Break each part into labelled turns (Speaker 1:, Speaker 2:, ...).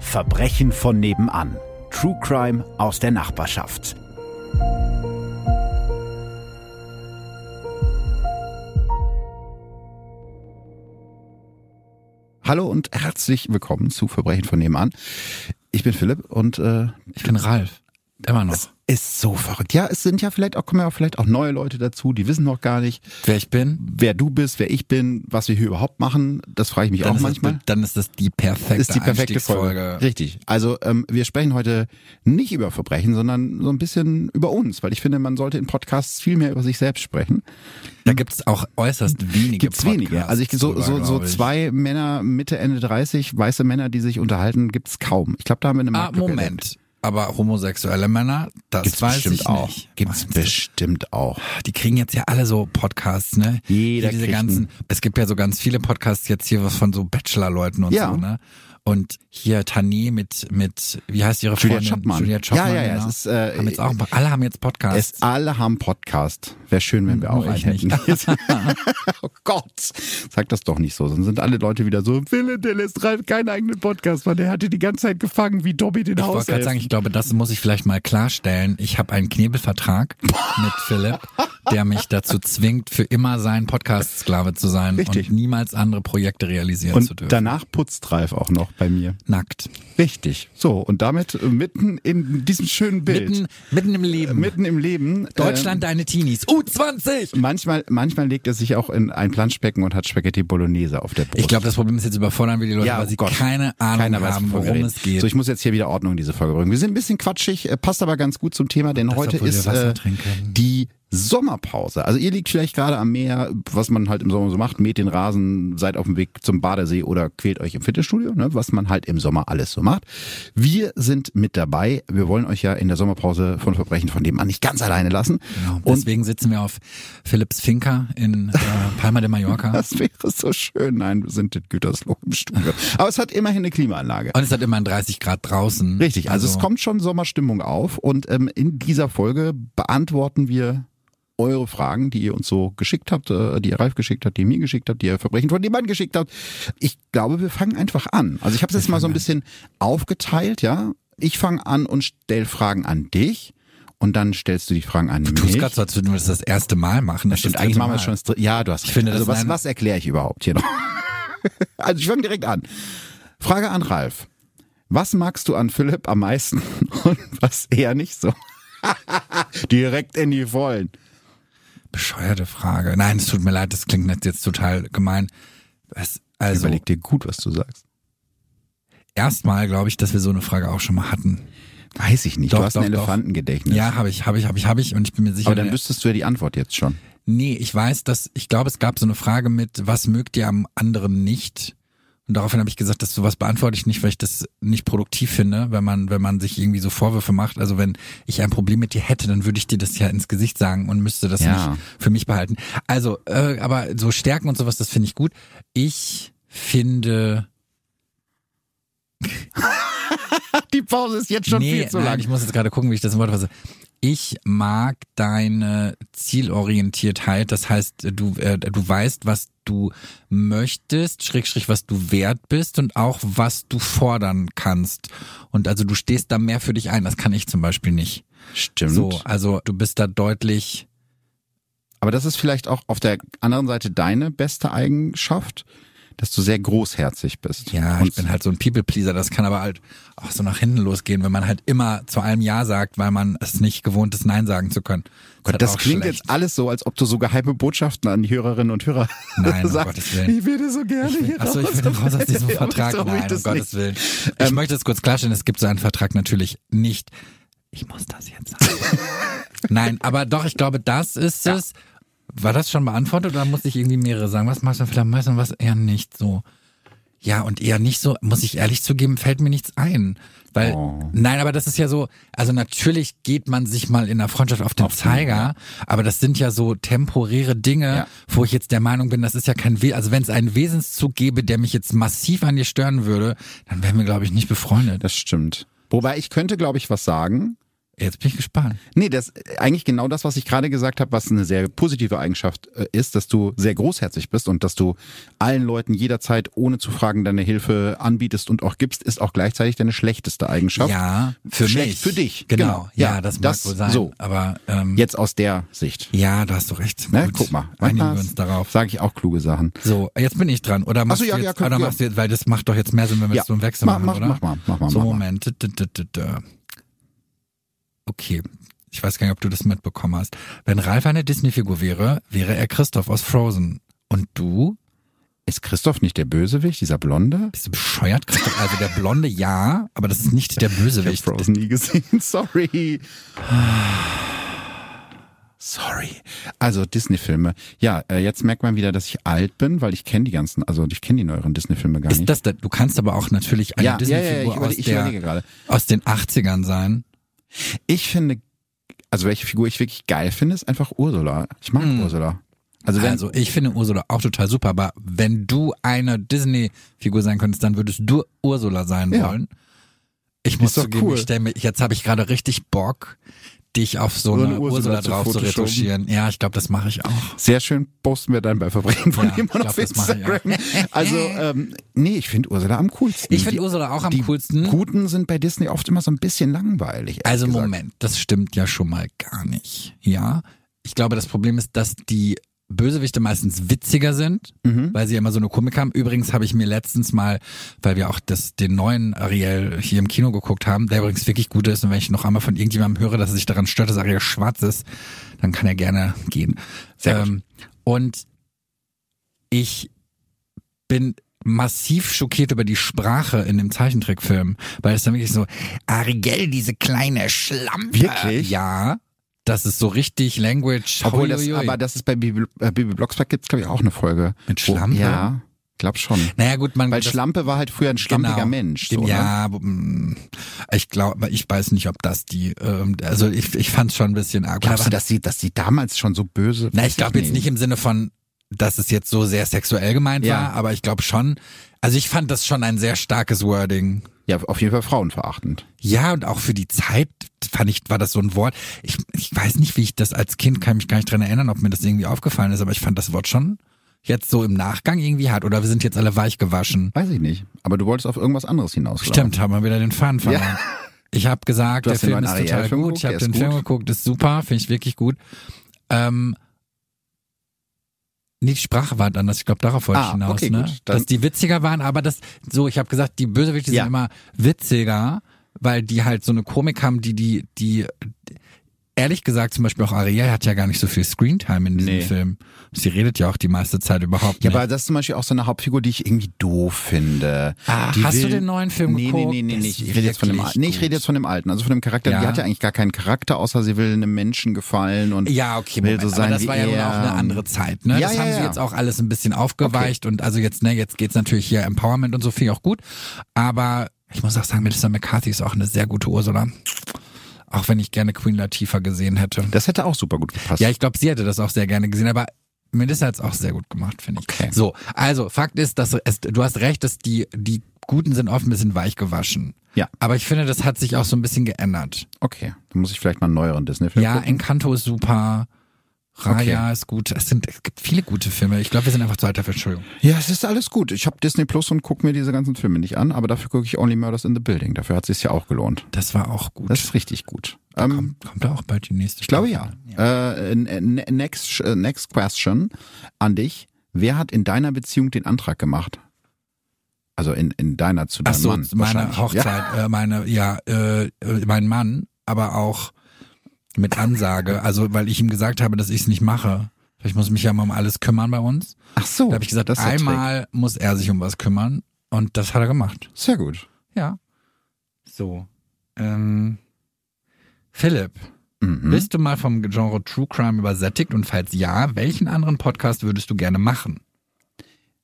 Speaker 1: Verbrechen von nebenan. True Crime aus der Nachbarschaft. Hallo und herzlich willkommen zu Verbrechen von nebenan. Ich bin Philipp und äh,
Speaker 2: Ich bin Ralf. Immer noch.
Speaker 1: es ist so verrückt. Ja, es sind ja vielleicht auch, kommen ja auch vielleicht auch neue Leute dazu, die wissen noch gar nicht,
Speaker 2: Wer ich bin?
Speaker 1: wer du bist, wer ich bin, was wir hier überhaupt machen. Das frage ich mich auch
Speaker 2: ist
Speaker 1: manchmal.
Speaker 2: Das, dann ist das die perfekte,
Speaker 1: ist die perfekte Folge.
Speaker 2: Einstiegsfolge.
Speaker 1: Richtig. Also ähm, wir sprechen heute nicht über Verbrechen, sondern so ein bisschen über uns, weil ich finde, man sollte in Podcasts viel mehr über sich selbst sprechen.
Speaker 2: Da gibt es auch äußerst wenige.
Speaker 1: Gibt's wenige.
Speaker 2: Podcasts
Speaker 1: Also ich so,
Speaker 2: drüber,
Speaker 1: so, so
Speaker 2: glaub ich.
Speaker 1: zwei Männer Mitte Ende 30, weiße Männer, die sich unterhalten, gibt's kaum. Ich glaube, da haben wir eine
Speaker 2: Ah,
Speaker 1: Marktlücke entdeckt.
Speaker 2: Moment. Aber homosexuelle Männer, das
Speaker 1: Gibt's
Speaker 2: weiß
Speaker 1: bestimmt
Speaker 2: ich
Speaker 1: auch.
Speaker 2: nicht.
Speaker 1: Gibt's
Speaker 2: Meinst du?
Speaker 1: bestimmt auch.
Speaker 2: Die kriegen jetzt ja alle so Podcasts, ne?
Speaker 1: Jeder
Speaker 2: Hier diese
Speaker 1: kriegt
Speaker 2: ganzen. Es gibt ja so ganz viele Podcasts jetzt hier was von so Bachelor-Leuten und
Speaker 1: Ja.
Speaker 2: so, ne? Und hier Tané mit, mit, wie heißt ihre
Speaker 1: Julia
Speaker 2: Freundin?
Speaker 1: Schoppmann.
Speaker 2: Julia Schoppmann.
Speaker 1: Ja, ja, ja,
Speaker 2: Genau.
Speaker 1: es ist, äh,
Speaker 2: haben jetzt auch, alle haben jetzt Podcasts.
Speaker 1: Es alle haben Podcast. Wäre schön, wenn wir auch
Speaker 2: Nur
Speaker 1: einen
Speaker 2: Hm, ich
Speaker 1: hätten.
Speaker 2: nicht.
Speaker 1: oh Gott. Sag das doch nicht so. Sonst sind alle Leute wieder so, Wille, der lässt Ralf keinen eigenen Podcast, weil der hatte die ganze Zeit gefangen, wie Dobby den
Speaker 2: Ich wollte gerade sagen,
Speaker 1: Haus.
Speaker 2: ich glaube, das muss ich vielleicht mal klarstellen. Ich habe einen Knebelvertrag mit Philipp, der mich dazu zwingt, für immer sein Podcast-Sklave zu sein
Speaker 1: Richtig.
Speaker 2: und niemals andere Projekte realisieren zu
Speaker 1: Und
Speaker 2: dürfen.
Speaker 1: danach putzt Ralf auch noch bei mir.
Speaker 2: Nackt.
Speaker 1: Richtig. So, und damit äh, mitten in diesem schönen Bild, ähm,
Speaker 2: Mitten, mitten im Leben.
Speaker 1: mitten im Leben.
Speaker 2: Deutschland, deine Teenies. U20!
Speaker 1: ähm, manchmal, manchmal legt er sich auch in ein Planschbecken und hat Spaghetti Bolognese auf der Brust.
Speaker 2: Ich glaube, das Problem ist jetzt überfordern wir die Leute,
Speaker 1: Ja,
Speaker 2: weil
Speaker 1: oh
Speaker 2: sie
Speaker 1: Gott.
Speaker 2: keine Ahnung
Speaker 1: Keiner weiß,
Speaker 2: haben,
Speaker 1: wovon wir
Speaker 2: worum
Speaker 1: reden.
Speaker 2: es geht.
Speaker 1: So, ich muss jetzt hier wieder Ordnung in diese Folge bringen. Wir sind ein bisschen quatschig, äh, passt aber ganz gut zum Thema, denn
Speaker 2: das,
Speaker 1: heute
Speaker 2: obwohl wir
Speaker 1: ist
Speaker 2: Wasser
Speaker 1: äh,
Speaker 2: trinken.
Speaker 1: die Sommerpause. Also ihr liegt vielleicht gerade am Meer, was man halt im Sommer so macht, mäht den Rasen, seid auf dem Weg zum Badesee oder quält euch im Fitnessstudio, ne, was man halt im Sommer alles so macht. Wir sind mit dabei. Wir wollen euch ja in der Sommerpause von Verbrechen von dem an nicht ganz alleine lassen.
Speaker 2: Genau.
Speaker 1: Und
Speaker 2: Deswegen sitzen wir auf Philipps Finca in äh, Palma de Mallorca.
Speaker 1: das wäre so schön. Nein, wir sind in Gütersloh im Studio. Aber es hat immerhin eine Klimaanlage.
Speaker 2: Und es hat immerhin 30 Grad draußen.
Speaker 1: Richtig, also, es kommt schon Sommerstimmung auf und ähm, in dieser Folge beantworten wir eure Fragen, die ihr uns so geschickt habt, äh, die ihr Ralf geschickt habt, die ihr mir geschickt habt, die ihr Verbrechen von dem Mann geschickt habt. Ich glaube, wir fangen einfach an. Also ich habe es jetzt mal so ein bisschen aufgeteilt, ja. Ich fange an und stell Fragen an dich und dann stellst du die Fragen an
Speaker 2: Du
Speaker 1: mich.
Speaker 2: tust gerade so, als würden wir das das erste Mal machen. Das
Speaker 1: Stimmt,
Speaker 2: ist das
Speaker 1: eigentlich
Speaker 2: dritte
Speaker 1: machen wir
Speaker 2: Mal.
Speaker 1: schon das dritte. Ja, du hast recht.
Speaker 2: finde,
Speaker 1: also
Speaker 2: das ist
Speaker 1: was,
Speaker 2: ein-
Speaker 1: was erkläre ich überhaupt hier noch? also ich fange direkt an. Frage an Ralf. Was magst du an Philipp am meisten und was eher nicht so? direkt in die Vollen.
Speaker 2: Bescheuerte Frage. Nein, es tut mir leid, das klingt jetzt total gemein. Was, also,
Speaker 1: Überleg dir gut, was du sagst.
Speaker 2: erstmal glaube ich, dass wir so eine Frage auch schon mal hatten.
Speaker 1: Weiß ich nicht.
Speaker 2: Doch,
Speaker 1: du hast
Speaker 2: doch,
Speaker 1: ein
Speaker 2: doch.
Speaker 1: Elefantengedächtnis.
Speaker 2: Ja, habe ich, habe ich, habe ich, habe ich. Und ich bin mir sicher,
Speaker 1: Aber dann
Speaker 2: der-
Speaker 1: wüsstest du ja die Antwort jetzt schon.
Speaker 2: nee, ich weiß, dass, ich glaube, es gab so eine Frage mit, was mögt ihr am anderen nicht? Und daraufhin habe ich gesagt, dass sowas beantworte ich nicht, weil ich das nicht produktiv finde, wenn man, wenn man sich irgendwie so Vorwürfe macht. Also wenn ich ein Problem mit dir hätte, dann würde ich dir das ja ins Gesicht sagen und müsste das
Speaker 1: Ja.
Speaker 2: nicht für mich behalten. Also, äh, aber so Stärken und sowas, das finde ich gut. Ich finde,
Speaker 1: Die Pause ist jetzt
Speaker 2: nee, nein, Ich muss jetzt gerade gucken, wie ich das Wort fasse. Ich mag deine Zielorientiertheit. Das heißt, du, äh, du weißt, was du möchtest, Schrägstrich, was du wert bist und auch, was du fordern kannst. Und also du stehst da mehr für dich ein. Das kann ich zum Beispiel nicht.
Speaker 1: Stimmt.
Speaker 2: So, also du bist da deutlich.
Speaker 1: Aber das ist vielleicht auch auf der anderen Seite deine beste Eigenschaft, dass du sehr großherzig bist.
Speaker 2: Ja,
Speaker 1: und
Speaker 2: ich bin halt so ein People-Pleaser. Das kann aber halt auch so nach hinten losgehen, wenn man halt immer zu allem Ja sagt, weil man es nicht gewohnt ist, Nein sagen zu können. ist halt
Speaker 1: Gott, das
Speaker 2: auch
Speaker 1: klingt
Speaker 2: schlecht.
Speaker 1: jetzt alles so, als ob du so geheime Botschaften an die Hörerinnen und Hörer
Speaker 2: Nein, um
Speaker 1: sagst.
Speaker 2: Gottes Willen.
Speaker 1: Ich würde so gerne hier
Speaker 2: Achso, ich
Speaker 1: raus.
Speaker 2: bin raus aus diesem
Speaker 1: Aber ich
Speaker 2: Vertrag.
Speaker 1: trau mich
Speaker 2: Nein, um
Speaker 1: das
Speaker 2: Gottes
Speaker 1: nicht.
Speaker 2: Willen. Ich möchte es kurz klarstellen, es gibt so einen Vertrag natürlich nicht. Ich muss das jetzt sagen. Nein, aber doch, ich glaube, das ist es. War das schon beantwortet oder muss ich irgendwie mehrere sagen? Was machst du vielleicht am meisten und was eher nicht so? Ja, und eher nicht so, muss ich ehrlich zugeben, fällt mir nichts ein. Weil,
Speaker 1: Oh.
Speaker 2: nein, aber das ist ja so, also natürlich geht man sich mal in der Freundschaft auf den Zeiger, aber das sind ja so temporäre Dinge,
Speaker 1: Ja.
Speaker 2: wo ich jetzt der Meinung bin, das ist ja kein, We also wenn es einen Wesenszug gäbe, der mich jetzt massiv an dir stören würde, dann wären wir, glaube ich, nicht befreundet.
Speaker 1: Das stimmt. Wobei ich könnte, glaube ich, was sagen,
Speaker 2: Jetzt bin ich gespannt.
Speaker 1: Nee, das eigentlich genau das, was ich gerade gesagt habe, was eine sehr positive Eigenschaft äh, ist, dass du sehr großherzig bist und dass du allen Leuten jederzeit ohne zu fragen deine Hilfe anbietest und auch gibst, ist auch gleichzeitig deine schlechteste Eigenschaft.
Speaker 2: Ja, für
Speaker 1: Schlecht
Speaker 2: mich.
Speaker 1: für dich.
Speaker 2: Genau.
Speaker 1: Genau.
Speaker 2: Ja,
Speaker 1: Ja,
Speaker 2: das mag
Speaker 1: das-
Speaker 2: wohl sein.
Speaker 1: so.
Speaker 2: Aber ähm,
Speaker 1: Jetzt aus der Sicht.
Speaker 2: ja, da hast du recht.
Speaker 1: Ne?
Speaker 2: Gut.
Speaker 1: Guck mal,
Speaker 2: Einigen wir uns darauf.
Speaker 1: Sage ich auch kluge Sachen.
Speaker 2: So, jetzt bin ich dran. Oder machst
Speaker 1: so, ja,
Speaker 2: du
Speaker 1: ja,
Speaker 2: jetzt,
Speaker 1: können-
Speaker 2: oder
Speaker 1: ja.
Speaker 2: machst du jetzt, weil das macht doch jetzt mehr Sinn, wenn wir
Speaker 1: Ja.
Speaker 2: jetzt so einen Wechsel
Speaker 1: Mach-
Speaker 2: machen,
Speaker 1: mach-
Speaker 2: oder?
Speaker 1: mach mal, mach mal,
Speaker 2: So,
Speaker 1: mach mal.
Speaker 2: Moment. D- d- d- d- Okay. Ich weiß gar nicht, ob du das mitbekommen hast. Wenn Ralf eine Disney-Figur wäre, wäre er Christoph aus Frozen. Und du?
Speaker 1: Ist Christoph nicht der Bösewicht, dieser Blonde?
Speaker 2: Bist du bescheuert, Christoph? Also der Blonde, ja, aber das ist nicht der
Speaker 1: Ich
Speaker 2: Bösewicht.
Speaker 1: habe Frozen nie gesehen, sorry. Sorry. Also Disney-Filme. Ja, äh, jetzt merkt man wieder, dass ich alt bin, weil ich kenne die ganzen, also ich kenne die neueren Disney-Filme gar
Speaker 2: Ist
Speaker 1: nicht.
Speaker 2: das der, du kannst aber auch natürlich eine
Speaker 1: Ja, ja, ja, ja, ich
Speaker 2: Disney-Figur
Speaker 1: überle-
Speaker 2: aus,
Speaker 1: ich überlege
Speaker 2: der-
Speaker 1: gerade.
Speaker 2: aus den 80ern sein.
Speaker 1: Ich finde, also welche Figur ich wirklich geil finde, ist einfach Ursula. Ich mag Ursula. Also wenn,
Speaker 2: Hm. Also ich finde Ursula auch total super, aber wenn du eine Disney-Figur sein könntest, dann würdest du Ursula sein
Speaker 1: Ja.
Speaker 2: wollen. Ich muss
Speaker 1: doch
Speaker 2: zugeben,
Speaker 1: cool.
Speaker 2: ich stell mir, jetzt habe ich gerade richtig Bock, dich auf so,
Speaker 1: So
Speaker 2: eine,
Speaker 1: eine
Speaker 2: Ursula,
Speaker 1: Ursula zu
Speaker 2: drauf zu
Speaker 1: photoshoppen.
Speaker 2: retuschieren. Ja, ich glaube, das mache ich auch.
Speaker 1: sehr schön posten wir dann bei Verbrechen von
Speaker 2: Ja, ich
Speaker 1: jemandem
Speaker 2: glaub,
Speaker 1: auf
Speaker 2: das mache ich
Speaker 1: Instagram. Also, ähm, nee, ich finde Ursula am coolsten.
Speaker 2: Ich finde
Speaker 1: Die-
Speaker 2: Ursula auch
Speaker 1: die
Speaker 2: am coolsten.
Speaker 1: Guten sind bei Disney oft immer so ein bisschen langweilig. ehrlich
Speaker 2: Also
Speaker 1: gesagt.
Speaker 2: Moment, das stimmt ja schon mal gar nicht. Ja, ich glaube, das Problem ist, dass die Bösewichte meistens witziger sind,
Speaker 1: Mhm.
Speaker 2: weil sie ja immer so eine Komik haben. Übrigens habe ich mir letztens mal, weil wir auch das, den neuen Ariel hier im Kino geguckt haben, der übrigens wirklich gut ist und wenn ich noch einmal von irgendjemandem höre, dass er sich daran stört, dass Ariel schwarz ist, dann kann er gerne gehen.
Speaker 1: Sehr gut.
Speaker 2: Ähm, und ich bin massiv schockiert über die Sprache in dem Zeichentrickfilm, weil es dann wirklich so, Ariel, diese kleine Schlampe.
Speaker 1: Wirklich?
Speaker 2: Ja. Das ist so richtig Language.
Speaker 1: Obwohl das,
Speaker 2: Huiuiui.
Speaker 1: aber das ist bei Bibi, äh, Bibi Blocksberg gibt's glaube ich auch eine Folge.
Speaker 2: Mit
Speaker 1: Wo-
Speaker 2: Schlampe?
Speaker 1: Ja, glaub schon.
Speaker 2: naja, gut, man
Speaker 1: Weil
Speaker 2: das-
Speaker 1: Schlampe war halt früher ein schlampiger
Speaker 2: genau.
Speaker 1: Mensch. So, ne?
Speaker 2: ja, aber, mm, ich glaube, ich weiß nicht, ob das die, ähm, also ich, ich fand es schon ein bisschen arg.
Speaker 1: Glaubst du,
Speaker 2: Aber-
Speaker 1: dass sie, dass sie damals schon so böse?
Speaker 2: Na, ich glaube jetzt nicht im Sinne von, dass es jetzt so sehr sexuell gemeint
Speaker 1: Ja.
Speaker 2: war, aber ich glaube schon, also ich fand das schon ein sehr starkes Wording.
Speaker 1: Ja, auf jeden Fall frauenverachtend.
Speaker 2: Ja, und auch für die Zeit fand ich, war das so ein Wort. Ich, ich weiß nicht, wie ich das als Kind kann mich gar nicht dran erinnern, ob mir das irgendwie aufgefallen ist, aber ich fand das Wort schon jetzt so im Nachgang irgendwie hart. Oder wir sind jetzt alle weich gewaschen.
Speaker 1: Weiß ich nicht. Aber du wolltest auf irgendwas anderes hinaus. glaub ich.
Speaker 2: Stimmt, haben wir wieder den Faden verloren. Ich habe gesagt,
Speaker 1: Du
Speaker 2: der
Speaker 1: hast den
Speaker 2: Film
Speaker 1: neuen
Speaker 2: ist total
Speaker 1: Ariel-Film
Speaker 2: gut. Ich habe
Speaker 1: geguckt, der
Speaker 2: den
Speaker 1: ist
Speaker 2: Film
Speaker 1: gut.
Speaker 2: geguckt, ist super, finde ich wirklich gut. Ähm, nee, die Sprache war anders. Ich glaube, darauf wollte ich
Speaker 1: Ah,
Speaker 2: hinaus.
Speaker 1: okay,
Speaker 2: ne?
Speaker 1: gut, dann-
Speaker 2: Dass die witziger waren, aber das so. Ich habe gesagt, die Bösewichte
Speaker 1: Ja.
Speaker 2: sind immer witziger, weil die halt so eine Komik haben, die die die ehrlich gesagt zum Beispiel auch Ariel hat ja gar nicht so viel Screentime in diesem
Speaker 1: Nee.
Speaker 2: Film. Sie redet ja auch die meiste Zeit überhaupt.
Speaker 1: Ja,
Speaker 2: nicht.
Speaker 1: aber das ist zum Beispiel auch so eine Hauptfigur, die ich irgendwie doof finde.
Speaker 2: Ah,
Speaker 1: die
Speaker 2: hast du den neuen Film
Speaker 1: nee,
Speaker 2: geguckt?
Speaker 1: Nee, nee,
Speaker 2: Der
Speaker 1: nee, nee.
Speaker 2: ist
Speaker 1: Ich rede jetzt von dem, Al-
Speaker 2: wirklich
Speaker 1: nee, ich
Speaker 2: gut.
Speaker 1: rede jetzt von dem Alten, also von dem Charakter.
Speaker 2: Ja.
Speaker 1: Die hat ja eigentlich gar keinen Charakter, außer sie will einem Menschen gefallen und
Speaker 2: Ja, okay,
Speaker 1: will
Speaker 2: Moment,
Speaker 1: so sein
Speaker 2: aber das
Speaker 1: wie
Speaker 2: war ja
Speaker 1: er. ähm,
Speaker 2: wohl auch eine andere Zeit. Ne?
Speaker 1: Ja,
Speaker 2: das
Speaker 1: ja,
Speaker 2: haben sie
Speaker 1: ja.
Speaker 2: jetzt auch alles ein bisschen aufgeweicht und also jetzt, ne, jetzt geht's natürlich hier Empowerment und so viel auch gut. Aber ich muss auch sagen, Melissa McCarthy ist auch eine sehr gute Ursula. Auch wenn ich gerne Queen Latifah gesehen hätte.
Speaker 1: Das hätte auch super gut gepasst.
Speaker 2: Ja, ich glaube, sie hätte das auch sehr gerne gesehen, aber Melissa hat's auch sehr gut gemacht, finde ich.
Speaker 1: Okay.
Speaker 2: So, also Fakt ist, dass es, du hast recht, dass die, die Guten sind oft ein bisschen weich gewaschen.
Speaker 1: Ja.
Speaker 2: Aber ich finde, das hat sich auch so ein bisschen geändert.
Speaker 1: okay, dann muss ich vielleicht mal einen neueren Disney-Film
Speaker 2: Ja,
Speaker 1: gucken.
Speaker 2: Encanto ist super. Raya ist gut. Es, sind, es gibt viele gute Filme. Ich glaube, wir sind einfach zu alt dafür. Entschuldigung.
Speaker 1: Ja, es ist alles gut. Ich habe Disney Plus und gucke mir diese ganzen Filme nicht an, aber dafür gucke ich Only Murders in the Building. Dafür hat es sich ja auch gelohnt.
Speaker 2: Das war auch gut.
Speaker 1: Das ist richtig gut. Ähm,
Speaker 2: kommt, kommt da auch bald die nächste?
Speaker 1: ich glaube ja. Äh, n- n- next, äh, next question an dich. Wer hat in deiner Beziehung den Antrag gemacht? Also in, in deiner zu
Speaker 2: Ach
Speaker 1: deinem
Speaker 2: so,
Speaker 1: Mann. wahrscheinlich.
Speaker 2: meine Hochzeit,
Speaker 1: Ja.
Speaker 2: äh, meine, ja, äh, äh, mein Mann, aber auch mit Ansage. Also, weil ich ihm gesagt habe, dass ich es nicht mache. Ich muss mich ja mal um alles kümmern bei uns.
Speaker 1: Ach so.
Speaker 2: Da habe ich gesagt,
Speaker 1: das ist der Trick.
Speaker 2: einmal muss er sich um was kümmern. Und das hat er gemacht.
Speaker 1: Sehr gut.
Speaker 2: Ja. So. Ähm, Philipp.
Speaker 1: Mhm.
Speaker 2: Bist du mal vom Genre True Crime übersättigt und falls ja, welchen anderen Podcast würdest du gerne machen?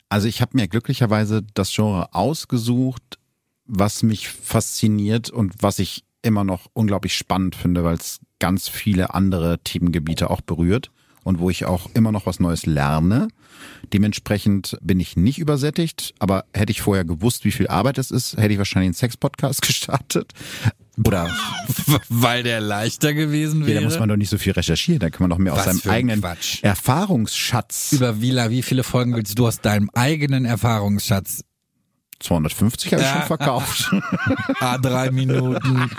Speaker 1: Also ich habe mir glücklicherweise das Genre ausgesucht, was mich fasziniert und was ich immer noch unglaublich spannend finde, weil es ganz viele andere Themengebiete auch berührt und wo ich auch immer noch was Neues lerne. Dementsprechend bin ich nicht übersättigt, aber hätte ich vorher gewusst, wie viel Arbeit es ist, hätte ich wahrscheinlich einen Sex-Podcast gestartet. Oder
Speaker 2: Weil der leichter gewesen
Speaker 1: ja,
Speaker 2: wäre.
Speaker 1: da muss man doch nicht so viel recherchieren, da kann man doch mehr aus
Speaker 2: Was
Speaker 1: seinem
Speaker 2: für ein
Speaker 1: eigenen
Speaker 2: Quatsch.
Speaker 1: Erfahrungsschatz.
Speaker 2: Über Vila, wie viele Folgen willst du aus deinem eigenen Erfahrungsschatz?
Speaker 1: 250 habe ich schon
Speaker 2: Ja.
Speaker 1: verkauft.
Speaker 2: Ah, drei Minuten.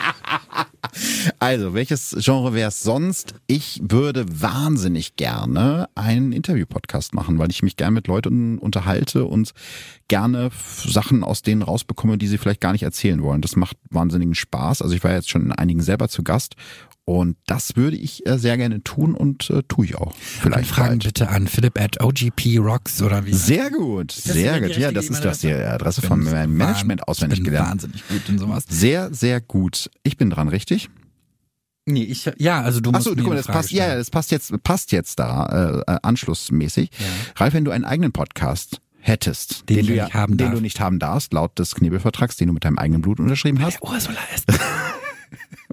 Speaker 1: Also, welches Genre wäre es sonst? Ich würde wahnsinnig gerne einen Interview-Podcast machen, weil ich mich gerne mit Leuten unterhalte und gerne f- Sachen aus denen rausbekomme, die sie vielleicht gar nicht erzählen wollen. Das macht wahnsinnigen Spaß. Also ich war jetzt schon in einigen selber zu Gast und das würde ich äh, sehr gerne tun und äh, tue ich auch. Vielleicht
Speaker 2: Fragen
Speaker 1: bald.
Speaker 2: bitte an Philipp at OGP Rocks oder wie?
Speaker 1: Sehr gut, sehr
Speaker 2: denn die
Speaker 1: gut. Ja,
Speaker 2: richtige
Speaker 1: das ist das die
Speaker 2: E-Mail-Adresse?
Speaker 1: Adresse von meinem Management auswendig
Speaker 2: ich bin
Speaker 1: gelernt.
Speaker 2: Wahnsinnig gut in sowas.
Speaker 1: Sehr, sehr gut. Ich bin dran, richtig?
Speaker 2: Nee, ich, ja, also du musst
Speaker 1: Achso,
Speaker 2: mir
Speaker 1: guck mal,
Speaker 2: eine
Speaker 1: das
Speaker 2: Frage
Speaker 1: passt, ja, ja,
Speaker 2: stellen.
Speaker 1: das passt jetzt, passt jetzt da äh, äh, anschlussmäßig. Ralf, wenn du einen eigenen Podcast hättest,
Speaker 2: Den ich
Speaker 1: du
Speaker 2: nicht haben
Speaker 1: den
Speaker 2: darf.
Speaker 1: du nicht haben darfst, laut des Knebelvertrags, den du mit deinem eigenen Blut unterschrieben hast,
Speaker 2: Der Ursula ist.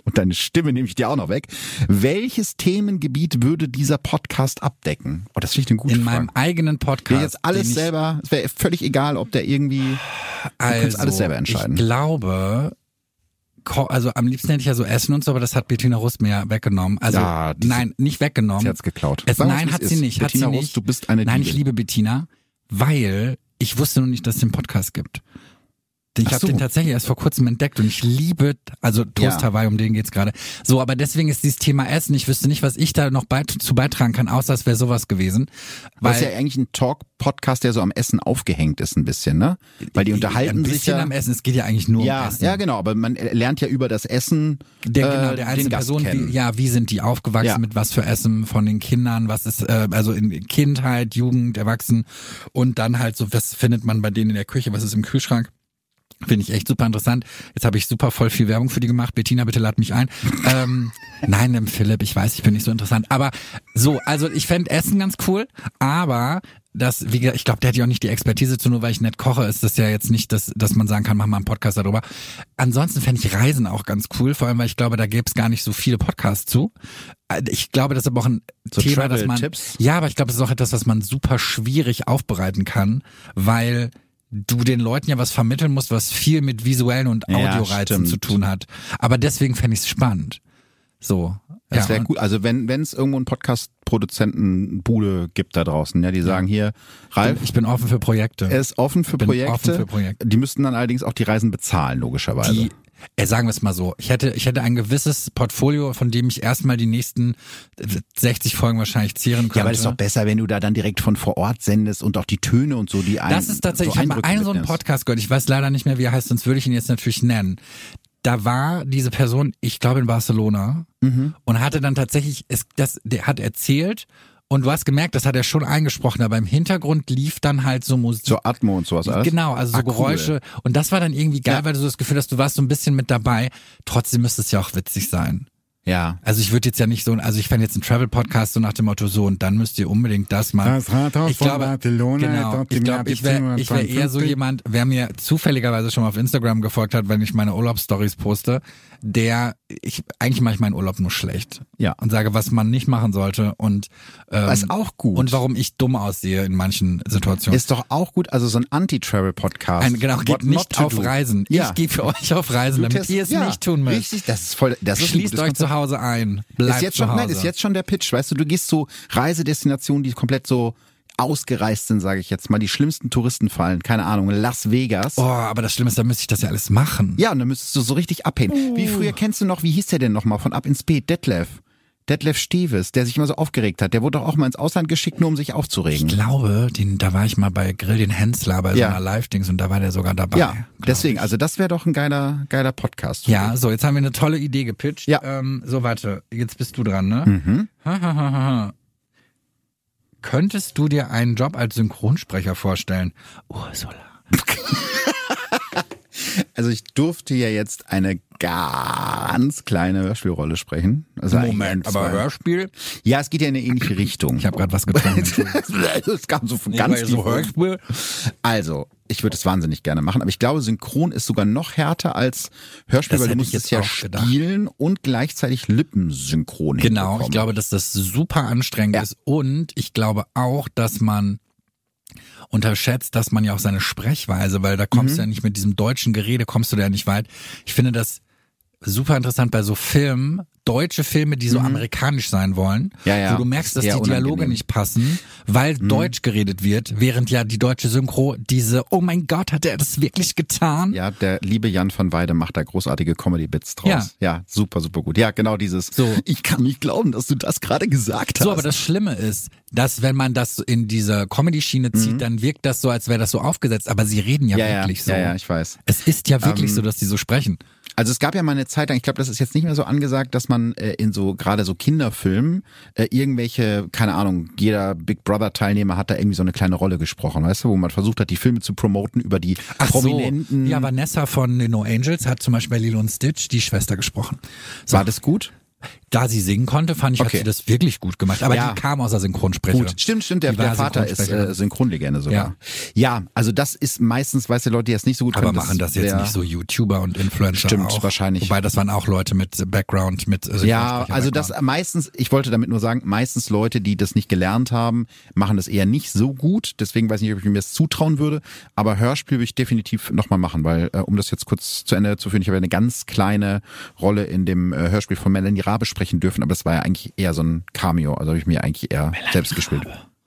Speaker 1: und deine Stimme nehme ich dir auch noch weg, welches Themengebiet würde dieser Podcast abdecken? Oh, das finde ich eine gute
Speaker 2: In
Speaker 1: Frage.
Speaker 2: meinem eigenen
Speaker 1: Wer
Speaker 2: Podcast.
Speaker 1: jetzt alles
Speaker 2: den ich,
Speaker 1: selber, es wäre völlig egal, ob der irgendwie,
Speaker 2: also,
Speaker 1: kannst alles selber entscheiden.
Speaker 2: Ich glaube, ko- also am liebsten hätte ich ja so Essen und so, aber das hat Bettina Rust mir ja weggenommen. Also
Speaker 1: Ja, die-
Speaker 2: nein, nicht weggenommen.
Speaker 1: sie hat's geklaut.
Speaker 2: Es,
Speaker 1: Sag uns,
Speaker 2: nein,
Speaker 1: wie's
Speaker 2: hat
Speaker 1: ist.
Speaker 2: sie nicht. Hat sie
Speaker 1: Bettina
Speaker 2: nicht.
Speaker 1: Rust, du bist eine
Speaker 2: Nein, ich
Speaker 1: Diebin.
Speaker 2: liebe Bettina, weil ich wusste noch nicht, dass es den Podcast gibt. Ich
Speaker 1: Ach
Speaker 2: habe
Speaker 1: so.
Speaker 2: den tatsächlich erst vor kurzem entdeckt und ich liebe, also Toast
Speaker 1: Ja.
Speaker 2: Hawaii, um den geht's gerade. So, aber deswegen ist dieses Thema Essen. Ich wüsste nicht, was ich da noch beit zu beitragen kann, außer es wäre sowas gewesen.
Speaker 1: das ist ja
Speaker 2: Weil
Speaker 1: eigentlich ein Talk-Podcast, der so am Essen aufgehängt ist ein bisschen, ne? Weil die
Speaker 2: ein
Speaker 1: unterhalten
Speaker 2: bisschen
Speaker 1: sich ja.
Speaker 2: am Essen. Es geht ja eigentlich nur um
Speaker 1: Ja,
Speaker 2: Essen.
Speaker 1: ja, genau, aber man lernt ja über das Essen
Speaker 2: der, genau,
Speaker 1: äh,
Speaker 2: der einzelnen
Speaker 1: den Gast
Speaker 2: Person,
Speaker 1: kennen.
Speaker 2: wie, ja, wie sind die aufgewachsen,
Speaker 1: Ja.
Speaker 2: mit was für Essen von den Kindern, was ist, äh, also in Kindheit, Jugend, Erwachsenen und dann halt so, was findet man bei denen in der Küche, was ist im Kühlschrank. Finde ich echt super interessant. Jetzt habe ich super voll viel Werbung für die gemacht. Bettina, bitte lad mich ein. ähm, nein, ähm, Philipp, ich weiß, ich bin nicht so interessant. Aber so, also ich fände Essen ganz cool, aber das, wie gesagt, ich glaube, der hat ja auch nicht die Expertise zu, nur weil ich nett koche, ist das ja jetzt nicht, dass, dass man sagen kann, mach mal einen Podcast darüber. Ansonsten fände ich Reisen auch ganz cool, vor allem, weil ich glaube, da gäbe es gar nicht so viele Podcasts zu. Äh, Ich glaube, das ist aber auch ein
Speaker 1: So
Speaker 2: Thema, dass man.
Speaker 1: Travel-Tipps?
Speaker 2: Ja, aber ich glaube, das ist auch etwas, was man super schwierig aufbereiten kann, weil du den Leuten ja was vermitteln musst, was viel mit visuellen und
Speaker 1: Ja,
Speaker 2: Audioreizen
Speaker 1: stimmt.
Speaker 2: zu tun hat. Aber deswegen fände ich es spannend. So.
Speaker 1: Das
Speaker 2: ja,
Speaker 1: wäre
Speaker 2: und-
Speaker 1: gut. Also wenn wenn es irgendwo einen Podcast-Produzentenbude gibt da draußen, ja, die sagen hier, Ralf,
Speaker 2: Ich bin offen für Projekte.
Speaker 1: er ist offen für
Speaker 2: bin
Speaker 1: Projekte.
Speaker 2: offen für Projekte.
Speaker 1: Die müssten dann allerdings auch die Reisen bezahlen, logischerweise.
Speaker 2: die, äh, sagen wir es mal so, ich hätte, ich hätte ein gewisses Portfolio, von dem ich erstmal die nächsten äh, 60 Folgen wahrscheinlich zehren könnte.
Speaker 1: ja, aber das ist doch besser, wenn du da dann direkt von vor Ort sendest und auch die Töne und so, die ein,
Speaker 2: Das ist tatsächlich,
Speaker 1: so
Speaker 2: ich habe mal
Speaker 1: Eindrücke
Speaker 2: einen so einen
Speaker 1: mitnimmst.
Speaker 2: Podcast gehört, ich weiß leider nicht mehr, wie er heißt, sonst würde ich ihn jetzt natürlich nennen. Da war diese Person, ich glaube in Barcelona,
Speaker 1: Mhm.
Speaker 2: und hatte dann tatsächlich, es, das, der hat erzählt und du hast gemerkt, das hat er schon eingesprochen, aber im Hintergrund lief dann halt so Musik.
Speaker 1: Zur Atmo und sowas alles.
Speaker 2: Genau, also so
Speaker 1: Ah, cool.
Speaker 2: Geräusche. Und das war dann irgendwie geil,
Speaker 1: Ja.
Speaker 2: weil du so das Gefühl hast, du warst so ein bisschen mit dabei. Trotzdem müsste es ja auch witzig sein.
Speaker 1: Ja.
Speaker 2: Also ich würde jetzt ja nicht so, also ich fände jetzt einen Travel-Podcast so nach dem Motto so und dann müsst ihr unbedingt das machen.
Speaker 3: Das Rathaus
Speaker 2: ich
Speaker 3: von
Speaker 2: glaube,
Speaker 3: Barcelona
Speaker 2: genau,
Speaker 3: dort
Speaker 2: ich
Speaker 3: im
Speaker 2: glaube,
Speaker 3: Jahr
Speaker 2: ich wäre ich wär eher so
Speaker 3: 1752.
Speaker 2: jemand, wer mir zufälligerweise schon mal auf Instagram gefolgt hat, wenn ich meine Urlaubsstories poste, der, ich eigentlich mache ich meinen Urlaub nur schlecht.
Speaker 1: Ja.
Speaker 2: Und sage, was man nicht machen sollte und ähm,
Speaker 1: Ist auch gut.
Speaker 2: und warum ich dumm aussehe in manchen Situationen.
Speaker 1: Ist doch auch gut, also so ein Anti-Travel-Podcast.
Speaker 2: Ein, genau,
Speaker 1: What
Speaker 2: geht
Speaker 1: not
Speaker 2: nicht
Speaker 1: to
Speaker 2: auf
Speaker 1: do.
Speaker 2: Reisen.
Speaker 1: Ja.
Speaker 2: Ich gehe für euch auf Reisen,
Speaker 1: Du
Speaker 2: damit
Speaker 1: test-
Speaker 2: ihr es
Speaker 1: ja,
Speaker 2: nicht tun müsst.
Speaker 1: Richtig, das ist voll, das ist ein
Speaker 2: Schließt
Speaker 1: gutes
Speaker 2: euch
Speaker 1: Konzept.
Speaker 2: zu Hause ein. Bleibt
Speaker 1: ist jetzt
Speaker 2: zu
Speaker 1: schon,
Speaker 2: Hause.
Speaker 1: nein, ist jetzt schon der Pitch, weißt du, du gehst zu Reisedestinationen, die komplett so ausgereist sind, sage ich jetzt mal, die schlimmsten Touristenfallen, keine Ahnung, Las Vegas.
Speaker 2: Oh, aber das Schlimme ist, da müsste ich das ja alles machen.
Speaker 1: Ja, und dann müsstest du so richtig abhängen.
Speaker 2: Oh.
Speaker 1: Wie früher kennst du noch, wie hieß der denn nochmal von Ab ins Beet, Detlef? Detlef Steves, der sich immer so aufgeregt hat, der wurde doch auch mal ins Ausland geschickt, nur um sich
Speaker 2: Ich
Speaker 1: aufzuregen.
Speaker 2: glaube, den, da war ich mal bei Grill den Hensler bei
Speaker 1: Ja.
Speaker 2: so einer Live-Dings und da war der sogar dabei.
Speaker 1: Ja, deswegen, also das wäre doch ein geiler, geiler Podcast.
Speaker 2: Ja, so, jetzt haben wir eine tolle Idee gepitcht.
Speaker 1: Ja.
Speaker 2: Ähm, so, warte, jetzt bist du dran, ne? Mhm. Ha, ha, ha, ha. Könntest du dir einen Job als Synchronsprecher vorstellen? Oh, Ursula.
Speaker 1: Also ich durfte ja jetzt eine ganz kleine Hörspielrolle sprechen. Also eigentlich ein,
Speaker 2: aber
Speaker 1: zwei.
Speaker 2: Hörspiel?
Speaker 1: Ja, es geht ja in eine ähnliche Richtung.
Speaker 2: Ich habe gerade was getrunken.
Speaker 1: das kam so von ganz
Speaker 2: Weil
Speaker 1: tief
Speaker 2: so
Speaker 1: hoch.
Speaker 2: Hörspiel.
Speaker 1: Also, ich würde es wahnsinnig gerne machen, aber ich glaube, Synchron ist sogar noch härter als Hörspiel, weil
Speaker 2: Das
Speaker 1: du
Speaker 2: hätte
Speaker 1: musst
Speaker 2: ich jetzt
Speaker 1: es ja
Speaker 2: auch gedacht.
Speaker 1: spielen und gleichzeitig lippensynchron
Speaker 2: Genau, ich
Speaker 1: hinbekommen.
Speaker 2: glaube, dass das super anstrengend
Speaker 1: Ja.
Speaker 2: ist und ich glaube auch, dass man unterschätzt, dass man ja auch
Speaker 1: Mhm.
Speaker 2: seine Sprechweise, weil da kommst du ja nicht mit diesem deutschen Gerede, kommst du da ja nicht weit. Ich finde das super interessant bei so Filmen, deutsche Filme, die so amerikanisch sein wollen,
Speaker 1: Mhm. Ja, ja.
Speaker 2: wo du merkst, dass
Speaker 1: Eher
Speaker 2: die Dialoge
Speaker 1: unangenehm. Mhm.
Speaker 2: nicht passen, weil Deutsch geredet wird, während ja die deutsche Synchro diese, oh mein Gott, hat er das wirklich getan?
Speaker 1: Ja, der liebe Jan van Weide macht da großartige Comedy-Bits draus.
Speaker 2: Ja.
Speaker 1: ja, super, super gut. Ja, genau dieses.
Speaker 2: So.
Speaker 1: Ich kann nicht glauben, dass du das gerade gesagt hast.
Speaker 2: So, aber das Schlimme ist, dass wenn man das in dieser Comedy-Schiene zieht, dann wirkt das so, als wäre das so aufgesetzt, aber sie reden ja,
Speaker 1: Mhm. ja, ja,
Speaker 2: wirklich so.
Speaker 1: ja, Ähm, ja, ich weiß.
Speaker 2: Es ist ja wirklich so, dass die so sprechen.
Speaker 1: Also es gab ja mal eine Zeit lang, ich glaube, das ist jetzt nicht mehr so angesagt, dass man äh, in so gerade so Kinderfilmen äh, irgendwelche, keine Ahnung, jeder Big Brother Teilnehmer hat da irgendwie so eine kleine Rolle gesprochen, weißt du, wo man versucht hat, die Filme zu promoten über die Prominenten.
Speaker 2: So. Ja, Vanessa von den No Angels hat zum Beispiel bei Lilo und Stitch die Schwester gesprochen. So,
Speaker 1: War das gut?
Speaker 2: da sie singen konnte, fand ich,
Speaker 1: Okay.
Speaker 2: hat sie das wirklich gut gemacht. Aber
Speaker 1: Ja.
Speaker 2: die kam aus der Synchronsprecherin.
Speaker 1: Gut, stimmt, stimmt. Der,
Speaker 2: Die war
Speaker 1: der Vater ist
Speaker 2: Synchronsprecherin.
Speaker 1: äh, Synchronlegende sogar. Ja. also das ist meistens, weißt du, Leute, die das nicht so gut
Speaker 2: aber
Speaker 1: können,
Speaker 2: machen das jetzt
Speaker 1: der-
Speaker 2: nicht so YouTuber und Influencer
Speaker 1: Stimmt,
Speaker 2: auch.
Speaker 1: wahrscheinlich.
Speaker 2: Wobei das waren auch Leute mit Background, mit äh,
Speaker 1: Ja,
Speaker 2: Synchronsprecher-
Speaker 1: also das meistens, ich wollte damit nur sagen, meistens Leute, die das nicht gelernt haben, machen das eher nicht so gut. Deswegen weiß ich nicht, ob ich mir das zutrauen würde. Aber Hörspiel würde ich definitiv nochmal machen, weil, äh, um das jetzt kurz zu Ende zu führen, ich habe ja eine ganz kleine Rolle in dem äh, Hörspiel von Melanie Rabe sprechen dürfen, aber das war ja eigentlich eher so ein Cameo. Also habe ich mir eigentlich eher selbst gespielt.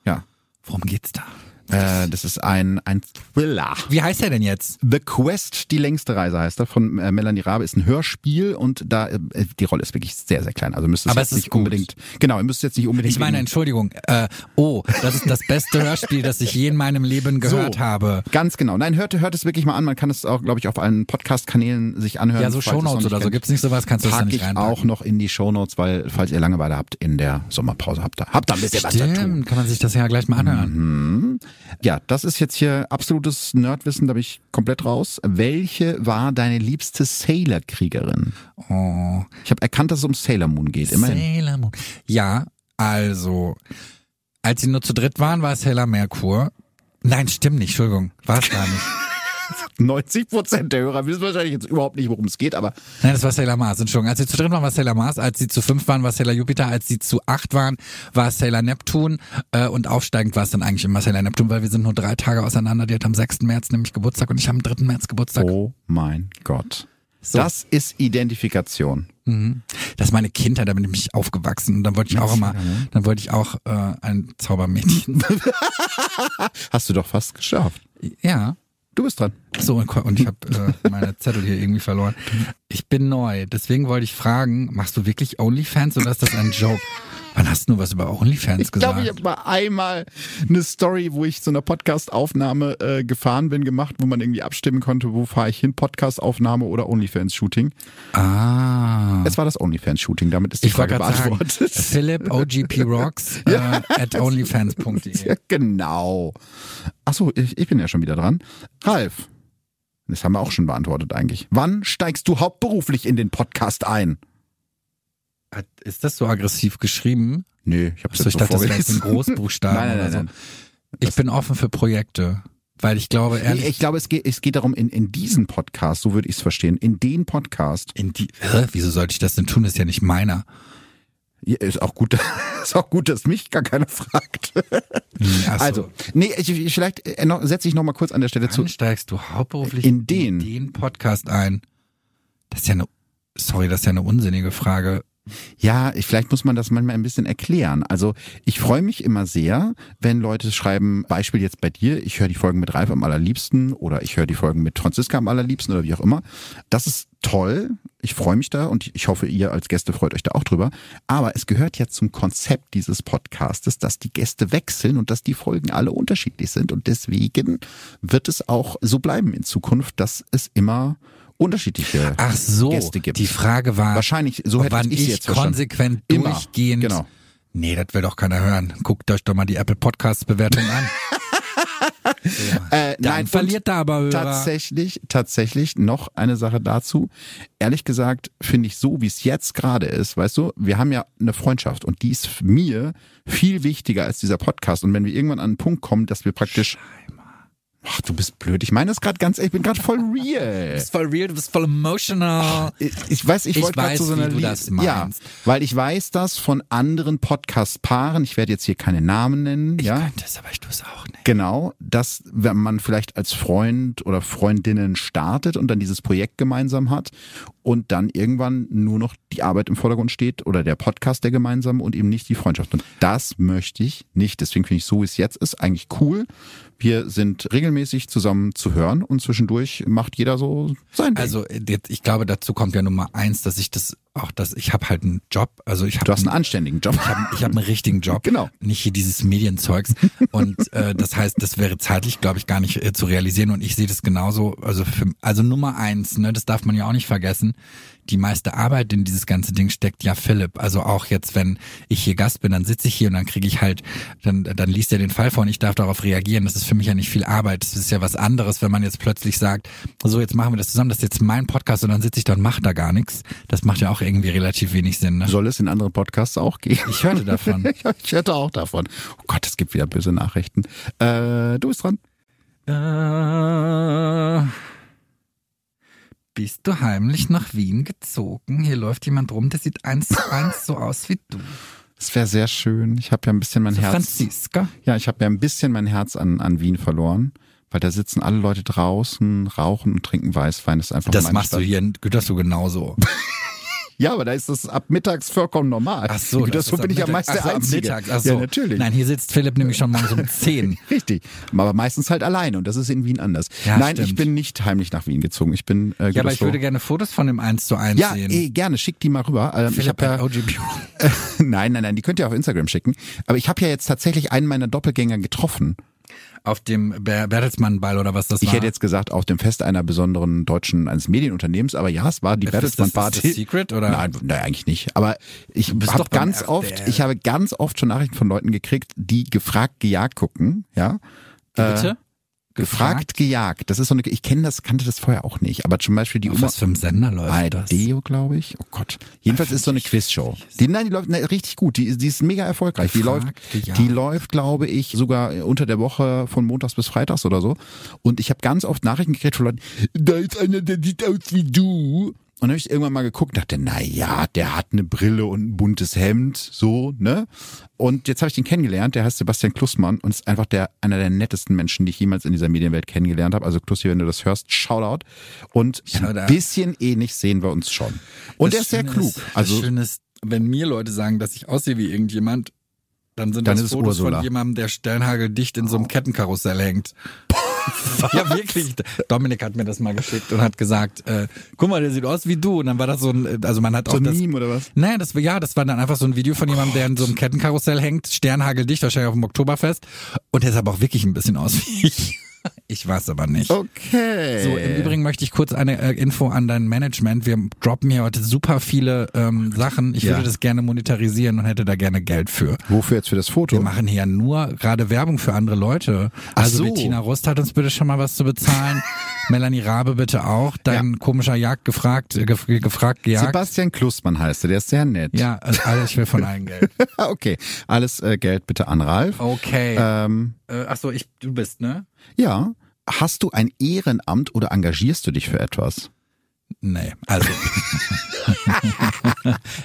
Speaker 1: Ja.
Speaker 2: Worum geht's da?
Speaker 1: Äh, das ist ein, ein Thriller.
Speaker 2: Wie heißt er denn jetzt?
Speaker 1: The Quest, die längste Reise heißt er, von äh, Melanie Rabe, ist ein Hörspiel und da, äh, die Rolle ist wirklich sehr, sehr klein. Also müsst ihr
Speaker 2: Aber
Speaker 1: jetzt
Speaker 2: es ist
Speaker 1: nicht
Speaker 2: gut.
Speaker 1: unbedingt, genau, ihr müsst jetzt nicht unbedingt.
Speaker 2: Ich meine, Entschuldigung. Äh, oh, das ist das beste Hörspiel, das ich je in meinem Leben gehört habe.
Speaker 1: Ganz genau. Nein, hört, hört es wirklich mal an. Man kann es auch, glaube ich, auf allen Podcast-Kanälen sich anhören.
Speaker 2: Ja, so
Speaker 1: falls ihr es noch
Speaker 2: Shownotes
Speaker 1: nicht
Speaker 2: oder so.
Speaker 1: kennt.
Speaker 2: Gibt's nicht sowas? Kannst du das da
Speaker 1: Pack
Speaker 2: nicht
Speaker 1: ich
Speaker 2: reinpacken?
Speaker 1: auch noch in die Shownotes, weil falls ihr Langeweile habt in der Sommerpause habt da habt da ein bisschen was Mhm. zu tun.
Speaker 2: Stimmt, kann man sich das ja gleich mal anhören.
Speaker 1: Ja, das ist jetzt hier absolutes Nerdwissen, da bin ich komplett raus. Welche war deine liebste Sailor-Kriegerin?
Speaker 2: Oh.
Speaker 1: Ich habe erkannt, dass es um Sailor Moon geht. Immerhin.
Speaker 2: Sailor Moon. Ja, also, als sie nur zu dritt waren, war es Sailor Merkur. Nein, stimmt nicht, Entschuldigung, war es gar nicht.
Speaker 1: 90 Prozent der Hörer wissen wahrscheinlich jetzt überhaupt nicht, worum es geht, aber
Speaker 2: Nein, das war Sailor Mars, Entschuldigung. Als sie zu dritt waren, war es Sailor Mars. Als sie zu fünf waren, war es Sailor Jupiter. Als sie zu acht waren, war es Sailor Neptun. Äh, und aufsteigend war es dann eigentlich immer Sailor Neptun, weil wir sind nur drei Tage auseinander. Die hat am 6. März nämlich Geburtstag und ich habe am 3. März Geburtstag.
Speaker 1: oh mein Gott.
Speaker 2: So.
Speaker 1: Das ist Identifikation.
Speaker 2: Das ist meine Kindheit, da bin ich mich aufgewachsen. Und dann wollte ich auch immer, dann wollte ich auch äh, ein Zaubermädchen.
Speaker 1: Hast du doch fast geschafft.
Speaker 2: ja.
Speaker 1: Du bist dran.
Speaker 2: So, und und ich habe äh, meine Zettel hier irgendwie verloren. Ich bin neu, deswegen wollte ich fragen, machst du wirklich OnlyFans oder ist das ein Joke? Wann hast du nur was über OnlyFans
Speaker 1: Ich
Speaker 2: gesagt?
Speaker 1: glaube, ich habe mal einmal eine Story, wo ich zu einer Podcast-Aufnahme äh, gefahren bin, gemacht, wo man irgendwie abstimmen konnte, wo fahre ich hin, Podcast-Aufnahme oder OnlyFans-Shooting.
Speaker 2: ah.
Speaker 1: Es war das OnlyFans-Shooting, damit ist die
Speaker 2: Ich wollte
Speaker 1: Frage
Speaker 2: gerade sagen,
Speaker 1: beantwortet.
Speaker 2: Philipp OGP Rocks äh, at onlyfans.de.
Speaker 1: Ja, genau. Achso, ich, ich bin ja schon wieder dran. Ralf, das haben wir auch schon beantwortet eigentlich. Wann steigst du hauptberuflich in den Podcast ein?
Speaker 2: Hat- Ist das so aggressiv geschrieben?
Speaker 1: Nö, ich hab's
Speaker 2: Achso,
Speaker 1: jetzt
Speaker 2: ich
Speaker 1: so
Speaker 2: dachte, das wäre jetzt in
Speaker 1: vorgelesen.
Speaker 2: Großbuchstaben
Speaker 1: Nein, nein, nein,
Speaker 2: oder so.
Speaker 1: nein.
Speaker 2: Ich bin offen für Projekte, weil ich glaube, ehrlich,
Speaker 1: Nee, ich glaube, es geht, es geht darum, in, in diesen Podcast, so würde ich es verstehen, in den Podcast.
Speaker 2: in die, hä, wieso sollte ich das denn tun? Das ist ja nicht meiner.
Speaker 1: Ja, Ist auch gut, ist auch gut dass mich gar keiner fragt.
Speaker 2: Hm, ach so.
Speaker 1: Also, nee, ich, ich- vielleicht äh, noch- setze ich nochmal kurz an der Stelle zu.
Speaker 2: Wann steigst du hauptberuflich
Speaker 1: In den?
Speaker 2: Podcast ein? Das ist ja eine, sorry, das ist ja eine unsinnige Frage.
Speaker 1: Ja, ich, vielleicht muss man das manchmal ein bisschen erklären. Also ich freue mich immer sehr, wenn Leute schreiben, Beispiel jetzt bei dir, ich höre die Folgen mit Ralf am allerliebsten oder ich höre die Folgen mit Franziska am allerliebsten oder wie auch immer. Das ist toll. Ich freue mich da und ich hoffe, ihr als Gäste freut euch da auch drüber. Aber es gehört ja zum Konzept dieses Podcastes, dass die Gäste wechseln und dass die Folgen alle unterschiedlich sind. Und deswegen wird es auch so bleiben in Zukunft, dass es immer unterschiedliche
Speaker 2: Ach so,
Speaker 1: Gäste gibt.
Speaker 2: die Frage war,
Speaker 1: Wahrscheinlich, so hätte
Speaker 2: wann
Speaker 1: ich
Speaker 2: ich
Speaker 1: sie jetzt verstanden.
Speaker 2: konsequent
Speaker 1: Immer.
Speaker 2: durchgehend.
Speaker 1: Genau.
Speaker 2: Nee, das will doch keiner hören. Guckt euch doch mal die Apple Podcast Bewertung an.
Speaker 1: Äh,
Speaker 2: Dann
Speaker 1: nein,
Speaker 2: verliert da aber
Speaker 1: und
Speaker 2: Hörer.
Speaker 1: tatsächlich, tatsächlich noch eine Sache dazu. Ehrlich gesagt finde ich so, wie es jetzt gerade ist, weißt du, wir haben ja eine Freundschaft und die ist mir viel wichtiger als dieser Podcast. Und wenn wir irgendwann an einen Punkt kommen, dass wir praktisch Ach, du bist blöd. Ich meine das gerade ganz, ich bin gerade voll
Speaker 2: Du
Speaker 1: real.
Speaker 2: bist voll real, du bist voll emotional.
Speaker 1: Ich, ich weiß, ich,
Speaker 2: Ich
Speaker 1: wollte gerade
Speaker 2: weiß,
Speaker 1: zu so einer
Speaker 2: wie du
Speaker 1: Li-
Speaker 2: das
Speaker 1: Ja,
Speaker 2: meinst.
Speaker 1: weil ich weiß das von anderen Podcast-Paaren. Ich werde jetzt hier keine Namen nennen.
Speaker 2: Ich
Speaker 1: ja.
Speaker 2: könnte es, aber ich tue es auch nicht.
Speaker 1: Genau, dass wenn man vielleicht als Freund oder Freundinnen startet und dann dieses Projekt gemeinsam hat und dann irgendwann nur noch die Arbeit im Vordergrund steht oder der Podcast der gemeinsame und eben nicht die Freundschaft. Und das möchte ich nicht. Deswegen finde ich, so wie es jetzt ist, eigentlich cool. Wir sind regelmäßig zusammen zu hören und zwischendurch macht jeder so sein. Ding.
Speaker 2: Also äh, jetzt, ich glaube, dazu kommt ja Nummer eins, dass ich das auch, dass ich habe halt einen Job. Also ich
Speaker 1: du
Speaker 2: habe
Speaker 1: hast einen anständigen Job.
Speaker 2: ich habe Ähm, ich hab einen richtigen Job.
Speaker 1: Genau.
Speaker 2: Nicht hier dieses Medienzeugs. Und äh, das heißt, das wäre zeitlich, glaube ich, gar nicht äh, zu realisieren. Und ich sehe das genauso. Also, für, also Nummer eins, ne, das darf man ja auch nicht vergessen. Die meiste Arbeit in dieses ganze Ding steckt ja Philipp. Also auch jetzt, wenn ich hier Gast bin, dann sitze ich hier und dann kriege ich halt, dann, dann liest er den Fall vor und ich darf darauf reagieren. Das ist für mich ja nicht viel Arbeit. Das ist ja was anderes, wenn man jetzt plötzlich sagt, so jetzt machen wir das zusammen, das ist jetzt mein Podcast und dann sitze ich da und mache da gar nichts. Das macht ja auch irgendwie relativ wenig Sinn. Ne?
Speaker 1: Soll es in anderen Podcasts auch gehen?
Speaker 2: Ich hörte davon.
Speaker 1: Ja, ich hätte auch davon. Oh Gott, es gibt wieder böse Nachrichten. Äh, du bist dran.
Speaker 2: Äh, bist du heimlich nach Wien gezogen? Hier läuft jemand rum, der sieht eins zu eins so aus wie du.
Speaker 1: Es wäre sehr schön. Ich habe ja ein bisschen mein
Speaker 2: So
Speaker 1: Herz.
Speaker 2: Franziska.
Speaker 1: Ja, ich habe ja ein bisschen mein Herz an, an Wien verloren, weil da sitzen alle Leute draußen, rauchen und trinken Weißwein. Das ist einfach
Speaker 2: Das
Speaker 1: meine
Speaker 2: machst
Speaker 1: Stadt.
Speaker 2: du hier, das du genauso.
Speaker 1: Ja, aber da ist das ab mittags vollkommen normal.
Speaker 2: Ach so,
Speaker 1: das so
Speaker 2: ist
Speaker 1: bin ich ja
Speaker 2: Mittag-
Speaker 1: meist
Speaker 2: Ach
Speaker 1: der
Speaker 2: so, am
Speaker 1: Einzige.
Speaker 2: Mittag, ach so.
Speaker 1: Ja, natürlich.
Speaker 2: Nein, hier sitzt Philipp nämlich schon morgens um 10.
Speaker 1: Richtig. Aber meistens halt alleine und das ist in Wien anders.
Speaker 2: Ja,
Speaker 1: Nein, ich
Speaker 2: stimmt.
Speaker 1: bin nicht heimlich nach Wien gezogen. Ich bin äh,
Speaker 2: Ja, aber ich
Speaker 1: Gütersloh.
Speaker 2: würde gerne Fotos von dem 1 zu 1
Speaker 1: ja,
Speaker 2: sehen.
Speaker 1: eh, gerne, schick die mal rüber. Ähm, ich
Speaker 2: Philipp
Speaker 1: hab ja,
Speaker 2: at OGB.
Speaker 1: nein, nein, nein, die könnt ihr auf Instagram schicken. Aber ich habe ja jetzt tatsächlich einen meiner Doppelgänger getroffen.
Speaker 2: Auf dem Ber- Bertelsmann-Ball oder was das
Speaker 1: Ich
Speaker 2: war.
Speaker 1: hätte jetzt gesagt, auf dem Fest einer besonderen deutschen, eines Medienunternehmens, aber ja, es war die
Speaker 2: ist Äh, das, ist das
Speaker 1: Bertelsmann-Party.
Speaker 2: Secret oder?
Speaker 1: Nein, nein, eigentlich nicht. Aber ich
Speaker 2: bist
Speaker 1: habe
Speaker 2: doch beim
Speaker 1: ganz
Speaker 2: RTL.
Speaker 1: oft, ich habe ganz oft schon Nachrichten von Leuten gekriegt, die gefragt gejagt gucken, ja.
Speaker 2: Bitte?
Speaker 1: Gefragt, gejagt. Das ist so eine, ich kenne das, kannte das vorher auch nicht. Aber zum Beispiel die
Speaker 2: Auf
Speaker 1: Oma
Speaker 2: was für ein Sender läuft das?
Speaker 1: Deo, glaube ich. Oh Gott. Jedenfalls ist so eine Quizshow. Die, nein, die läuft ne, richtig gut. Die, ist- die ist mega erfolgreich. Die läuft,
Speaker 2: Gefragt, gejagt.
Speaker 1: die läuft, glaube ich, sogar unter der Woche von montags bis freitags oder so. Und ich habe ganz oft Nachrichten gekriegt von Leuten, da ist einer, der sieht aus wie du. Und dann habe ich irgendwann mal geguckt, dachte, na ja, der hat eine Brille und ein buntes Hemd, so, ne? Und jetzt habe ich den kennengelernt, der heißt Sebastian Klussmann und ist einfach der einer der nettesten Menschen, die ich jemals in dieser Medienwelt kennengelernt habe. Also Klussi, wenn du das hörst, Shoutout. Und ein
Speaker 2: Shoutout.
Speaker 1: bisschen ähnlich sehen wir uns schon. Und
Speaker 2: Das
Speaker 1: er ist sehr
Speaker 2: Schöne
Speaker 1: klug.
Speaker 2: Ist, also,
Speaker 1: also
Speaker 2: das Schöne ist, wenn mir Leute sagen, dass ich aussehe wie irgendjemand, dann sind
Speaker 1: Dann
Speaker 2: das
Speaker 1: ist es
Speaker 2: Fotos
Speaker 1: Ursula. Oh.
Speaker 2: von jemandem, der Sternhagel dicht in so einem Kettenkarussell hängt. ja, wirklich. Dominik hat mir das mal geschickt und hat gesagt, äh, guck mal, der sieht aus wie du. Und dann war das so ein, also man hat
Speaker 1: so
Speaker 2: auch
Speaker 1: ein
Speaker 2: das.
Speaker 1: Meme oder was?
Speaker 2: Naja, das, ja, das war dann einfach so ein Video von jemandem, der in so einem Kettenkarussell hängt, Sternhagel dicht, wahrscheinlich auf dem Oktoberfest. Und der sah aber auch wirklich ein bisschen aus wie ich. Ich weiß aber nicht.
Speaker 1: Okay.
Speaker 2: So, Oh, im Übrigen möchte ich kurz eine äh, Info an dein Management. Wir droppen hier heute super viele ähm, Sachen. Ich
Speaker 1: Ja.
Speaker 2: würde das gerne monetarisieren und hätte da gerne Geld für.
Speaker 1: Wofür jetzt für das Foto?
Speaker 2: Wir machen hier ja nur gerade Werbung für andere Leute. Also
Speaker 1: Oh. so.
Speaker 2: Bettina Rust hat uns bitte schon mal was zu bezahlen. Melanie Rabe bitte auch. Dein komischer Jagd gefragt, äh, gef gefragt, gejagt.
Speaker 1: Sebastian Klussmann heißt er, der ist sehr nett.
Speaker 2: Ja, also alles, ich will von allen Geld.
Speaker 1: okay. Alles äh, Geld bitte an Ralf.
Speaker 2: Oh. Okay.
Speaker 1: Ähm,
Speaker 2: Äh, Achso, ich, du bist, ne?
Speaker 1: ja. Hast du ein Ehrenamt oder engagierst du dich für etwas?
Speaker 2: Nee, also.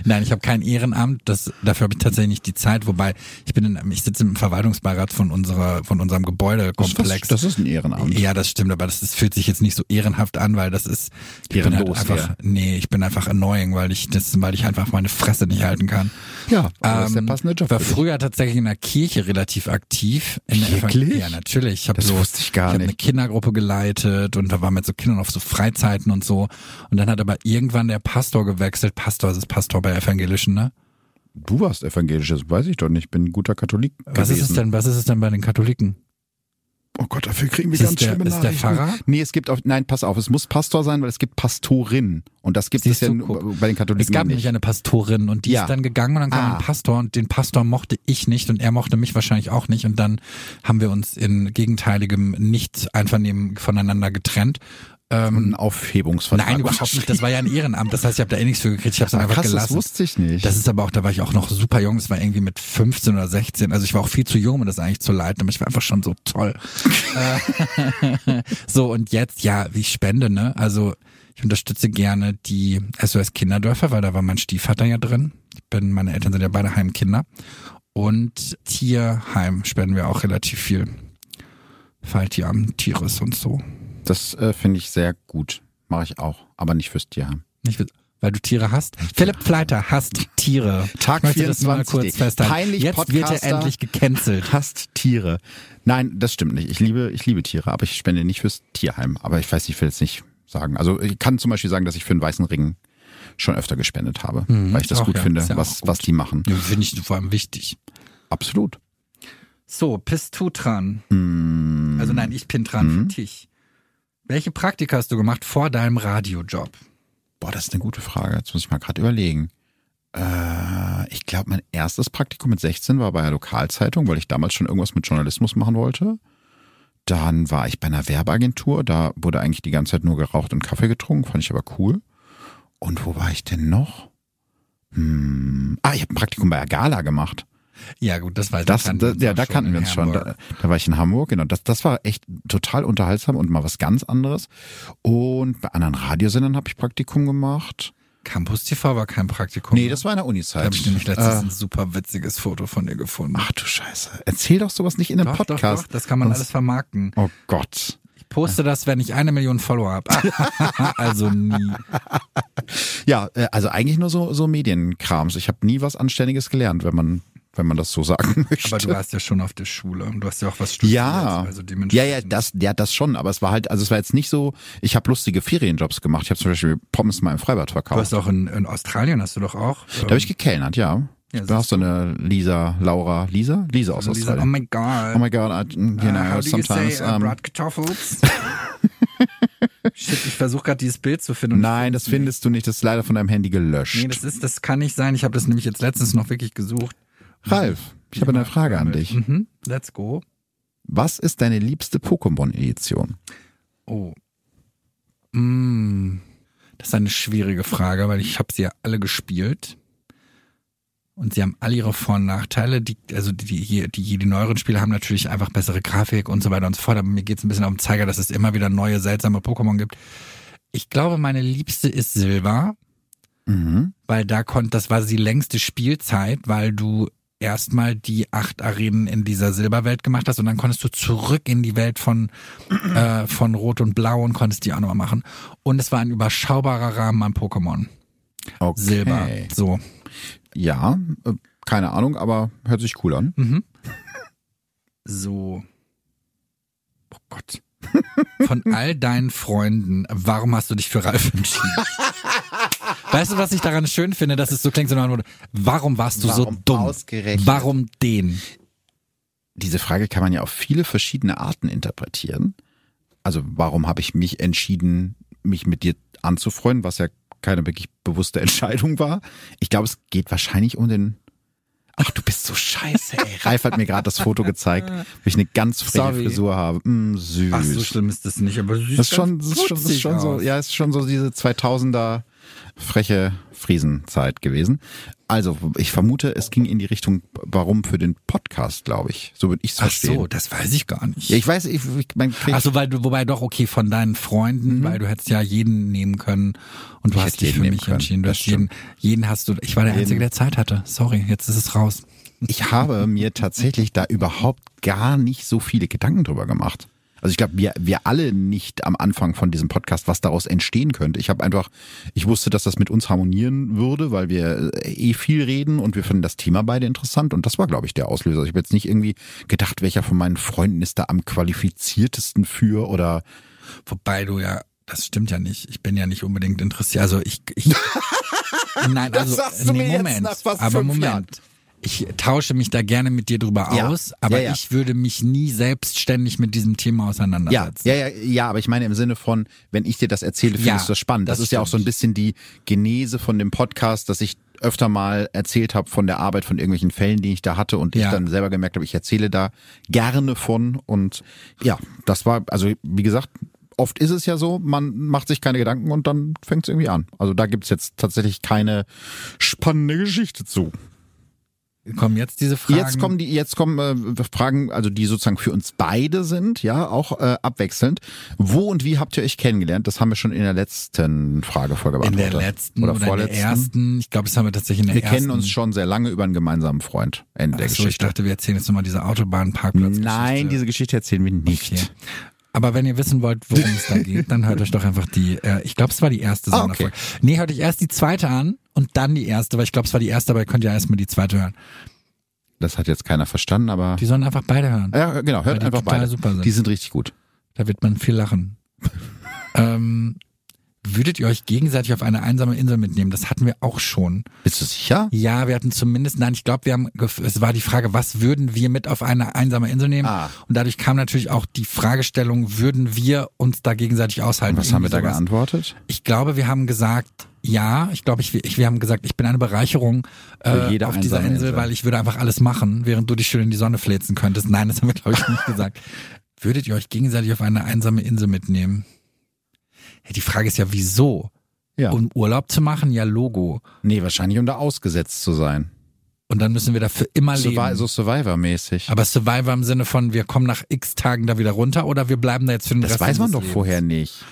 Speaker 2: Nein, ich habe kein Ehrenamt, das, dafür habe ich tatsächlich nicht die Zeit, wobei ich bin in, ich sitze im Verwaltungsbeirat von unserer von unserem Gebäudekomplex.
Speaker 1: Das, das ist ein Ehrenamt.
Speaker 2: ja, das stimmt, aber das, ist, fühlt sich jetzt nicht so ehrenhaft an, weil das ist ich bin halt
Speaker 1: Ehrenlos,
Speaker 2: einfach
Speaker 1: ja.
Speaker 2: nee, ich bin einfach annoying, weil ich das weil ich einfach meine Fresse nicht halten kann.
Speaker 1: Ja, aber das ist der
Speaker 2: Ähm,
Speaker 1: passende Job.
Speaker 2: War
Speaker 1: für dich.
Speaker 2: früher tatsächlich in der Kirche relativ aktiv. In der
Speaker 1: Wirklich?
Speaker 2: Evangel- ja, natürlich. Ich habe
Speaker 1: Das
Speaker 2: so,
Speaker 1: wusste ich gar
Speaker 2: ich hab ne- eine
Speaker 1: nicht.
Speaker 2: Kindergruppe geleitet und da waren wir mit so Kindern auf so Freizeiten und so. Und dann hat aber irgendwann der Pastor gewechselt. Pastor, das ist Pastor bei Evangelischen, ne?
Speaker 1: Du warst evangelisch, das weiß ich doch nicht. Ich bin ein guter Katholik
Speaker 2: Was ist es
Speaker 1: gewesen.
Speaker 2: denn? Was ist es denn bei den Katholiken?
Speaker 1: Oh Gott, dafür kriegen wir
Speaker 2: Ist
Speaker 1: ganz
Speaker 2: der-
Speaker 1: schlimme
Speaker 2: ist der
Speaker 1: Nachrichten.
Speaker 2: Pfarrer?
Speaker 1: Nee, es gibt auch, nein, pass auf, es muss Pastor sein, weil es gibt Pastorin. Und das gibt
Speaker 2: Siehst
Speaker 1: es ja
Speaker 2: du,
Speaker 1: nur
Speaker 2: guck.
Speaker 1: bei den Katholiken
Speaker 2: Es gab
Speaker 1: nicht.
Speaker 2: nämlich eine Pastorin und die
Speaker 1: Ja.
Speaker 2: ist dann gegangen und dann kam
Speaker 1: Ah.
Speaker 2: ein Pastor und den Pastor mochte ich nicht und er mochte mich wahrscheinlich auch nicht und dann haben wir uns in gegenteiligem Nicht-Einvernehmen voneinander getrennt
Speaker 1: Ein
Speaker 2: Ähm,
Speaker 1: Aufhebungsvertrag.
Speaker 2: nein, überhaupt nicht. Das war ja ein Ehrenamt. Das heißt, ich habe da eh nichts für gekriegt. Ich habe es einfach
Speaker 1: Krass, das
Speaker 2: gelassen.
Speaker 1: wusste ich nicht.
Speaker 2: Das ist aber auch, da war ich auch noch super jung. Das war irgendwie mit 15 oder 16. Also ich war auch viel zu jung, um das eigentlich zu leiten, aber ich war einfach schon so toll. Äh, so, und jetzt, ja, wie ich spende, ne? Also ich unterstütze gerne die SOS Kinderdörfer, weil da war mein Stiefvater ja drin. Ich bin, meine Eltern sind ja beide Heimkinder. Und Tierheim spenden wir auch relativ viel. Falltieramt, Tieres und so.
Speaker 1: das äh, finde ich sehr gut. Mache ich auch, aber nicht fürs Tierheim.
Speaker 2: Nicht, weil du Tiere hast. Philipp Pleiter hasst Tiere.
Speaker 1: Tag
Speaker 2: Ich möchte das nur mal
Speaker 1: 24.
Speaker 2: kurz festhalten.
Speaker 1: Peinlich
Speaker 2: Jetzt wird
Speaker 1: Podcaster.
Speaker 2: er endlich gecancelt.
Speaker 1: Hasst Tiere. Nein, das stimmt nicht. Ich liebe, ich liebe Tiere, aber ich spende nicht fürs Tierheim. Aber ich weiß, ich will es nicht sagen. Also ich kann zum Beispiel sagen, dass ich für einen weißen Ring schon öfter gespendet habe, weil ich das
Speaker 2: Auch
Speaker 1: gut
Speaker 2: ja,
Speaker 1: finde,
Speaker 2: Mhm. ist ja
Speaker 1: was,
Speaker 2: auch gut.
Speaker 1: was die machen.
Speaker 2: Ja, Finde ich vor allem wichtig.
Speaker 1: Absolut.
Speaker 2: So, bist du dran? Also nein, ich bin dran für dich. Welche Praktika hast du gemacht vor deinem Radiojob?
Speaker 1: Boah, das ist eine gute Frage. Jetzt muss ich mal gerade überlegen. Äh, ich glaube, mein erstes Praktikum mit 16 war bei der Lokalzeitung, weil ich damals schon irgendwas mit Journalismus machen wollte. Dann war ich bei einer Werbeagentur. Da wurde eigentlich die ganze Zeit nur geraucht und Kaffee getrunken. Fand ich aber cool. Und wo war ich denn noch? Hm. Ah, ich habe ein Praktikum bei Agala gemacht.
Speaker 2: Ja gut, das war
Speaker 1: Das,
Speaker 2: kannten
Speaker 1: das,
Speaker 2: wir
Speaker 1: ja,
Speaker 2: auch
Speaker 1: da kannten
Speaker 2: in
Speaker 1: wir uns schon.
Speaker 2: Hamburg.
Speaker 1: Da, da war ich in Hamburg, genau. Das, das war echt total unterhaltsam und mal was ganz anderes. Und bei anderen Radiosendern habe ich Praktikum gemacht.
Speaker 2: Campus TV war kein Praktikum.
Speaker 1: Nee, das war in der Uni-Zeit.
Speaker 2: da habe ich nämlich letztens
Speaker 1: Äh,
Speaker 2: ein super witziges Foto von dir gefunden.
Speaker 1: ach du Scheiße. Erzähl doch sowas nicht in einem
Speaker 2: Doch, doch,
Speaker 1: Podcast.
Speaker 2: doch, das Ah. kann man
Speaker 1: Sonst-
Speaker 2: alles vermarkten.
Speaker 1: Oh Gott.
Speaker 2: Ich poste das, wenn ich eine Million Follower habe. also nie.
Speaker 1: Ja, äh, also eigentlich nur so, so Medienkrams. Ich habe nie was Anständiges gelernt, wenn man, wenn man das so sagen möchte.
Speaker 2: Aber du warst ja schon auf der Schule und du hast ja auch was studiert.
Speaker 1: ja,
Speaker 2: also
Speaker 1: ja,
Speaker 2: dementsprechend.
Speaker 1: ja, das, ja, das schon. Aber es war halt, also es war jetzt nicht so. Ich habe lustige Ferienjobs gemacht. Ich habe zum Beispiel Pommes mal im Freibad
Speaker 2: Du
Speaker 1: verkauft.
Speaker 2: hast auch in, in Australien, hast du doch auch. ähm,
Speaker 1: Da habe ich gekellnert, ja.
Speaker 2: Ja,
Speaker 1: ja da hast du eine Lisa, Laura, Lisa, Lisa aus
Speaker 2: Lisa, oh
Speaker 1: Australien.
Speaker 2: my god.
Speaker 1: Oh my God, I, you know,
Speaker 2: Uh, how do you
Speaker 1: sometimes.
Speaker 2: say uh,
Speaker 1: um,
Speaker 2: Bratkartoffels? Shit, ich versuche gerade dieses Bild zu finden. und
Speaker 1: nein, das findest du nicht. Das ist leider von deinem Handy gelöscht.
Speaker 2: Nee, das ist, das kann nicht sein. Ich habe das nämlich jetzt letztens noch wirklich gesucht.
Speaker 1: Ralf, ich habe eine Frage an dich.
Speaker 2: Mhm, let's go.
Speaker 1: Was ist deine liebste Pokémon-Edition?
Speaker 2: Oh. Mm, das ist eine schwierige Frage, weil ich habe sie ja alle gespielt. Und sie haben alle ihre Vor- und Nachteile. Die, also die, die, hier- die, die neueren Spiele haben natürlich einfach bessere Grafik und so weiter und so fort. Aber mir geht's ein bisschen auf den Zeiger, dass es immer wieder neue, seltsame Pokémon gibt. Ich glaube, meine liebste ist Silber.
Speaker 1: Mhm.
Speaker 2: weil da konnte, das war die längste Spielzeit, weil du erstmal die acht Arenen in dieser Silberwelt gemacht hast und dann konntest du zurück in die Welt von, äh, von Rot und Blau und konntest die auch nochmal machen. Und es war ein überschaubarer Rahmen an Pokémon.
Speaker 1: Okay.
Speaker 2: Silber. So.
Speaker 1: Ja, äh, keine Ahnung, aber hört sich cool an.
Speaker 2: Mhm. So. Oh Gott. Von all deinen Freunden, warum hast du dich für Ralf entschieden? Weißt du, was ich daran schön finde, dass es so klingt, so nach dem Motto, warum warst du so
Speaker 1: Warum
Speaker 2: dumm?
Speaker 1: ausgerechnet?
Speaker 2: Warum den?
Speaker 1: Diese Frage kann man ja auf viele verschiedene Arten interpretieren. Also warum habe ich mich entschieden, mich mit dir anzufreunden, was ja keine wirklich bewusste Entscheidung war. Ich glaube, es geht wahrscheinlich um den... Ach, du bist so scheiße, ey. Ralf hat mir gerade das Foto gezeigt, wo ich eine ganz freche
Speaker 2: Sorry.
Speaker 1: Frisur habe. Mm, süß.
Speaker 2: Ach, so schlimm ist das nicht, aber sie
Speaker 1: Das ist
Speaker 2: ist
Speaker 1: schon,
Speaker 2: ganz
Speaker 1: das ist schon, das ist
Speaker 2: putzig
Speaker 1: schon so,
Speaker 2: aus.
Speaker 1: ja, ist schon so diese 2000er freche Friesenzeit gewesen. Also, ich vermute, es ging in die Richtung, warum für den Podcast, glaube ich. So würde ich es
Speaker 2: Ach
Speaker 1: verstehen.
Speaker 2: so, das weiß ich gar nicht.
Speaker 1: Ja, ich weiß, ich, ich mein, krieg,
Speaker 2: Ach so, weil du, wobei doch, okay, von deinen Freunden, weil du hättest ja jeden nehmen können und du
Speaker 1: Ich
Speaker 2: hast
Speaker 1: hätte jeden
Speaker 2: dich für
Speaker 1: nehmen
Speaker 2: mich
Speaker 1: können,
Speaker 2: entschieden. Du
Speaker 1: das
Speaker 2: hast jeden, jeden hast du, ich war der Einzige, der Zeit hatte. Sorry, jetzt ist es raus.
Speaker 1: ich habe mir tatsächlich da überhaupt gar nicht so viele Gedanken drüber gemacht. Also ich glaube, wir, wir alle nicht am Anfang von diesem Podcast, was daraus entstehen könnte. Ich habe einfach, ich wusste, dass das mit uns harmonieren würde, weil wir äh, eh viel reden und wir finden das Thema beide interessant. Und das war, glaube ich, der Auslöser. Ich habe jetzt nicht irgendwie gedacht, welcher von meinen Freunden ist da am qualifiziertesten für oder
Speaker 2: Wobei du ja, das stimmt ja nicht. Ich bin ja nicht unbedingt interessiert. Also ich, ich nein,
Speaker 1: Das
Speaker 2: also
Speaker 1: sagst du
Speaker 2: nee,
Speaker 1: mir jetzt
Speaker 2: Moment,
Speaker 1: nach fast
Speaker 2: aber
Speaker 1: fünf
Speaker 2: Moment.
Speaker 1: Jahren.
Speaker 2: Ich tausche mich da gerne mit dir drüber
Speaker 1: Ja,
Speaker 2: aus, aber
Speaker 1: ja, ja.
Speaker 2: ich würde mich nie selbstständig mit diesem Thema
Speaker 1: Ja,
Speaker 2: auseinandersetzen.
Speaker 1: ja, ja, ja, aber ich meine im Sinne von, wenn ich dir das erzähle, findest
Speaker 2: Ja,
Speaker 1: du das spannend. Das,
Speaker 2: das
Speaker 1: ist ja auch so ein bisschen
Speaker 2: stimmt.
Speaker 1: die Genese von dem Podcast, dass ich öfter mal erzählt habe von der Arbeit, von irgendwelchen Fällen, die ich da hatte und ich
Speaker 2: Ja.
Speaker 1: dann selber gemerkt habe, ich erzähle da gerne von und ja, das war, also wie gesagt, oft ist es ja so, man macht sich keine Gedanken und dann fängt es irgendwie an. Also da gibt's jetzt tatsächlich keine spannende Geschichte zu.
Speaker 2: Kommen jetzt diese Fragen?
Speaker 1: Jetzt kommen die, jetzt kommen äh, Fragen, also die sozusagen für uns beide sind, ja, auch äh, abwechselnd. Wo und wie habt ihr euch kennengelernt? Das haben wir schon in der letzten Fragefolge
Speaker 2: in der
Speaker 1: beantwortet.
Speaker 2: letzten
Speaker 1: oder
Speaker 2: oder,
Speaker 1: vorletzten.
Speaker 2: in der ersten. Ich glaube, das haben wir tatsächlich in der
Speaker 1: wir
Speaker 2: ersten.
Speaker 1: kennen uns schon sehr lange über einen gemeinsamen Freund. Ende der
Speaker 2: Achso, ich
Speaker 1: Geschichte.
Speaker 2: dachte, wir erzählen jetzt nochmal diese Autobahnparkplatz.
Speaker 1: Nein, diese Geschichte erzählen wir nicht.
Speaker 2: Okay. Aber wenn ihr wissen wollt, worum es da geht, dann hört euch doch einfach die, äh, ich glaube, es war die erste
Speaker 1: Ah, okay.
Speaker 2: Sonderfolge. Nee, hört euch erst die zweite an und dann die erste, weil ich glaube, es war die erste, aber ihr könnt ja erstmal die zweite hören.
Speaker 1: Das hat jetzt keiner verstanden, aber.
Speaker 2: Die sollen einfach beide hören.
Speaker 1: Ja, genau,
Speaker 2: Weil
Speaker 1: hört
Speaker 2: die
Speaker 1: einfach
Speaker 2: total
Speaker 1: beide.
Speaker 2: super sind.
Speaker 1: Die sind richtig gut.
Speaker 2: Da wird man viel lachen. ähm, würdet ihr euch gegenseitig auf eine einsame Insel mitnehmen? Das hatten wir auch schon.
Speaker 1: Bist du sicher?
Speaker 2: Ja, wir hatten zumindest, nein, ich glaube, wir haben, gef- es war die Frage, was würden wir mit auf eine einsame Insel nehmen?
Speaker 1: Ah.
Speaker 2: Und dadurch kam natürlich auch die Fragestellung, würden wir uns da gegenseitig aushalten?
Speaker 1: Was haben wir
Speaker 2: Irgendwie
Speaker 1: da
Speaker 2: sowas.
Speaker 1: geantwortet?
Speaker 2: Ich glaube, wir haben gesagt, ja, ich glaube, ich, ich, wir haben gesagt, ich bin eine Bereicherung
Speaker 1: Für
Speaker 2: äh,
Speaker 1: jede
Speaker 2: auf dieser
Speaker 1: einsame
Speaker 2: Insel,
Speaker 1: Insel.
Speaker 2: weil ich würde einfach alles machen, während du dich schön in die Sonne fläzen könntest. Nein, das haben wir, glaube ich, nicht gesagt. Würdet ihr euch gegenseitig auf eine einsame Insel mitnehmen? Ja, die Frage ist ja, wieso?
Speaker 1: Ja.
Speaker 2: Um Urlaub zu machen? Ja, Logo.
Speaker 1: nee, wahrscheinlich um da ausgesetzt zu sein.
Speaker 2: Und dann müssen wir dafür immer
Speaker 1: Survi
Speaker 2: leben.
Speaker 1: so Survivor-mäßig.
Speaker 2: Aber Survivor im Sinne von, wir kommen nach x Tagen da wieder runter oder wir bleiben da jetzt für den
Speaker 1: Das
Speaker 2: Rest
Speaker 1: weiß man
Speaker 2: unseres
Speaker 1: doch
Speaker 2: Lebens.
Speaker 1: vorher nicht.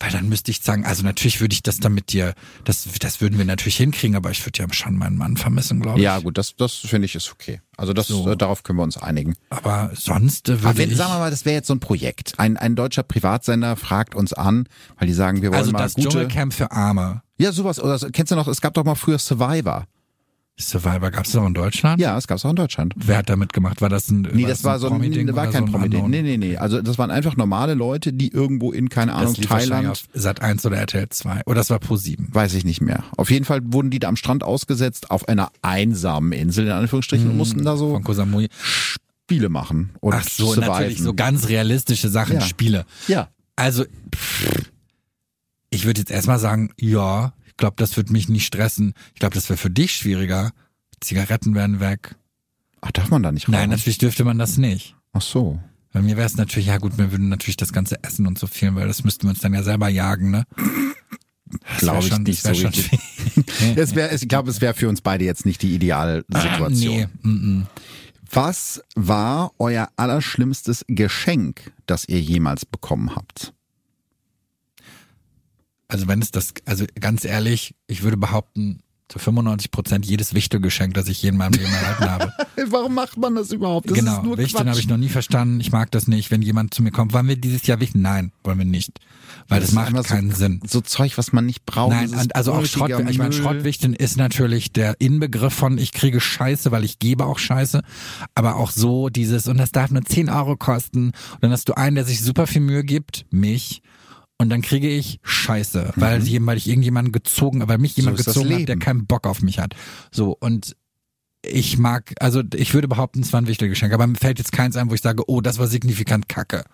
Speaker 2: Weil dann müsste ich sagen, also natürlich würde ich das dann mit dir, das, das würden wir natürlich hinkriegen, aber ich würde ja schon meinen Mann vermissen, glaube ich.
Speaker 1: Ja, gut, das, das finde ich ist okay. Also das,
Speaker 2: So.
Speaker 1: äh, darauf können wir uns einigen.
Speaker 2: Aber sonst äh, würde
Speaker 1: Aber wenn,
Speaker 2: ich,
Speaker 1: sagen wir mal, das wäre jetzt so ein Projekt. Ein, ein deutscher Privatsender fragt uns an, weil die sagen, wir wollen
Speaker 2: also
Speaker 1: mal
Speaker 2: das
Speaker 1: gute.
Speaker 2: Dschungelcamp für Arme.
Speaker 1: Ja, sowas. Oder so- kennst du noch, es gab doch mal früher Survivor.
Speaker 2: Survivor gab es auch in Deutschland?
Speaker 1: Ja, es gab es auch in Deutschland.
Speaker 2: Wer hat da mitgemacht? War das ein
Speaker 1: Nee, das war so
Speaker 2: Promi-Ding
Speaker 1: ein, war
Speaker 2: oder
Speaker 1: kein
Speaker 2: so ein
Speaker 1: Promi-Ding.
Speaker 2: Unknown?
Speaker 1: Nee, nee, nee. Also das waren einfach normale Leute, die irgendwo in, keine Ahnung,
Speaker 2: Das lief wahrscheinlich
Speaker 1: Thailand.
Speaker 2: auf Sat 1 oder RTL 2. Oder das war Pro 7.
Speaker 1: Weiß ich nicht mehr. Auf jeden Fall wurden die da am Strand ausgesetzt, auf einer einsamen Insel in Anführungsstrichen, und mussten da so
Speaker 2: Hm, Von Kosamui.
Speaker 1: Spiele machen und
Speaker 2: Ach so,
Speaker 1: surviven.
Speaker 2: natürlich so ganz realistische Sachen,
Speaker 1: Ja.
Speaker 2: Spiele.
Speaker 1: Ja,
Speaker 2: Also, pff, ich würde jetzt erstmal sagen, ja, ich glaube, das wird mich nicht stressen. Ich glaube, das wäre für dich schwieriger. Zigaretten wären weg.
Speaker 1: Ach, darf man da nicht
Speaker 2: Nein,
Speaker 1: rauchen?
Speaker 2: natürlich dürfte man das nicht.
Speaker 1: Ach so.
Speaker 2: Bei mir wäre es natürlich, ja gut, wir würden natürlich das ganze Essen und so fehlen, weil das müssten wir uns dann ja selber jagen, ne? Das
Speaker 1: Glaub
Speaker 2: wär
Speaker 1: ich
Speaker 2: schon,
Speaker 1: nicht
Speaker 2: das wär
Speaker 1: so
Speaker 2: schon
Speaker 1: richtig. Es wär, es- ich glaube, es wäre für uns beide jetzt nicht die Idealsituation.
Speaker 2: Nee, mm, mm.
Speaker 1: Was war euer allerschlimmstes Geschenk, das ihr jemals bekommen habt?
Speaker 2: Also wenn es das, also ganz ehrlich, ich würde behaupten, zu 95 Prozent jedes Wichtelgeschenk, das ich je in meinem Leben erhalten habe.
Speaker 1: Warum macht man das überhaupt?
Speaker 2: genau, Wichteln habe ich noch nie verstanden. Ich mag das nicht, wenn jemand zu mir kommt, wollen wir dieses Jahr wichteln? Nein, wollen wir nicht. Weil
Speaker 1: Das
Speaker 2: das,
Speaker 1: ist einfach
Speaker 2: macht
Speaker 1: so-
Speaker 2: keinen Sinn.
Speaker 1: so Zeug, was man nicht braucht.
Speaker 2: Nein,
Speaker 1: Das ist
Speaker 2: und also auch Schrott,
Speaker 1: unnötiger
Speaker 2: ich meine,
Speaker 1: Müll.
Speaker 2: Schrottwichteln ist natürlich der Inbegriff von ich kriege Scheiße, weil ich gebe auch Scheiße, aber auch so dieses und das darf nur 10 Euro kosten und dann hast du einen, der sich super viel Mühe gibt, mich und dann kriege ich Scheiße, weil, jemand- weil ich irgendjemanden gezogen, weil mich jemand
Speaker 1: Mhm. ist das
Speaker 2: gezogen hat, der
Speaker 1: Leben.
Speaker 2: keinen Bock auf mich hat. So und ich mag, also ich würde behaupten, es war ein Wichtelgeschenk, aber mir fällt jetzt keins ein, wo ich sage, oh, das war signifikant Kacke.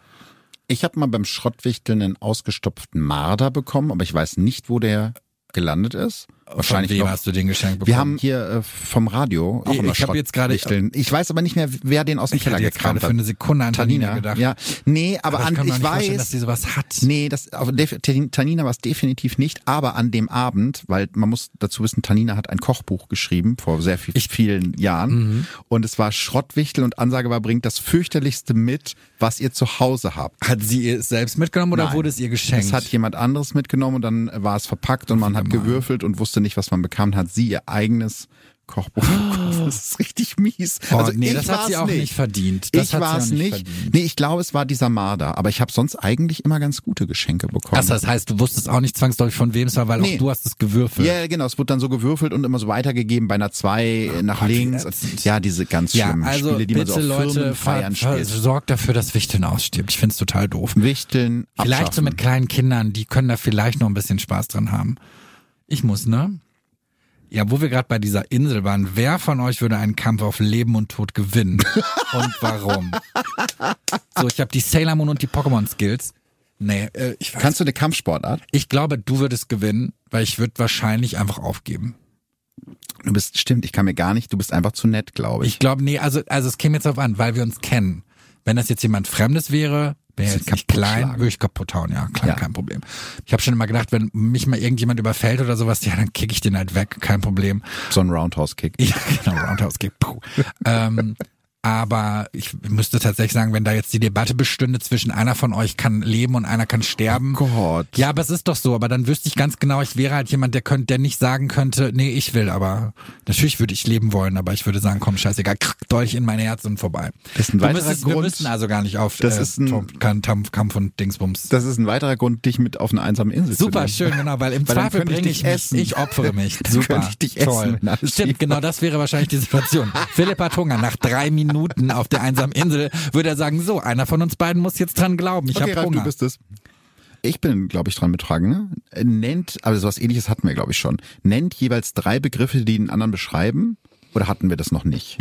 Speaker 1: Ich habe mal beim Schrottwichteln einen ausgestopften Marder bekommen, aber ich weiß nicht, wo der gelandet ist. Wahrscheinlich
Speaker 2: Von wem
Speaker 1: noch
Speaker 2: hast du den Geschenk bekommen?
Speaker 1: Wir haben hier äh, vom Radio auch
Speaker 2: Ich-
Speaker 1: immer
Speaker 2: ich hab jetzt gerade-
Speaker 1: Schrottwichteln. Ich weiß aber nicht mehr, wer den aus dem
Speaker 2: ich
Speaker 1: Keller
Speaker 2: hatte jetzt gerade
Speaker 1: gekramt
Speaker 2: für
Speaker 1: hat.
Speaker 2: eine Sekunde an Tanina
Speaker 1: Tanina,
Speaker 2: gedacht.
Speaker 1: ja. Nee, aber,
Speaker 2: ich
Speaker 1: an,
Speaker 2: kann
Speaker 1: ich,
Speaker 2: mir auch nicht vorstellen, dass
Speaker 1: weiß,
Speaker 2: sie sowas hat.
Speaker 1: nee, das, auf, def- Tan- Tanina war es definitiv nicht, aber an dem Abend, weil man muss dazu wissen, Tanina hat ein Kochbuch geschrieben vor sehr viel, vielen Jahren
Speaker 2: Mhm.
Speaker 1: und es war Schrottwichtel und Ansage war, bringt das fürchterlichste mit, was ihr zu Hause habt.
Speaker 2: Hat sie es selbst mitgenommen oder
Speaker 1: Nein.
Speaker 2: wurde es ihr geschenkt?
Speaker 1: Es hat jemand anderes mitgenommen und dann war es verpackt und man hat gewürfelt und wusste nicht, was man bekam. Hat sie ihr eigenes Kochbuch gekauft. Das ist richtig mies.
Speaker 2: oh,
Speaker 1: also
Speaker 2: nee,
Speaker 1: ich
Speaker 2: das hat sie
Speaker 1: war's
Speaker 2: auch nicht, verdient. Das
Speaker 1: ich
Speaker 2: hat sie
Speaker 1: war
Speaker 2: auch
Speaker 1: es
Speaker 2: nicht.
Speaker 1: nicht.
Speaker 2: verdient.
Speaker 1: Nee, ich glaube, es war dieser Marder. Aber ich habe sonst eigentlich immer ganz gute Geschenke bekommen.
Speaker 2: Also das heißt, du wusstest auch nicht zwangsläufig von wem es war, weil
Speaker 1: Nee.
Speaker 2: auch du hast es gewürfelt.
Speaker 1: ja, genau. Es wurde dann so gewürfelt und immer so weitergegeben bei einer zwei äh, nach
Speaker 2: Oh Gott, wie
Speaker 1: links.
Speaker 2: ätzend.
Speaker 1: Ja, diese ganz
Speaker 2: Ja,
Speaker 1: schlimmen
Speaker 2: also
Speaker 1: Spiele, die man
Speaker 2: bitte
Speaker 1: so auf
Speaker 2: Leute, ver-
Speaker 1: Firmenfeiern
Speaker 2: ver-
Speaker 1: spielt.
Speaker 2: sorgt dafür, dass Wichteln ausstirbt. Ich find's total doof.
Speaker 1: Wichteln,
Speaker 2: Vielleicht so
Speaker 1: abschaffen.
Speaker 2: mit kleinen Kindern, die können da vielleicht noch ein bisschen Spaß dran haben. Ich muss, ne? Ja, wo wir gerade bei dieser Insel waren, wer von euch würde einen Kampf auf Leben und Tod gewinnen? und warum? So, ich habe die Sailor Moon und die Pokémon Skills. Nee, äh, ich weiß
Speaker 1: Kannst du eine Kampfsportart?
Speaker 2: Ich glaube, du würdest gewinnen, weil ich würde wahrscheinlich einfach aufgeben.
Speaker 1: Du bist, stimmt, ich kann mir gar nicht, du bist einfach zu nett, glaube ich.
Speaker 2: Ich glaube, nee, also, also es käme jetzt darauf an, weil wir uns kennen. Wenn das jetzt jemand Fremdes wäre, Wäre
Speaker 1: Sie
Speaker 2: jetzt nicht
Speaker 1: kaputt
Speaker 2: klein,
Speaker 1: schlagen.
Speaker 2: würde ich kaputt hauen, ja, klar,
Speaker 1: Ja.
Speaker 2: kein Problem. Ich habe schon immer gedacht, wenn mich mal irgendjemand überfällt oder sowas, ja, dann kicke ich den halt weg, kein Problem.
Speaker 1: So ein Roundhouse-Kick.
Speaker 2: Ja, genau, Roundhouse Kick. Puh. ähm, aber ich müsste tatsächlich sagen, wenn da jetzt die Debatte bestünde zwischen einer von euch kann leben und einer kann sterben.
Speaker 1: Gott.
Speaker 2: Ja, aber es ist doch so, aber dann wüsste ich ganz genau, ich wäre halt jemand, der könnte, der nicht sagen könnte, nee, ich will, aber natürlich würde ich leben wollen, aber ich würde sagen, komm, scheißegal, krack, Dolch in mein Herz und vorbei.
Speaker 1: Das ist ein
Speaker 2: Du
Speaker 1: weiterer
Speaker 2: müsstest, Wir
Speaker 1: Grund.
Speaker 2: müssen also gar nicht auf
Speaker 1: Das ist ein-
Speaker 2: Tom- Kampf, Kampf- Kampf und Dingsbums.
Speaker 1: Das ist ein weiterer Grund, dich mit auf eine einsame Insel
Speaker 2: Super
Speaker 1: zu nehmen.
Speaker 2: schön, genau, weil im
Speaker 1: Weil dann
Speaker 2: Zweifel
Speaker 1: könnte ich
Speaker 2: bringe
Speaker 1: dich
Speaker 2: ich mich,
Speaker 1: essen.
Speaker 2: ich opfere mich.
Speaker 1: Dann
Speaker 2: Super,
Speaker 1: könnte ich dich essen,
Speaker 2: toll.
Speaker 1: wenn alles schief
Speaker 2: Stimmt, genau das wäre wahrscheinlich die Situation. Philipp hat Hunger. Nach drei Minuten auf der einsamen Insel würde er sagen, so, einer von uns beiden muss jetzt dran glauben, ich
Speaker 1: okay,
Speaker 2: habe
Speaker 1: Ralf,
Speaker 2: Hunger.
Speaker 1: du bist es. Ich bin, glaube ich, dran mit Fragen. Ne? Äh, Nennt, aber sowas ähnliches hatten wir, glaube ich, schon. Nennt jeweils drei Begriffe, die den anderen beschreiben. Oder hatten wir das noch nicht?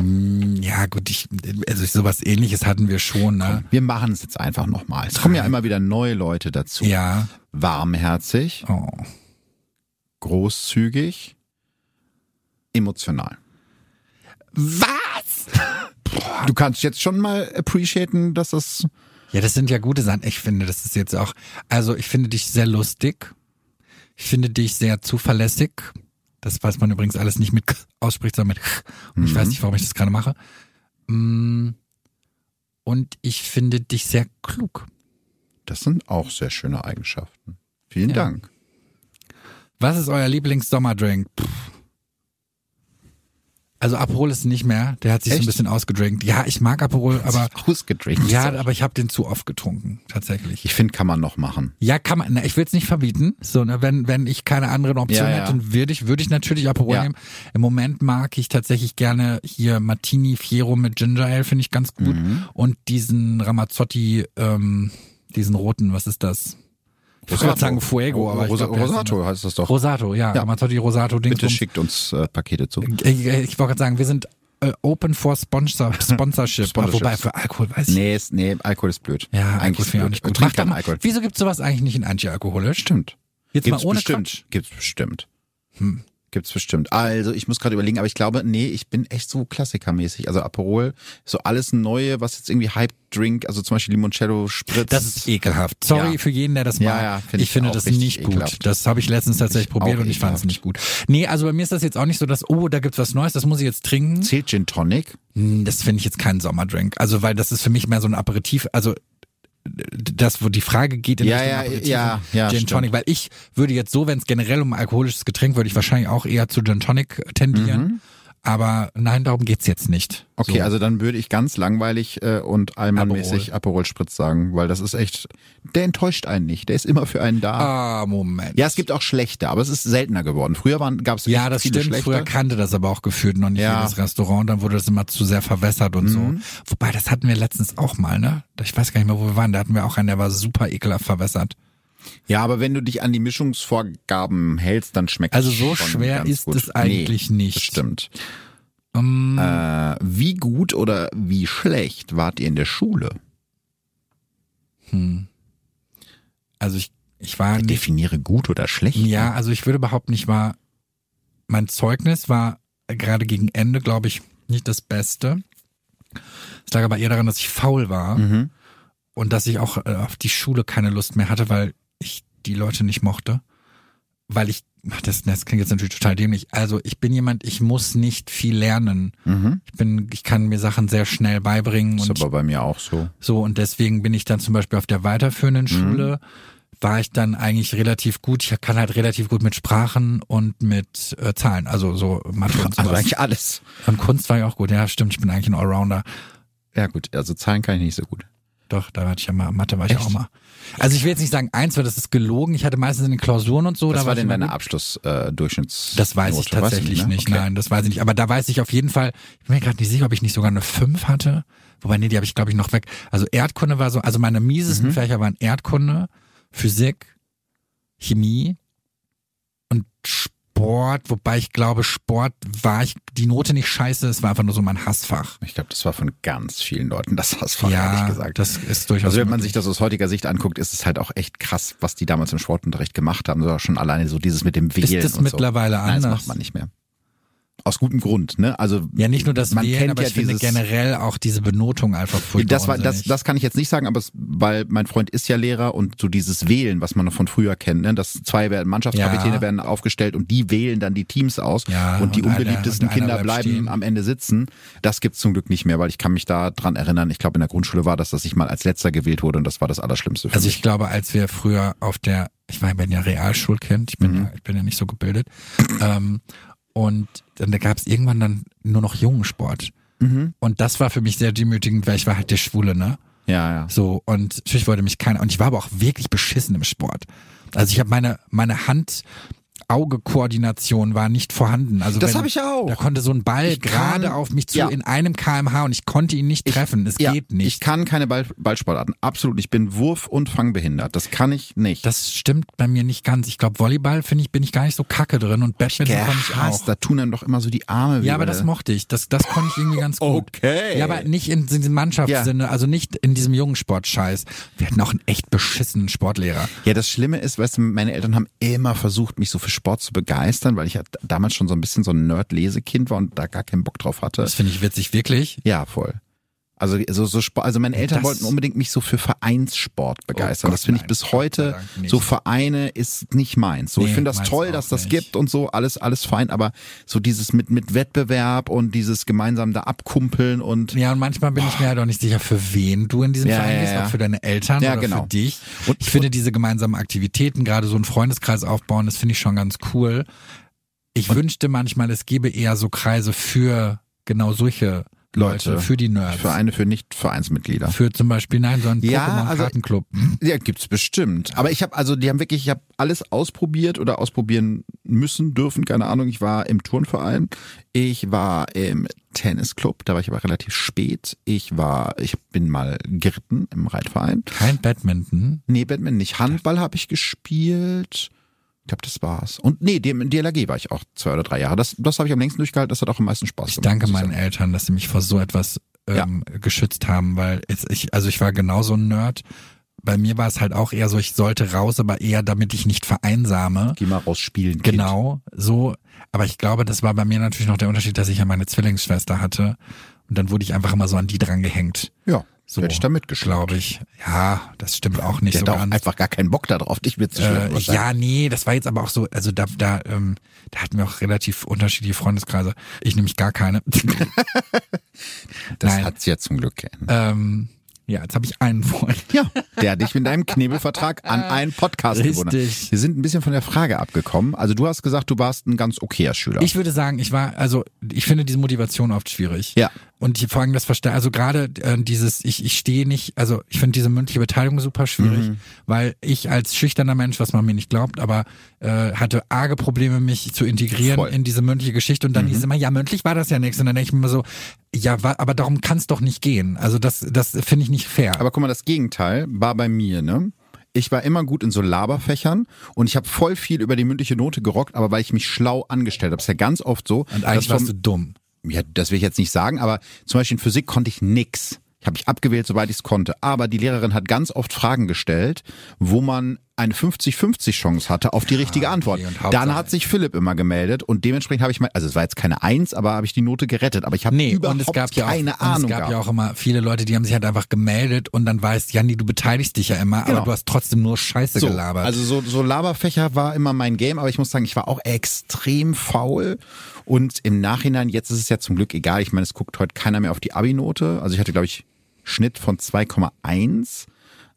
Speaker 2: ja gut, ich, also sowas ähnliches hatten wir schon, ne?
Speaker 1: Wir machen es jetzt einfach nochmal. Es kommen ja immer wieder neue Leute dazu.
Speaker 2: Ja.
Speaker 1: Warmherzig,
Speaker 2: Oh.
Speaker 1: großzügig, emotional.
Speaker 2: Was?
Speaker 1: Du kannst jetzt schon mal appreciaten, dass das
Speaker 2: Ja, das sind ja gute Sachen. Ich finde, das ist jetzt auch. Also, ich finde dich sehr lustig. Ich finde dich sehr zuverlässig. Das weiß man übrigens alles nicht mit K ausspricht, sondern mit K. Und ich
Speaker 1: Mhm.
Speaker 2: weiß nicht, warum ich das gerade mache. Mm. Und ich finde dich sehr klug.
Speaker 1: Das sind auch sehr schöne Eigenschaften. Vielen
Speaker 2: Ja.
Speaker 1: Dank.
Speaker 2: Was ist euer Lieblings-Sommerdrink? Pff. Also Aperol ist nicht mehr. Der hat sich so ein
Speaker 1: Echt?
Speaker 2: bisschen ausgedrinkt. Ja, ich mag Aperol, aber
Speaker 1: ausgedrängt.
Speaker 2: ja, aber ich habe den zu oft getrunken, tatsächlich.
Speaker 1: ich finde, kann man noch machen.
Speaker 2: Ja, kann man. Na, ich will es nicht verbieten. So, ne, wenn, wenn ich keine anderen Optionen
Speaker 1: Ja, ja.
Speaker 2: hätte, dann würde ich, würde ich natürlich Aperol
Speaker 1: Ja.
Speaker 2: nehmen. Im Moment mag ich tatsächlich gerne hier Martini Fiero mit Ginger Ale, finde ich ganz gut.
Speaker 1: Mhm.
Speaker 2: Und diesen Ramazzotti, ähm, diesen roten, was ist das? Ich wollte gerade sagen Fuego, aber ich
Speaker 1: Rosa-
Speaker 2: glaub, der ist
Speaker 1: Rosato heißt das doch.
Speaker 2: Rosato, ja.
Speaker 1: Ja.
Speaker 2: Ramazzotti Rosato, Ding.
Speaker 1: Bitte schickt uns äh, Pakete zu.
Speaker 2: Ich, ich wollte gerade sagen, wir sind äh, open for sponsor, Sponsorship. Ah,
Speaker 1: Sponsorships.
Speaker 2: Wobei, für Alkohol weiß ich
Speaker 1: Nee, ist, nee, Alkohol ist blöd.
Speaker 2: Ja,
Speaker 1: eigentlich
Speaker 2: eigentlich
Speaker 1: ist
Speaker 2: finde
Speaker 1: blöd.
Speaker 2: ich auch nicht
Speaker 1: Wir
Speaker 2: gut.
Speaker 1: trinken
Speaker 2: Mach
Speaker 1: keinen
Speaker 2: mal-
Speaker 1: Alkohol.
Speaker 2: Wieso gibt's sowas eigentlich nicht in antialkoholisch?
Speaker 1: Stimmt.
Speaker 2: Jetzt
Speaker 1: Gibt's
Speaker 2: mal ohne
Speaker 1: bestimmt.
Speaker 2: Quatsch. Hm.
Speaker 1: Gibt's bestimmt. Gibt's bestimmt. Also, ich muss gerade überlegen, aber ich glaube, nee, ich bin echt so klassikermäßig. Also Aperol, so alles Neue, was jetzt irgendwie Hype-Drink, also zum Beispiel Limoncello, Spritz.
Speaker 2: Das ist ekelhaft. Sorry
Speaker 1: Ja.
Speaker 2: für jeden, der das
Speaker 1: Ja,
Speaker 2: mag.
Speaker 1: ja, find
Speaker 2: ich,
Speaker 1: ich
Speaker 2: finde
Speaker 1: auch
Speaker 2: das
Speaker 1: richtig
Speaker 2: nicht gut.
Speaker 1: ekelhaft.
Speaker 2: Das habe ich letztens tatsächlich
Speaker 1: Ich
Speaker 2: probiert
Speaker 1: auch
Speaker 2: und ich fand es
Speaker 1: ekelhaft.
Speaker 2: nicht gut. Nee, also bei mir ist das jetzt auch nicht so, dass, oh, da gibt's was Neues, das muss ich jetzt trinken.
Speaker 1: Zählt Gin Tonic?
Speaker 2: Hm, Das finde ich jetzt kein Sommerdrink. Also, weil das ist für mich mehr so ein Aperitif. Also, das, wo die Frage geht in
Speaker 1: Ja,
Speaker 2: Richtung
Speaker 1: ja,
Speaker 2: Aperitif
Speaker 1: ja,
Speaker 2: und
Speaker 1: ja,
Speaker 2: Gin
Speaker 1: stimmt.
Speaker 2: Tonic. Weil ich würde jetzt so, wenn es generell um ein alkoholisches Getränk, würde ich wahrscheinlich auch eher zu Gin Tonic tendieren. Aber nein, darum geht's jetzt nicht.
Speaker 1: Mhm. Okay,
Speaker 2: so.
Speaker 1: also dann würde ich ganz langweilig äh, und allmannmäßig Aperol Spritz sagen, weil das ist echt, der enttäuscht einen nicht, der ist immer für einen da.
Speaker 2: Ah, Moment.
Speaker 1: Ja, es gibt auch schlechte, aber es ist seltener geworden. Früher gab es
Speaker 2: Ja, das
Speaker 1: viele
Speaker 2: stimmt. Früher
Speaker 1: schlechte.
Speaker 2: kannte das aber auch gefühlt noch nicht
Speaker 1: Ja. Mhm.
Speaker 2: jedes Restaurant. Dann wurde das immer zu sehr verwässert und so. Wobei, das hatten wir letztens auch mal, ne? Ich weiß gar nicht mehr, wo wir waren. Da hatten wir auch einen, der war super ekelhaft verwässert.
Speaker 1: Ja, aber wenn du dich an die Mischungsvorgaben hältst, dann schmeckt
Speaker 2: Also so
Speaker 1: schon
Speaker 2: schwer
Speaker 1: ganz
Speaker 2: ist
Speaker 1: gut.
Speaker 2: es eigentlich nicht.
Speaker 1: Das stimmt.
Speaker 2: Ähm,
Speaker 1: Äh, wie gut oder wie schlecht wart ihr in der Schule?
Speaker 2: hm. Also ich, ich war nicht,
Speaker 1: Definiere gut oder schlecht.
Speaker 2: ja, also ich würde überhaupt nicht war, mein Zeugnis war gerade gegen Ende, glaube ich, nicht das Beste. Es lag aber eher daran, dass ich faul war.
Speaker 1: Mhm.
Speaker 2: und dass ich auch äh, auf die Schule keine Lust mehr hatte, weil ich die Leute nicht mochte. Weil ich, ach, das, das klingt jetzt natürlich total dämlich. Also ich bin jemand, ich muss nicht viel lernen.
Speaker 1: Mhm.
Speaker 2: Ich bin, ich kann mir Sachen sehr schnell beibringen
Speaker 1: Ist
Speaker 2: und
Speaker 1: aber bei mir auch so.
Speaker 2: so. Und deswegen bin ich dann zum Beispiel auf der weiterführenden Schule, war ich dann eigentlich relativ gut. Ich kann halt relativ gut mit Sprachen und mit äh, Zahlen, also so Mathe und
Speaker 1: Also
Speaker 2: sowas.
Speaker 1: eigentlich alles.
Speaker 2: und Kunst war ich auch gut. Ja, stimmt, ich bin eigentlich ein Allrounder.
Speaker 1: Ja gut, also Zahlen kann ich nicht so gut.
Speaker 2: Doch, da hatte ich ja mal, Mathe war ich
Speaker 1: Echt?
Speaker 2: auch mal. Also ich will jetzt nicht sagen eins, weil das ist gelogen. Ich hatte meistens in den Klausuren und so.
Speaker 1: Was
Speaker 2: da
Speaker 1: war
Speaker 2: ich
Speaker 1: denn
Speaker 2: immer
Speaker 1: deine
Speaker 2: gut.
Speaker 1: Abschlussdurchschnitts? Äh, Durchschnitts-
Speaker 2: Das weiß ich
Speaker 1: Note? Weißt du
Speaker 2: tatsächlich
Speaker 1: ne?
Speaker 2: nicht.
Speaker 1: Okay.
Speaker 2: Nein, das weiß ich nicht. Aber da weiß ich auf jeden Fall, ich bin mir gerade nicht sicher, ob ich nicht sogar eine 5 hatte. Wobei, nee, die habe ich, glaube ich, noch weg. Also Erdkunde war so, also meine
Speaker 1: Mhm.
Speaker 2: miesesten Fächer waren Erdkunde, Physik, Chemie und Sport. Wobei ich glaube, Sport war ich, die Note nicht scheiße, es war einfach nur so mein Hassfach.
Speaker 1: Ich glaube, das war von ganz vielen Leuten das Hassfach, ehrlich gesagt.
Speaker 2: das ist durchaus
Speaker 1: also wenn man
Speaker 2: möglich.
Speaker 1: sich das aus heutiger Sicht anguckt, ist es halt auch echt krass, was die damals im Sportunterricht gemacht haben. So schon alleine so dieses mit dem Wählen
Speaker 2: Ist das
Speaker 1: und so.
Speaker 2: mittlerweile
Speaker 1: Nein, das
Speaker 2: anders?
Speaker 1: macht man nicht mehr. aus gutem Grund. Ne? Also
Speaker 2: Ja, nicht nur das
Speaker 1: man
Speaker 2: Wählen,
Speaker 1: kennt
Speaker 2: aber
Speaker 1: ja
Speaker 2: ich finde
Speaker 1: dieses-
Speaker 2: generell auch diese Benotung einfach furchtbar
Speaker 1: das, war, das,
Speaker 2: unsinnig.
Speaker 1: das kann ich jetzt nicht sagen, aber es, weil mein Freund ist ja Lehrer und so dieses Wählen, was man noch von früher kennt, ne? dass zwei werden Mannschaftskapitäne
Speaker 2: Ja.
Speaker 1: werden aufgestellt und die wählen dann die Teams aus
Speaker 2: Ja,
Speaker 1: und die
Speaker 2: und einer-
Speaker 1: unbeliebtesten
Speaker 2: und einer
Speaker 1: Kinder
Speaker 2: bleibt
Speaker 1: bleiben
Speaker 2: stehen.
Speaker 1: am Ende sitzen. Das gibt's zum Glück nicht mehr, weil ich kann mich da dran erinnern. Ich glaube, in der Grundschule war das, dass ich mal als letzter gewählt wurde und das war das Allerschlimmste für
Speaker 2: Also
Speaker 1: mich.
Speaker 2: ich glaube, als wir früher auf der, ich meine, ich bin ja Realschulkind,
Speaker 1: Mhm.
Speaker 2: ich bin, ja, ich bin ja nicht so gebildet, ähm, und dann da gab es irgendwann dann nur noch Jungensport.
Speaker 1: Mhm.
Speaker 2: Und das war für mich sehr demütigend, weil ich war halt der Schwule, ne?
Speaker 1: Ja, ja.
Speaker 2: So, und natürlich wollte mich keiner, und ich war aber auch wirklich beschissen im Sport. Also ich habe meine, meine Hand, Auge-Koordination war nicht vorhanden. Also
Speaker 1: Das
Speaker 2: wenn-
Speaker 1: hab ich ja auch.
Speaker 2: Da konnte so ein Ball
Speaker 1: Oh. Ich kann-
Speaker 2: gerade auf mich zu
Speaker 1: ja.
Speaker 2: in einem kmh und ich konnte ihn nicht treffen. es
Speaker 1: Ja,
Speaker 2: geht nicht.
Speaker 1: Ich kann keine Ball, Ballsportarten. Absolut. Ich bin Wurf- und Fangbehindert. Das kann ich nicht.
Speaker 2: Das stimmt bei mir nicht ganz. Ich glaube, Volleyball finde ich, bin ich gar nicht so kacke drin und Badminton kann ich
Speaker 1: Gehasst.
Speaker 2: auch.
Speaker 1: Da tun einem doch immer so die Arme weh,
Speaker 2: Ja, aber das
Speaker 1: oder?
Speaker 2: mochte ich. Das, das konnte ich irgendwie ganz gut.
Speaker 1: Okay.
Speaker 2: Ja, aber nicht in diesem Mannschaftssinne, also nicht in diesem jungen Sportscheiß. Wir hatten auch einen echt beschissenen Sportlehrer.
Speaker 1: Ja, das Schlimme ist, weißt du, meine Eltern haben immer versucht, mich so für Sport zu begeistern, weil ich ja d- damals schon so ein bisschen so ein Nerd-Lesekind war und da gar keinen Bock drauf hatte.
Speaker 2: Das finde ich witzig, wirklich.
Speaker 1: Ja, voll. Also, so, so Sport, also meine Eltern
Speaker 2: Das- Oh
Speaker 1: wollten unbedingt mich so für Vereinssport begeistern.
Speaker 2: Gott,
Speaker 1: das finde ich
Speaker 2: nein,
Speaker 1: bis
Speaker 2: Gott sei
Speaker 1: heute,
Speaker 2: Dank nicht.
Speaker 1: so Vereine ist nicht meins. So, ich
Speaker 2: Nee,
Speaker 1: finde das
Speaker 2: meins auch
Speaker 1: toll, dass das
Speaker 2: nicht.
Speaker 1: gibt und so, alles, alles fein, aber so dieses mit, mit Wettbewerb und dieses gemeinsam da abkumpeln und
Speaker 2: Ja, und manchmal bin ich mir halt auch nicht sicher, für wen du in diesem
Speaker 1: Ja,
Speaker 2: Verein
Speaker 1: ja,
Speaker 2: bist,
Speaker 1: ja.
Speaker 2: auch für deine Eltern
Speaker 1: Ja,
Speaker 2: oder
Speaker 1: genau.
Speaker 2: für dich.
Speaker 1: Und-
Speaker 2: Und ich finde diese gemeinsamen Aktivitäten, gerade so einen Freundeskreis aufbauen, das finde ich schon ganz cool. Ich wünschte manchmal, es gäbe eher so Kreise für genau solche Leute,
Speaker 1: Leute.
Speaker 2: für die Nerds.
Speaker 1: Vereine für Nicht-Vereinsmitglieder.
Speaker 2: Für zum Beispiel, nein, so einen hm,
Speaker 1: Ja, also-
Speaker 2: Pokémon-Kartenclub.
Speaker 1: Ja, gibt's bestimmt. Aber ich habe also, die haben wirklich, ich habe alles ausprobiert oder ausprobieren müssen, dürfen, keine Ahnung. Ich war im Turnverein, ich war im Tennisclub, da war ich aber relativ spät. Ich war, ich bin mal geritten im Reitverein.
Speaker 2: Kein Badminton.
Speaker 1: Nee, Batman nicht. Handball habe ich gespielt. Ich glaube, das war's. Und nee, dem im DLRG war ich auch zwei oder drei Jahre. Das, das habe ich am längsten durchgehalten, das hat auch am meisten Spaß
Speaker 2: Ich
Speaker 1: gemacht.
Speaker 2: danke
Speaker 1: muss
Speaker 2: meinen
Speaker 1: sagen.
Speaker 2: Eltern, dass sie mich vor so etwas ähm, geschützt haben, weil jetzt ich, also ich war genauso ein Nerd. Bei mir war es halt auch eher so, ich sollte raus, aber eher damit ich nicht vereinsame.
Speaker 1: Geh mal raus spielen. Kind.
Speaker 2: Genau, so. Aber ich glaube, das war bei mir natürlich noch der Unterschied, dass ich ja meine Zwillingsschwester hatte. Und dann wurde ich einfach immer so an die dran gehängt.
Speaker 1: Ja, so
Speaker 2: So,
Speaker 1: werde ich da mitgeschlagen.
Speaker 2: Glaube ich. Ja, das stimmt auch nicht
Speaker 1: Der
Speaker 2: so
Speaker 1: hat auch
Speaker 2: ganz.
Speaker 1: einfach gar keinen Bock darauf, dich mitzuschlagen.
Speaker 2: Äh,
Speaker 1: wahrscheinlich.
Speaker 2: ja, nee, das war jetzt aber auch so, also da, da, ähm, da hatten wir auch relativ unterschiedliche Freundeskreise. Ich nämlich gar keine.
Speaker 1: Das
Speaker 2: Nein.
Speaker 1: hat's ja zum Glück geändert.
Speaker 2: ähm, ja, jetzt habe ich einen Freund.
Speaker 1: Ja, der dich mit deinem Knebelvertrag an einen Podcast
Speaker 2: Richtig.
Speaker 1: gewonnen hat. Wir sind ein bisschen von der Frage abgekommen. Also du hast gesagt, du warst ein ganz okayer Schüler.
Speaker 2: Ich würde sagen, ich war, also ich finde diese Motivation oft schwierig.
Speaker 1: Ja.
Speaker 2: Und ich, vor allem das Verstehen, also gerade äh, dieses, ich, ich stehe nicht, also ich finde diese mündliche Beteiligung super schwierig,
Speaker 1: Mhm.
Speaker 2: weil ich als schüchterner Mensch, was man mir nicht glaubt, aber äh, hatte arge Probleme, mich zu integrieren
Speaker 1: Voll. Mhm.
Speaker 2: in diese mündliche Geschichte und dann hieß es immer, ja, mündlich war das ja nichts. Und dann denke ich mir immer so, ja, wa- aber darum kann es doch nicht gehen. Also das, das finde ich nicht fair.
Speaker 1: Aber guck mal, das Gegenteil war bei mir, ne? Ich war immer gut in so Laberfächern und ich habe voll viel über die mündliche Note gerockt, aber weil ich mich schlau angestellt habe. Ist ja ganz oft so.
Speaker 2: und eigentlich
Speaker 1: dass
Speaker 2: warst
Speaker 1: vom,
Speaker 2: du dumm.
Speaker 1: ja, das will ich jetzt nicht sagen, aber zum Beispiel in Physik konnte ich nix. Ich habe mich abgewählt, sobald ich es konnte. Aber die Lehrerin hat ganz oft Fragen gestellt, wo man eine 50-50 Chance hatte auf die richtige Antwort.
Speaker 2: und Hauptsache-
Speaker 1: Dann hat sich Philipp immer gemeldet und dementsprechend habe ich mal, also es war jetzt keine Eins, aber habe ich die Note gerettet. Aber ich habe überhaupt
Speaker 2: und es gab ja auch,
Speaker 1: keine
Speaker 2: und
Speaker 1: Ahnung
Speaker 2: Es gab
Speaker 1: gehabt.
Speaker 2: ja auch immer viele Leute, die haben sich halt einfach gemeldet und dann weißt, Janni, du beteiligst dich ja immer,
Speaker 1: Genau.
Speaker 2: aber du hast trotzdem nur Scheiße gelabert.
Speaker 1: Also so, so Laberfächer war immer mein Game, aber ich muss sagen, ich war auch extrem faul. Und im Nachhinein, jetzt ist es ja zum Glück egal. Ich meine, es guckt heute keiner mehr auf die Abi-Note. Also ich hatte, glaube ich, Schnitt von 2,1.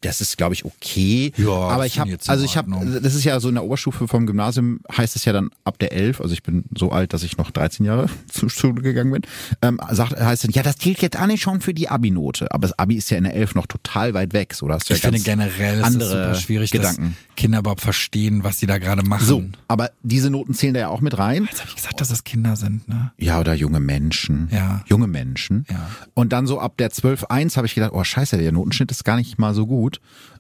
Speaker 1: Das ist, glaube ich, okay.
Speaker 2: Ja,
Speaker 1: aber
Speaker 2: das
Speaker 1: ich
Speaker 2: finde
Speaker 1: habe,
Speaker 2: ich jetzt in
Speaker 1: also ich habe,
Speaker 2: Ordnung.
Speaker 1: das ist ja so in der Oberstufe vom Gymnasium heißt es ja dann ab der 11, also ich bin so alt, dass ich noch 13 Jahre zur Schule gegangen bin, ähm, sagt, heißt dann, ja, das gilt jetzt alle schon für die Abi-Note. Aber das Abi ist ja in der 11 noch total weit weg, so dass
Speaker 2: ich finde generell ist es
Speaker 1: andere
Speaker 2: super schwierig,
Speaker 1: Gedanken.
Speaker 2: dass Kinder überhaupt verstehen, was sie da gerade machen.
Speaker 1: So, aber diese Noten zählen da ja auch mit rein.
Speaker 2: Jetzt habe ich gesagt, dass es Kinder sind, ne?
Speaker 1: Ja, oder junge Menschen.
Speaker 2: Ja.
Speaker 1: Junge Menschen.
Speaker 2: Ja.
Speaker 1: Und dann so ab der 12.1 habe ich gedacht, oh scheiße, der Notenschnitt ist gar nicht mal so gut.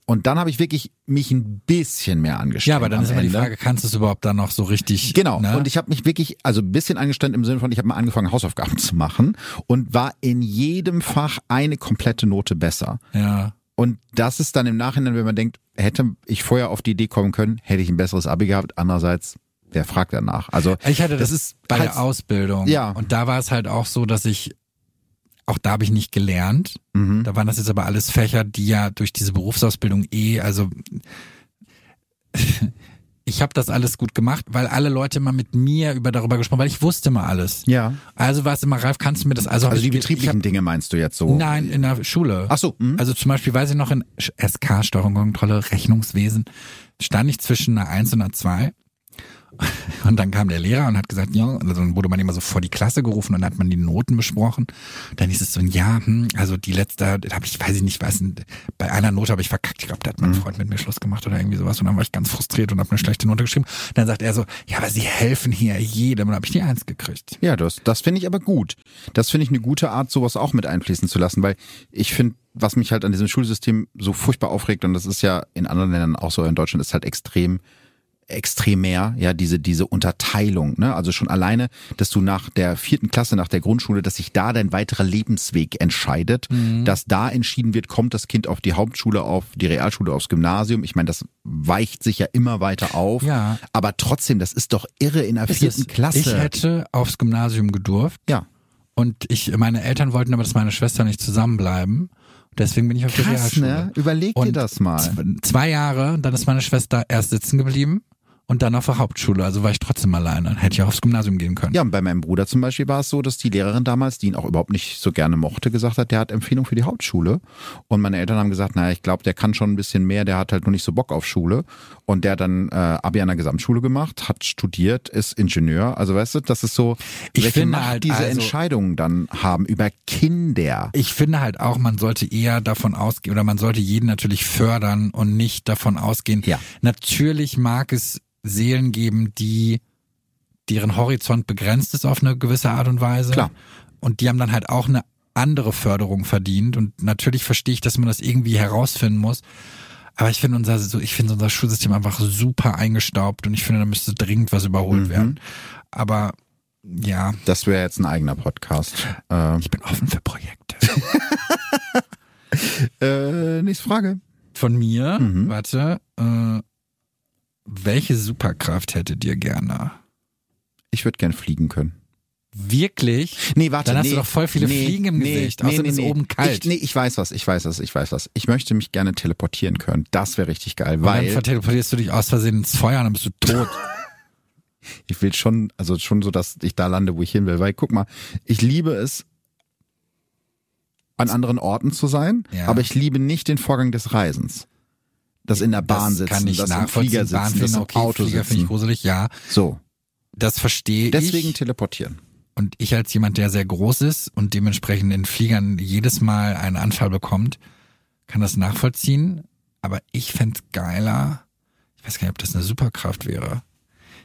Speaker 1: Und dann habe ich wirklich mich ein bisschen mehr angestrengt.
Speaker 2: Ja, aber dann
Speaker 1: am
Speaker 2: ist immer die
Speaker 1: Ende.
Speaker 2: Frage, kannst du es überhaupt dann noch so richtig?
Speaker 1: Genau.
Speaker 2: Ne?
Speaker 1: Und ich habe mich wirklich, also ein bisschen angestrengt im Sinne von, ich habe mal angefangen, Hausaufgaben zu machen und war in jedem Fach eine komplette Note besser.
Speaker 2: ja.
Speaker 1: Und das ist dann im Nachhinein, wenn man denkt, hätte ich vorher auf die Idee kommen können, hätte ich ein besseres Abi gehabt. Andererseits, wer fragt danach? Also
Speaker 2: Ich hatte das,
Speaker 1: das ist
Speaker 2: bei
Speaker 1: halt,
Speaker 2: der Ausbildung.
Speaker 1: Ja.
Speaker 2: Und da war es halt auch so, dass ich, auch da habe ich nicht gelernt.
Speaker 1: Mhm.
Speaker 2: Da waren das jetzt aber alles Fächer, die ja durch diese Berufsausbildung eh, also ich habe das alles gut gemacht, weil alle Leute immer mit mir über darüber gesprochen, weil ich wusste mal alles.
Speaker 1: ja.
Speaker 2: Also war es immer, Ralf, kannst du mir das also? hab
Speaker 1: Also die
Speaker 2: ich-
Speaker 1: betrieblichen
Speaker 2: ich
Speaker 1: Dinge meinst du jetzt so?
Speaker 2: hab, Nein, in der Schule.
Speaker 1: Ach so. Mhm.
Speaker 2: Also zum Beispiel, weiß ich noch, in SK, Steuerung, Kontrolle, Rechnungswesen, stand ich zwischen einer 1 und einer 2. Und dann kam der Lehrer und hat gesagt, ja, also dann wurde man immer so vor die Klasse gerufen und dann hat man die Noten besprochen. Dann hieß es so, ja, hm, also die letzte, da hab ich, weiß ich nicht, weiß nicht, bei einer Note habe ich verkackt. Ich glaube, da hat mein Freund mit mir Schluss gemacht oder irgendwie sowas. Und dann war ich ganz frustriert und habe eine schlechte Note geschrieben. Und dann sagt er so, ja, aber sie helfen hier jedem. Und dann habe ich die Eins gekriegt.
Speaker 1: Ja, das, das finde ich aber gut. Das finde ich eine gute Art, sowas auch mit einfließen zu lassen, weil ich finde, was mich halt an diesem Schulsystem so furchtbar aufregt, und das ist ja in anderen Ländern auch so, in Deutschland ist halt extrem, extrem mehr, ja, diese, diese Unterteilung, ne? Also schon alleine, dass du nach der vierten Klasse, nach der Grundschule, dass sich da dein weiterer Lebensweg entscheidet,
Speaker 2: Mhm.
Speaker 1: dass da entschieden wird, kommt das Kind auf die Hauptschule, auf die Realschule, aufs Gymnasium. Ich meine, das weicht sich ja immer weiter auf.
Speaker 2: Ja.
Speaker 1: Aber trotzdem, das ist doch irre in der vierten Klasse.
Speaker 2: Ich hätte aufs Gymnasium gedurft.
Speaker 1: ja.
Speaker 2: Und ich, meine Eltern wollten aber, dass meine Schwester nicht zusammenbleiben. Deswegen bin ich auf der
Speaker 1: Krass,
Speaker 2: Realschule.
Speaker 1: ne? Überleg dir
Speaker 2: Und
Speaker 1: das mal.
Speaker 2: z- Zwei Jahre, dann ist meine Schwester erst sitzen geblieben und dann auf der Hauptschule. Also war ich trotzdem alleine. Dann hätte ich auch aufs Gymnasium gehen können.
Speaker 1: Ja, und bei meinem Bruder zum Beispiel war es so, dass die Lehrerin damals, die ihn auch überhaupt nicht so gerne mochte, gesagt hat, der hat Empfehlung für die Hauptschule. Und meine Eltern haben gesagt, naja, ich glaube, der kann schon ein bisschen mehr, der hat halt nur nicht so Bock auf Schule. Und der hat dann äh, Abi an der Gesamtschule gemacht, hat studiert, ist Ingenieur. Also weißt du, das ist so,
Speaker 2: Ich
Speaker 1: welche
Speaker 2: finde
Speaker 1: Macht
Speaker 2: halt,
Speaker 1: diese
Speaker 2: also-
Speaker 1: Entscheidungen dann haben über Kinder.
Speaker 2: Ich finde halt auch, man sollte eher davon ausgehen, oder man sollte jeden natürlich fördern und nicht davon ausgehen.
Speaker 1: Ja.
Speaker 2: Natürlich mag es Seelen geben, die, deren Horizont begrenzt ist auf eine gewisse Art und Weise.
Speaker 1: Klar.
Speaker 2: Und die haben dann halt auch eine andere Förderung verdient. Und natürlich verstehe ich, dass man das irgendwie herausfinden muss. Aber ich finde unser, so, ich finde unser Schulsystem einfach super eingestaubt und ich finde, da müsste dringend was
Speaker 1: Mhm.
Speaker 2: überholt werden. Aber ja,
Speaker 1: Das wäre jetzt ein eigener Podcast. Ähm,
Speaker 2: ich bin offen für Projekte.
Speaker 1: äh, nächste Frage.
Speaker 2: von mir,
Speaker 1: Mhm.
Speaker 2: warte, äh, welche Superkraft hättet ihr gerne?
Speaker 1: Ich würde gern fliegen können.
Speaker 2: Wirklich?
Speaker 1: Nee, warte.
Speaker 2: Dann hast
Speaker 1: nee,
Speaker 2: du doch voll viele
Speaker 1: nee,
Speaker 2: Fliegen im
Speaker 1: nee,
Speaker 2: Gesicht.
Speaker 1: Nee,
Speaker 2: Außerdem
Speaker 1: nee,
Speaker 2: ist
Speaker 1: nee.
Speaker 2: oben kalt.
Speaker 1: Ich, nee, ich weiß was, ich weiß was, ich weiß was. Ich möchte mich gerne teleportieren können. Das wäre richtig geil,
Speaker 2: Weil dann
Speaker 1: weil
Speaker 2: verteleportierst du dich aus Versehen ins Feuer und dann bist du tot.
Speaker 1: ich will schon, also schon so, dass ich da lande, wo ich hin will. Weil guck mal, ich liebe es, an anderen Orten zu sein,
Speaker 2: Ja.
Speaker 1: aber ich liebe nicht den Vorgang des Reisens. Das in der Bahn
Speaker 2: das
Speaker 1: sitzen,
Speaker 2: kann ich
Speaker 1: das im
Speaker 2: nachvollziehen.
Speaker 1: Flieger
Speaker 2: Bahn
Speaker 1: sitzen, das im
Speaker 2: finden, okay,
Speaker 1: Auto
Speaker 2: Flieger finde ich
Speaker 1: sitzen.
Speaker 2: gruselig, ja.
Speaker 1: So,
Speaker 2: Das verstehe
Speaker 1: deswegen
Speaker 2: ich.
Speaker 1: teleportieren.
Speaker 2: Und ich als jemand, der sehr groß ist und dementsprechend in Fliegern jedes Mal einen Anfall bekommt, kann das nachvollziehen. Aber ich fänd's geiler. Ich weiß gar nicht, ob das eine Superkraft wäre.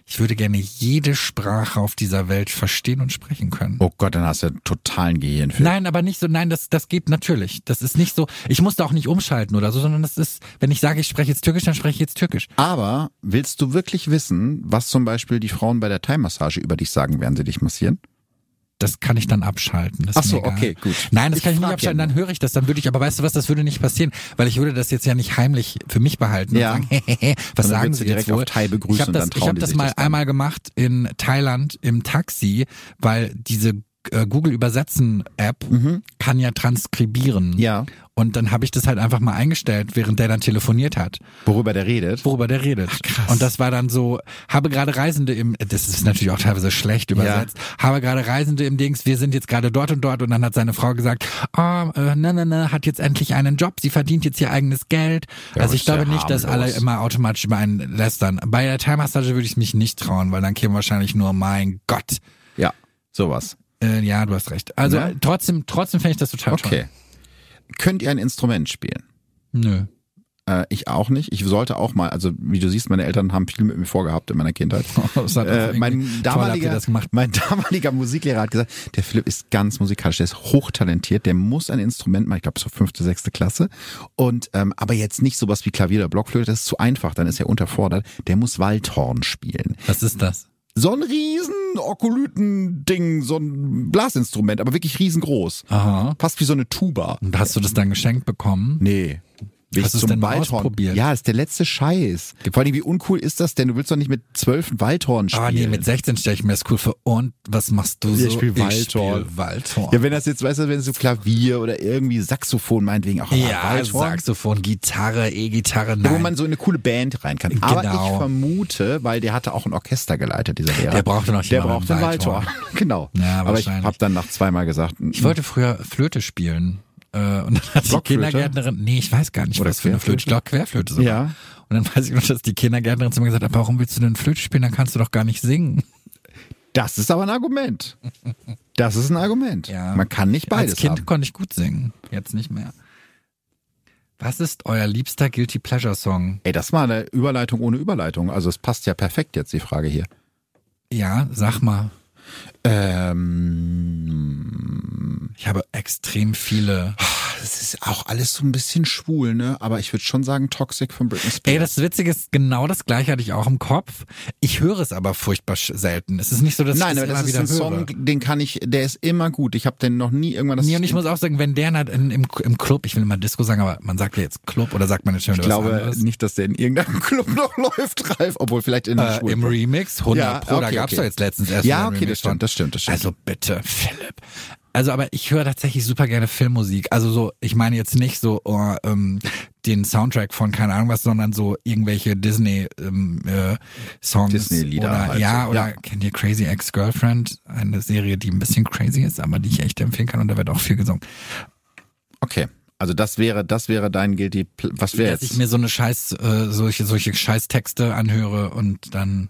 Speaker 2: Ich würde gerne jede Sprache auf dieser Welt verstehen und sprechen können.
Speaker 1: Oh Gott, dann hast du einen totalen Gehirnfilm.
Speaker 2: Nein, aber nicht so, nein, das, das geht natürlich. Das ist nicht so, ich muss da auch nicht umschalten oder so, sondern das ist, wenn ich sage, ich spreche jetzt Türkisch, dann spreche ich jetzt Türkisch.
Speaker 1: Aber willst du wirklich wissen, was zum Beispiel die Frauen bei der Thai-Massage über dich sagen, während sie dich massieren?
Speaker 2: Das kann ich dann abschalten. Das
Speaker 1: Ach
Speaker 2: ist
Speaker 1: so,
Speaker 2: mir egal.
Speaker 1: okay, gut.
Speaker 2: Nein, das
Speaker 1: Ich
Speaker 2: kann ich nicht
Speaker 1: frag
Speaker 2: abschalten,
Speaker 1: ja
Speaker 2: dann höre ich das, dann würde ich, aber weißt du was, das würde nicht passieren, weil ich würde das jetzt ja nicht heimlich für mich behalten
Speaker 1: Ja.
Speaker 2: und sagen, hehehe, was
Speaker 1: Sondern
Speaker 2: sagen
Speaker 1: würdest
Speaker 2: sie
Speaker 1: du direkt
Speaker 2: jetzt wohl?
Speaker 1: auf Thai begrüßen
Speaker 2: ich habe
Speaker 1: und
Speaker 2: das,
Speaker 1: dann trauen
Speaker 2: ich hab
Speaker 1: die
Speaker 2: das
Speaker 1: sich
Speaker 2: mal
Speaker 1: das dann.
Speaker 2: einmal gemacht in Thailand im Taxi, weil diese äh, Google Übersetzen App kann ja transkribieren.
Speaker 1: Mhm. Ja.
Speaker 2: Und dann habe ich das halt einfach mal eingestellt, während der dann telefoniert hat
Speaker 1: Worüber der redet?
Speaker 2: worüber der redet. krass. Und das war dann so, habe gerade Reisende im, das ist natürlich auch teilweise schlecht übersetzt, habe gerade Reisende im Dings, wir sind jetzt gerade dort und dort und dann hat seine Frau gesagt, ah, äh, ne, ne, ne, hat jetzt endlich einen Job, sie verdient jetzt ihr eigenes Geld.
Speaker 1: Ja,
Speaker 2: also
Speaker 1: aber
Speaker 2: ich
Speaker 1: ist ja
Speaker 2: glaube nicht, dass alle
Speaker 1: harmlos.
Speaker 2: immer automatisch über einen lästern. Bei der Thai-Massage würde ich mich nicht trauen, weil dann käme wahrscheinlich nur, mein Gott.
Speaker 1: Ja, sowas.
Speaker 2: Äh, ja, du hast recht. Also
Speaker 1: Ja.
Speaker 2: äh, trotzdem, trotzdem fände ich das total toll.
Speaker 1: Okay. Könnt ihr ein Instrument spielen?
Speaker 2: Nö.
Speaker 1: Äh, ich auch nicht. Ich sollte auch mal, also wie du siehst, meine Eltern haben viel mit mir vorgehabt in meiner Kindheit.
Speaker 2: Das hat auch
Speaker 1: Äh,
Speaker 2: irgendwie- toll,
Speaker 1: mein,
Speaker 2: habt
Speaker 1: damaliger,
Speaker 2: ihr das gemacht.
Speaker 1: mein damaliger Musiklehrer hat gesagt, der Philipp ist ganz musikalisch, der ist hochtalentiert, der muss ein Instrument machen, ich glaube so fünfte, sechste Klasse. Und ähm, aber jetzt nicht sowas wie Klavier oder Blockflöte, das ist zu einfach, dann ist er unterfordert. Der muss Waldhorn spielen.
Speaker 2: Was ist das?
Speaker 1: So ein riesen Okolyten-Ding, so ein Blasinstrument, aber wirklich riesengroß.
Speaker 2: Aha.
Speaker 1: Fast wie so eine Tuba.
Speaker 2: Und hast du das dann geschenkt bekommen?
Speaker 1: Nee. Weg
Speaker 2: Hast du's
Speaker 1: zum
Speaker 2: denn mal
Speaker 1: Waldhorn.
Speaker 2: ausprobiert?
Speaker 1: Ja, ist der letzte Scheiß. Vor allem, wie uncool ist das denn? Du willst doch nicht mit zwölf ein Waldhorn spielen.
Speaker 2: Aber Ah, nee, mit 16 stelle ich mir das cool vor. Und was machst du so?
Speaker 1: Ich spiel Waldhorn.
Speaker 2: spiel Waldhorn.
Speaker 1: ja, wenn das jetzt, weißt du, wenn es so Klavier oder irgendwie Saxophon meinetwegen auch aber
Speaker 2: Ja,
Speaker 1: Waldhorn.
Speaker 2: Saxophon, Gitarre, E-Gitarre,
Speaker 1: Ja, Wo
Speaker 2: nein.
Speaker 1: man so in eine coole Band rein kann. Aber ich
Speaker 2: Genau.
Speaker 1: vermute, weil der hatte auch ein Orchester geleitet, dieser Lehrer.
Speaker 2: Der brauchte noch
Speaker 1: Der
Speaker 2: jemanden
Speaker 1: brauchte einen
Speaker 2: im
Speaker 1: Waldhorn.
Speaker 2: Waldhorn.
Speaker 1: genau.
Speaker 2: Ja,
Speaker 1: Aber ich
Speaker 2: wahrscheinlich.
Speaker 1: habe dann nach zweimal gesagt,
Speaker 2: ich wollte früher Flöte spielen. äh, Und dann hat die
Speaker 1: Blockflöte?
Speaker 2: Kindergärtnerin, nee, ich weiß gar nicht,
Speaker 1: Oder
Speaker 2: was für eine
Speaker 1: Querflöte?
Speaker 2: Flöte, ich glaube Querflöte sogar.
Speaker 1: Ja.
Speaker 2: Und dann weiß ich noch, dass die Kindergärtnerin zu mir gesagt hat, aber warum willst du denn Flöte spielen, dann kannst du doch gar nicht singen.
Speaker 1: das ist aber ein Argument. Das ist ein Argument.
Speaker 2: Ja.
Speaker 1: Man kann nicht beides
Speaker 2: Als Kind
Speaker 1: haben.
Speaker 2: konnte ich gut singen, jetzt nicht mehr. Was ist euer liebster Guilty Pleasure Song?
Speaker 1: Ey, das war eine Überleitung ohne Überleitung. Also es passt ja perfekt jetzt die Frage hier.
Speaker 2: Ja, sag mal.
Speaker 1: Ähm,
Speaker 2: Ich habe extrem viele.
Speaker 1: das ist auch alles so ein bisschen schwul, ne? Aber ich würde schon sagen Toxic von Britney
Speaker 2: Ey,
Speaker 1: Spears.
Speaker 2: das Witzige ist, genau das gleiche hatte ich auch im Kopf. Ich höre es aber furchtbar sch- selten. Es ist nicht so, dass
Speaker 1: Nein,
Speaker 2: ich
Speaker 1: aber
Speaker 2: es
Speaker 1: das
Speaker 2: immer
Speaker 1: ist
Speaker 2: wieder
Speaker 1: ein
Speaker 2: höre.
Speaker 1: Song, den kann ich, der ist immer gut. Ich habe den noch nie irgendwann das
Speaker 2: Nee, und ich muss auch sagen, wenn der halt in, im, im Club, ich will immer Disco sagen, aber man sagt ja jetzt Club oder sagt man jetzt schon
Speaker 1: Ich
Speaker 2: wieder was
Speaker 1: glaube
Speaker 2: anderes.
Speaker 1: nicht, dass der in irgendeinem Club noch läuft, Ralf, obwohl vielleicht in einem
Speaker 2: Äh, Im
Speaker 1: Schwulen.
Speaker 2: Remix, 100
Speaker 1: Ja,
Speaker 2: Pro, da
Speaker 1: okay,
Speaker 2: gab's
Speaker 1: okay.
Speaker 2: doch jetzt letztens erst
Speaker 1: Ja, okay,
Speaker 2: wieder einen
Speaker 1: das
Speaker 2: Remix
Speaker 1: stimmt,
Speaker 2: von.
Speaker 1: das stimmt, das stimmt.
Speaker 2: Also bitte, Philipp. Also aber ich höre tatsächlich super gerne Filmmusik. Also so, ich meine jetzt nicht so oh, ähm, den Soundtrack von keine Ahnung was, sondern so irgendwelche Disney ähm, äh, Songs.
Speaker 1: Disney-Lieder
Speaker 2: Oder,
Speaker 1: halt
Speaker 2: ja,
Speaker 1: so,
Speaker 2: oder
Speaker 1: ja.
Speaker 2: kennt ihr Crazy Ex-Girlfriend? Eine Serie, die ein bisschen crazy ist, aber die ich echt empfehlen kann und da wird auch viel gesungen.
Speaker 1: Okay. Also das wäre, das wäre dein Guilty, Pl- was wäre
Speaker 2: dass ich
Speaker 1: jetzt?
Speaker 2: mir so eine Scheiß, äh, solche, solche Scheißtexte anhöre und dann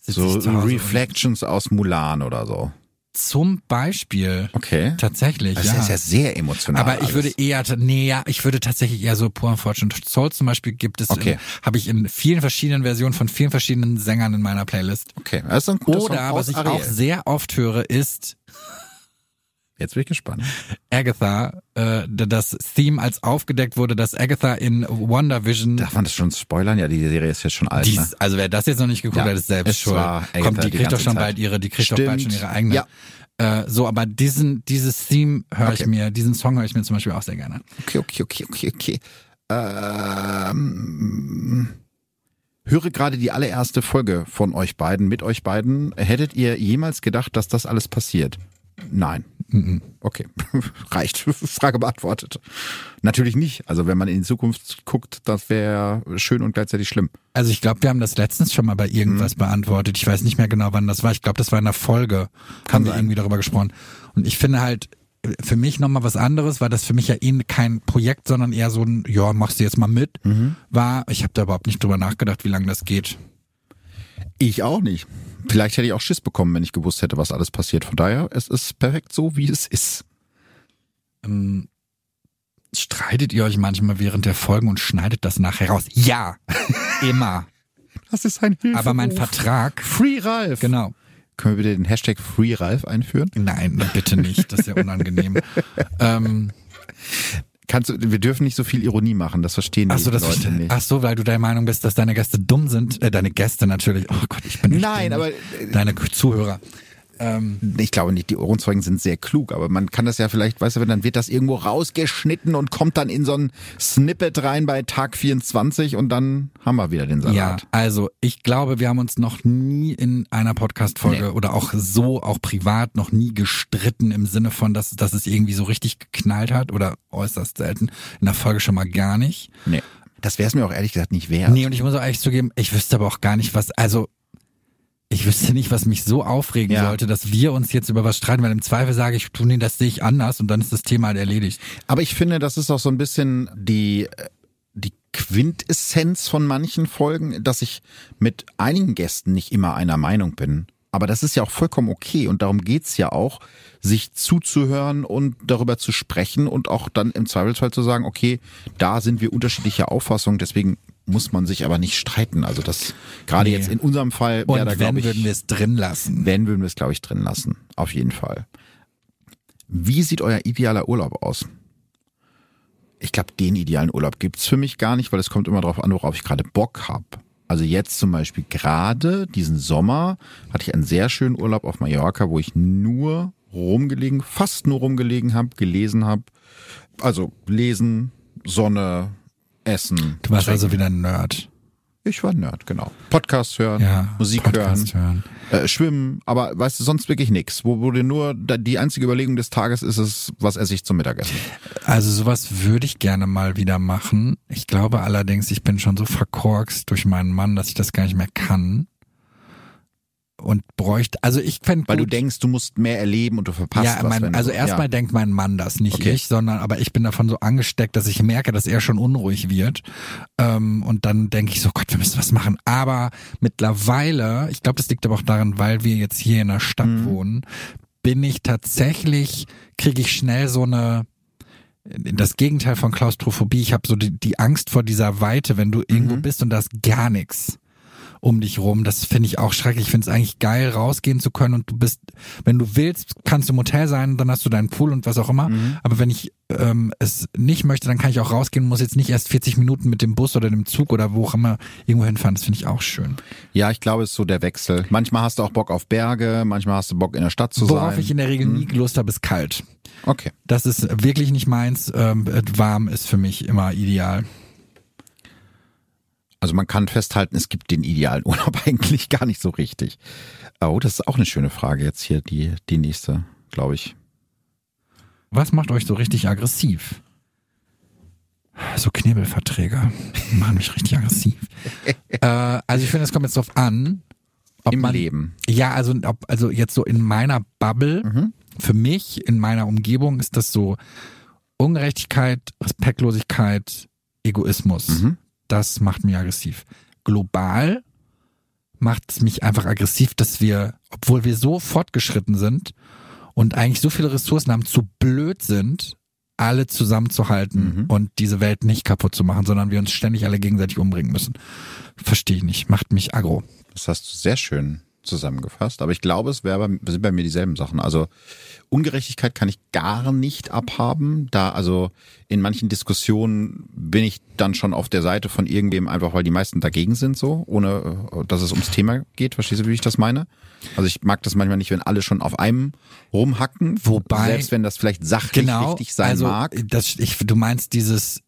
Speaker 2: sitze
Speaker 1: So
Speaker 2: ich zu Hause und
Speaker 1: Reflections aus Mulan oder so.
Speaker 2: zum Beispiel
Speaker 1: Okay.
Speaker 2: tatsächlich.
Speaker 1: Das
Speaker 2: ja.
Speaker 1: ist ja sehr emotional.
Speaker 2: aber ich
Speaker 1: alles.
Speaker 2: würde eher, nee, ja, ich würde tatsächlich eher so Poor Fortune Soul zum Beispiel gibt es,
Speaker 1: Okay.
Speaker 2: in- habe ich in vielen verschiedenen Versionen von vielen verschiedenen Sängern in meiner Playlist.
Speaker 1: Okay, das ist ein guter Song
Speaker 2: Oder
Speaker 1: aus
Speaker 2: was ich
Speaker 1: Ariel.
Speaker 2: auch sehr oft höre, ist
Speaker 1: Jetzt bin ich gespannt.
Speaker 2: Agatha, äh, d- das Theme, als aufgedeckt wurde, dass Agatha in Wonder Vision
Speaker 1: Darf man das schon spoilern? Ja, die Serie ist jetzt schon alt.
Speaker 2: Die
Speaker 1: ne?
Speaker 2: ist- also wer das jetzt noch nicht geguckt
Speaker 1: Ja,
Speaker 2: hat, ist selbst
Speaker 1: es
Speaker 2: schuld.
Speaker 1: war Agatha
Speaker 2: Kommt, die,
Speaker 1: die
Speaker 2: kriegt doch
Speaker 1: ganze
Speaker 2: schon
Speaker 1: Zeit.
Speaker 2: bald ihre, die kriegt doch bald schon
Speaker 1: Stimmt.
Speaker 2: ihre eigene.
Speaker 1: Ja.
Speaker 2: Äh, so, aber diesen, dieses Theme höre
Speaker 1: Okay.
Speaker 2: ich mir, diesen Song höre ich mir zum Beispiel auch sehr gerne.
Speaker 1: Okay, okay, okay, okay, okay. Ähm, höre gerade die allererste Folge von euch beiden, mit euch beiden. Hättet ihr jemals gedacht, dass das alles passiert? Nein. Mhm. Okay, reicht. Frage beantwortet. Natürlich nicht. Also wenn man in die Zukunft guckt, das wäre schön und gleichzeitig schlimm.
Speaker 2: Also ich glaube, wir haben das letztens schon mal bei irgendwas beantwortet. Ich weiß nicht mehr genau, wann das war. Ich glaube, das war in der Folge. haben wir
Speaker 1: sein.
Speaker 2: irgendwie darüber gesprochen. Und ich finde halt äh, für mich nochmal was anderes, weil das für mich ja eh kein Projekt, sondern eher so ein, ja, machst du jetzt mal mit, war, ich habe da überhaupt nicht drüber nachgedacht, wie lange das geht.
Speaker 1: Ich auch nicht. Vielleicht hätte ich auch Schiss bekommen, wenn ich gewusst hätte, was alles passiert. Von daher, es ist perfekt so, wie es ist.
Speaker 2: Ähm, streitet ihr euch manchmal während der Folgen und schneidet das nachher raus? Ja, immer.
Speaker 1: Das ist ein Hilferuf.
Speaker 2: Aber mein Vertrag.
Speaker 1: Free Ralf.
Speaker 2: Genau.
Speaker 1: Können wir bitte den Hashtag Free Ralf einführen?
Speaker 2: Nein, bitte nicht. Das ist ja unangenehm. ähm,
Speaker 1: Kannst du, wir dürfen nicht so viel Ironie machen, das verstehen
Speaker 2: ach so,
Speaker 1: die
Speaker 2: das Ah,
Speaker 1: Leute nicht.
Speaker 2: ach so, weil du der Meinung bist, dass deine Gäste dumm sind. Äh, deine Gäste natürlich. Oh Gott, ich bin echt
Speaker 1: Nein,
Speaker 2: dumm.
Speaker 1: aber, äh,
Speaker 2: deine Zuhörer. Ähm,
Speaker 1: Ich glaube nicht, die Ohrenzeugen sind sehr klug, aber man kann das ja vielleicht, weißt du, wenn dann wird das irgendwo rausgeschnitten und kommt dann in so ein Snippet rein bei Tag 24 und dann haben wir wieder den
Speaker 2: ja,
Speaker 1: Salat.
Speaker 2: also ich glaube, wir haben uns noch nie in einer Podcast-Folge
Speaker 1: Nee.
Speaker 2: oder auch so, auch privat, noch nie gestritten im Sinne von, dass, dass es irgendwie so richtig geknallt hat oder äußerst selten. In der Folge schon mal gar nicht.
Speaker 1: Nee. Das wäre es mir auch ehrlich gesagt nicht wert.
Speaker 2: Nee, und ich muss auch ehrlich zugeben, ich wüsste aber auch gar nicht, was, also ich wüsste nicht, was mich so aufregen
Speaker 1: Ja.
Speaker 2: sollte, dass wir uns jetzt über was streiten, weil im Zweifel sage ich, du nee, das sehe ich anders und dann ist das Thema halt erledigt.
Speaker 1: Aber ich finde, das ist auch so ein bisschen die, äh, die Quintessenz von manchen Folgen, dass ich mit einigen Gästen nicht immer einer Meinung bin. Aber das ist ja auch vollkommen okay und darum geht's ja auch, sich zuzuhören und darüber zu sprechen und auch dann im Zweifelsfall zu sagen, okay, da sind wir unterschiedlicher Auffassung, deswegen muss man sich aber nicht streiten. Also das gerade
Speaker 2: Nee.
Speaker 1: jetzt in unserem Fall
Speaker 2: Und
Speaker 1: wäre da,
Speaker 2: wenn
Speaker 1: glaube ich,
Speaker 2: würden wir es drin lassen.
Speaker 1: wenn würden wir es, glaube ich, drin lassen. Auf jeden Fall. Wie sieht euer idealer Urlaub aus? Ich glaube, den idealen Urlaub gibt's für mich gar nicht, weil es kommt immer darauf an, worauf ich gerade Bock habe. Also jetzt zum Beispiel gerade diesen Sommer hatte ich einen sehr schönen Urlaub auf Mallorca, wo ich nur rumgelegen, fast nur rumgelegen habe, gelesen habe. Also lesen, Sonne, Essen.
Speaker 2: Du warst
Speaker 1: trinken.
Speaker 2: also wieder ein Nerd.
Speaker 1: Ich war ein Nerd, genau. Podcast hören,
Speaker 2: Ja,
Speaker 1: Musik
Speaker 2: Podcast
Speaker 1: hören,
Speaker 2: hören.
Speaker 1: Äh, schwimmen, aber weißt du, sonst wirklich nichts. Wo wurde nur da, die einzige Überlegung des Tages ist es, was esse ich zum Mittagessen.
Speaker 2: Also sowas würde ich gerne mal wieder machen. Ich glaube allerdings, ich bin schon so verkorkst durch meinen Mann, dass ich das gar nicht mehr kann. Und bräuchte, also ich fände
Speaker 1: Weil
Speaker 2: gut,
Speaker 1: du denkst, du musst mehr erleben und du verpasst
Speaker 2: ja,
Speaker 1: was.
Speaker 2: mein,
Speaker 1: wenn du,
Speaker 2: also erstmal
Speaker 1: ja.
Speaker 2: denkt mein Mann das, nicht
Speaker 1: Okay.
Speaker 2: ich, sondern aber ich bin davon so angesteckt, dass ich merke, dass er schon unruhig wird. Ähm, und dann denke ich so, Gott, wir müssen was machen. Aber mittlerweile, ich glaube, das liegt aber auch daran, weil wir jetzt hier in der Stadt
Speaker 1: Mhm.
Speaker 2: wohnen, bin ich tatsächlich, kriege ich schnell so eine das Gegenteil von Klaustrophobie. Ich habe so die, die Angst vor dieser Weite, wenn du
Speaker 1: Mhm.
Speaker 2: irgendwo bist und da ist gar nichts um dich rum. Das finde ich auch schrecklich. Ich finde es eigentlich geil, rausgehen zu können und du bist, wenn du willst, kannst du im Hotel sein, dann hast du deinen Pool und was auch immer. Aber wenn ich ähm, es nicht möchte, dann kann ich auch rausgehen, muss jetzt nicht erst 40 Minuten mit dem Bus oder dem Zug oder wo auch immer irgendwo hinfahren. Das finde ich auch schön.
Speaker 1: ja, ich glaube, es ist so der Wechsel. Manchmal hast du auch Bock auf Berge, manchmal hast du Bock in der Stadt zu
Speaker 2: Worauf
Speaker 1: sein.
Speaker 2: ich in der Regel nie Lust habe, ist kalt.
Speaker 1: okay.
Speaker 2: Das ist wirklich nicht meins. Ähm, äh, warm ist für mich immer ideal.
Speaker 1: Also man kann festhalten, es gibt den idealen Urlaub eigentlich gar nicht so richtig. Oh, das ist auch eine schöne Frage jetzt hier, die, die nächste, glaube ich.
Speaker 2: Was macht euch so richtig aggressiv? So Knebelverträge machen mich richtig aggressiv. äh, also ich finde, es kommt jetzt drauf an, ob
Speaker 1: Im
Speaker 2: man
Speaker 1: Leben.
Speaker 2: ja also ob, also jetzt so in meiner Bubble
Speaker 1: Mhm.
Speaker 2: für mich in meiner Umgebung ist das so Ungerechtigkeit, Respektlosigkeit, Egoismus.
Speaker 1: Mhm.
Speaker 2: Das macht mich aggressiv. Global macht es mich einfach aggressiv, dass wir, obwohl wir so fortgeschritten sind und eigentlich so viele Ressourcen haben, zu blöd sind, alle
Speaker 1: Mhm.
Speaker 2: zusammenzuhalten und diese Welt nicht kaputt zu machen, sondern wir uns ständig alle gegenseitig umbringen müssen. Verstehe ich nicht. Macht mich aggro.
Speaker 1: Das hast du sehr schön zusammengefasst. Aber ich glaube, es wär bei, sind bei mir dieselben Sachen. Also Ungerechtigkeit kann ich gar nicht abhaben. Da, also in manchen Diskussionen bin ich dann schon auf der Seite von irgendwem, einfach weil die meisten dagegen sind, so, ohne äh, dass es ums Thema geht. Verstehst du, wie ich das meine? Also ich mag das manchmal nicht, wenn alle schon auf einem rumhacken.
Speaker 2: Wobei-
Speaker 1: Selbst wenn das vielleicht sachlich richtig sein
Speaker 2: also,
Speaker 1: mag.
Speaker 2: Das, ich, du meinst dieses,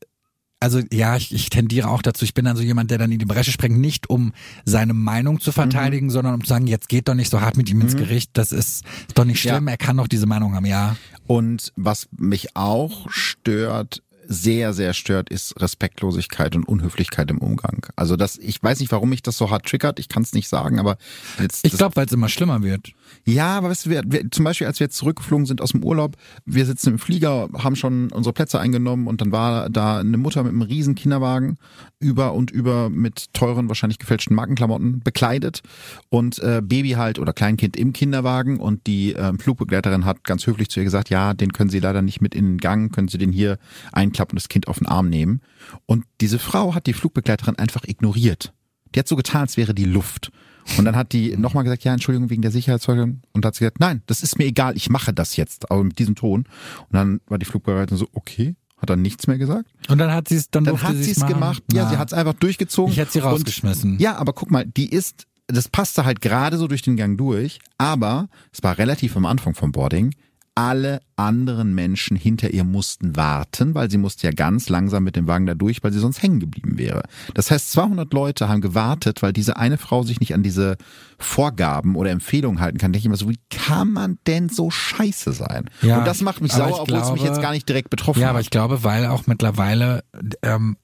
Speaker 2: also ja, ich, ich tendiere auch dazu, ich bin dann so jemand, der dann in die Bresche springt, nicht um seine Meinung zu verteidigen,
Speaker 1: Mhm.
Speaker 2: sondern um zu sagen, jetzt geht doch nicht so hart mit ihm ins Gericht, das ist doch nicht schlimm, er kann doch diese Meinung haben, ja.
Speaker 1: Und was mich auch stört, sehr, sehr stört, ist Respektlosigkeit und Unhöflichkeit im Umgang. Also das, ich weiß nicht, warum mich das so hart triggert, ich kann es nicht sagen, aber jetzt,
Speaker 2: Ich
Speaker 1: das-
Speaker 2: glaube, weil es immer schlimmer wird.
Speaker 1: ja, aber weißt du, wir, wir, zum Beispiel, als wir jetzt zurückgeflogen sind aus dem Urlaub, wir sitzen im Flieger, haben schon unsere Plätze eingenommen und dann war da eine Mutter mit einem riesen Kinderwagen über und über mit teuren, wahrscheinlich gefälschten Markenklamotten bekleidet und äh, Baby halt oder Kleinkind im Kinderwagen und die äh, Flugbegleiterin hat ganz höflich zu ihr gesagt, ja, den können Sie leider nicht mit in den Gang, können Sie den hier einklappen und das Kind auf den Arm nehmen. Und diese Frau hat die Flugbegleiterin einfach ignoriert. Die hat so getan, als wäre die Luft. Und dann hat die nochmal gesagt, ja, Entschuldigung, wegen der Sicherheitsfolge. Und hat sie gesagt, nein, das ist mir egal, ich mache das jetzt, aber mit diesem Ton. Und dann war die Flugbereiterin so, okay, hat dann nichts mehr gesagt.
Speaker 2: Und dann hat sie es, dann,
Speaker 1: Dann
Speaker 2: durfte
Speaker 1: hat sie es
Speaker 2: machen.
Speaker 1: gemacht, ja,
Speaker 2: Na,
Speaker 1: sie hat es einfach durchgezogen.
Speaker 2: Ich hätte sie
Speaker 1: Und-
Speaker 2: rausgeschmissen.
Speaker 1: Ja, aber guck mal, die ist, das passte halt gerade so durch den Gang durch, aber es war relativ am Anfang vom Boarding. Alle anderen Menschen hinter ihr mussten warten, weil sie musste ja ganz langsam mit dem Wagen da durch, weil sie sonst hängen geblieben wäre. Das heißt, 200 Leute haben gewartet, weil diese eine Frau sich nicht an diese Vorgaben oder Empfehlungen halten kann. Da denke ich immer so, wie kann man denn so scheiße sein?
Speaker 2: Ja,
Speaker 1: Und das macht mich
Speaker 2: aber
Speaker 1: sauer,
Speaker 2: ich
Speaker 1: obwohl es mich
Speaker 2: glaube-
Speaker 1: jetzt gar nicht direkt betroffen
Speaker 2: Ja,
Speaker 1: hat.
Speaker 2: aber ich glaube, weil auch mittlerweile ähm,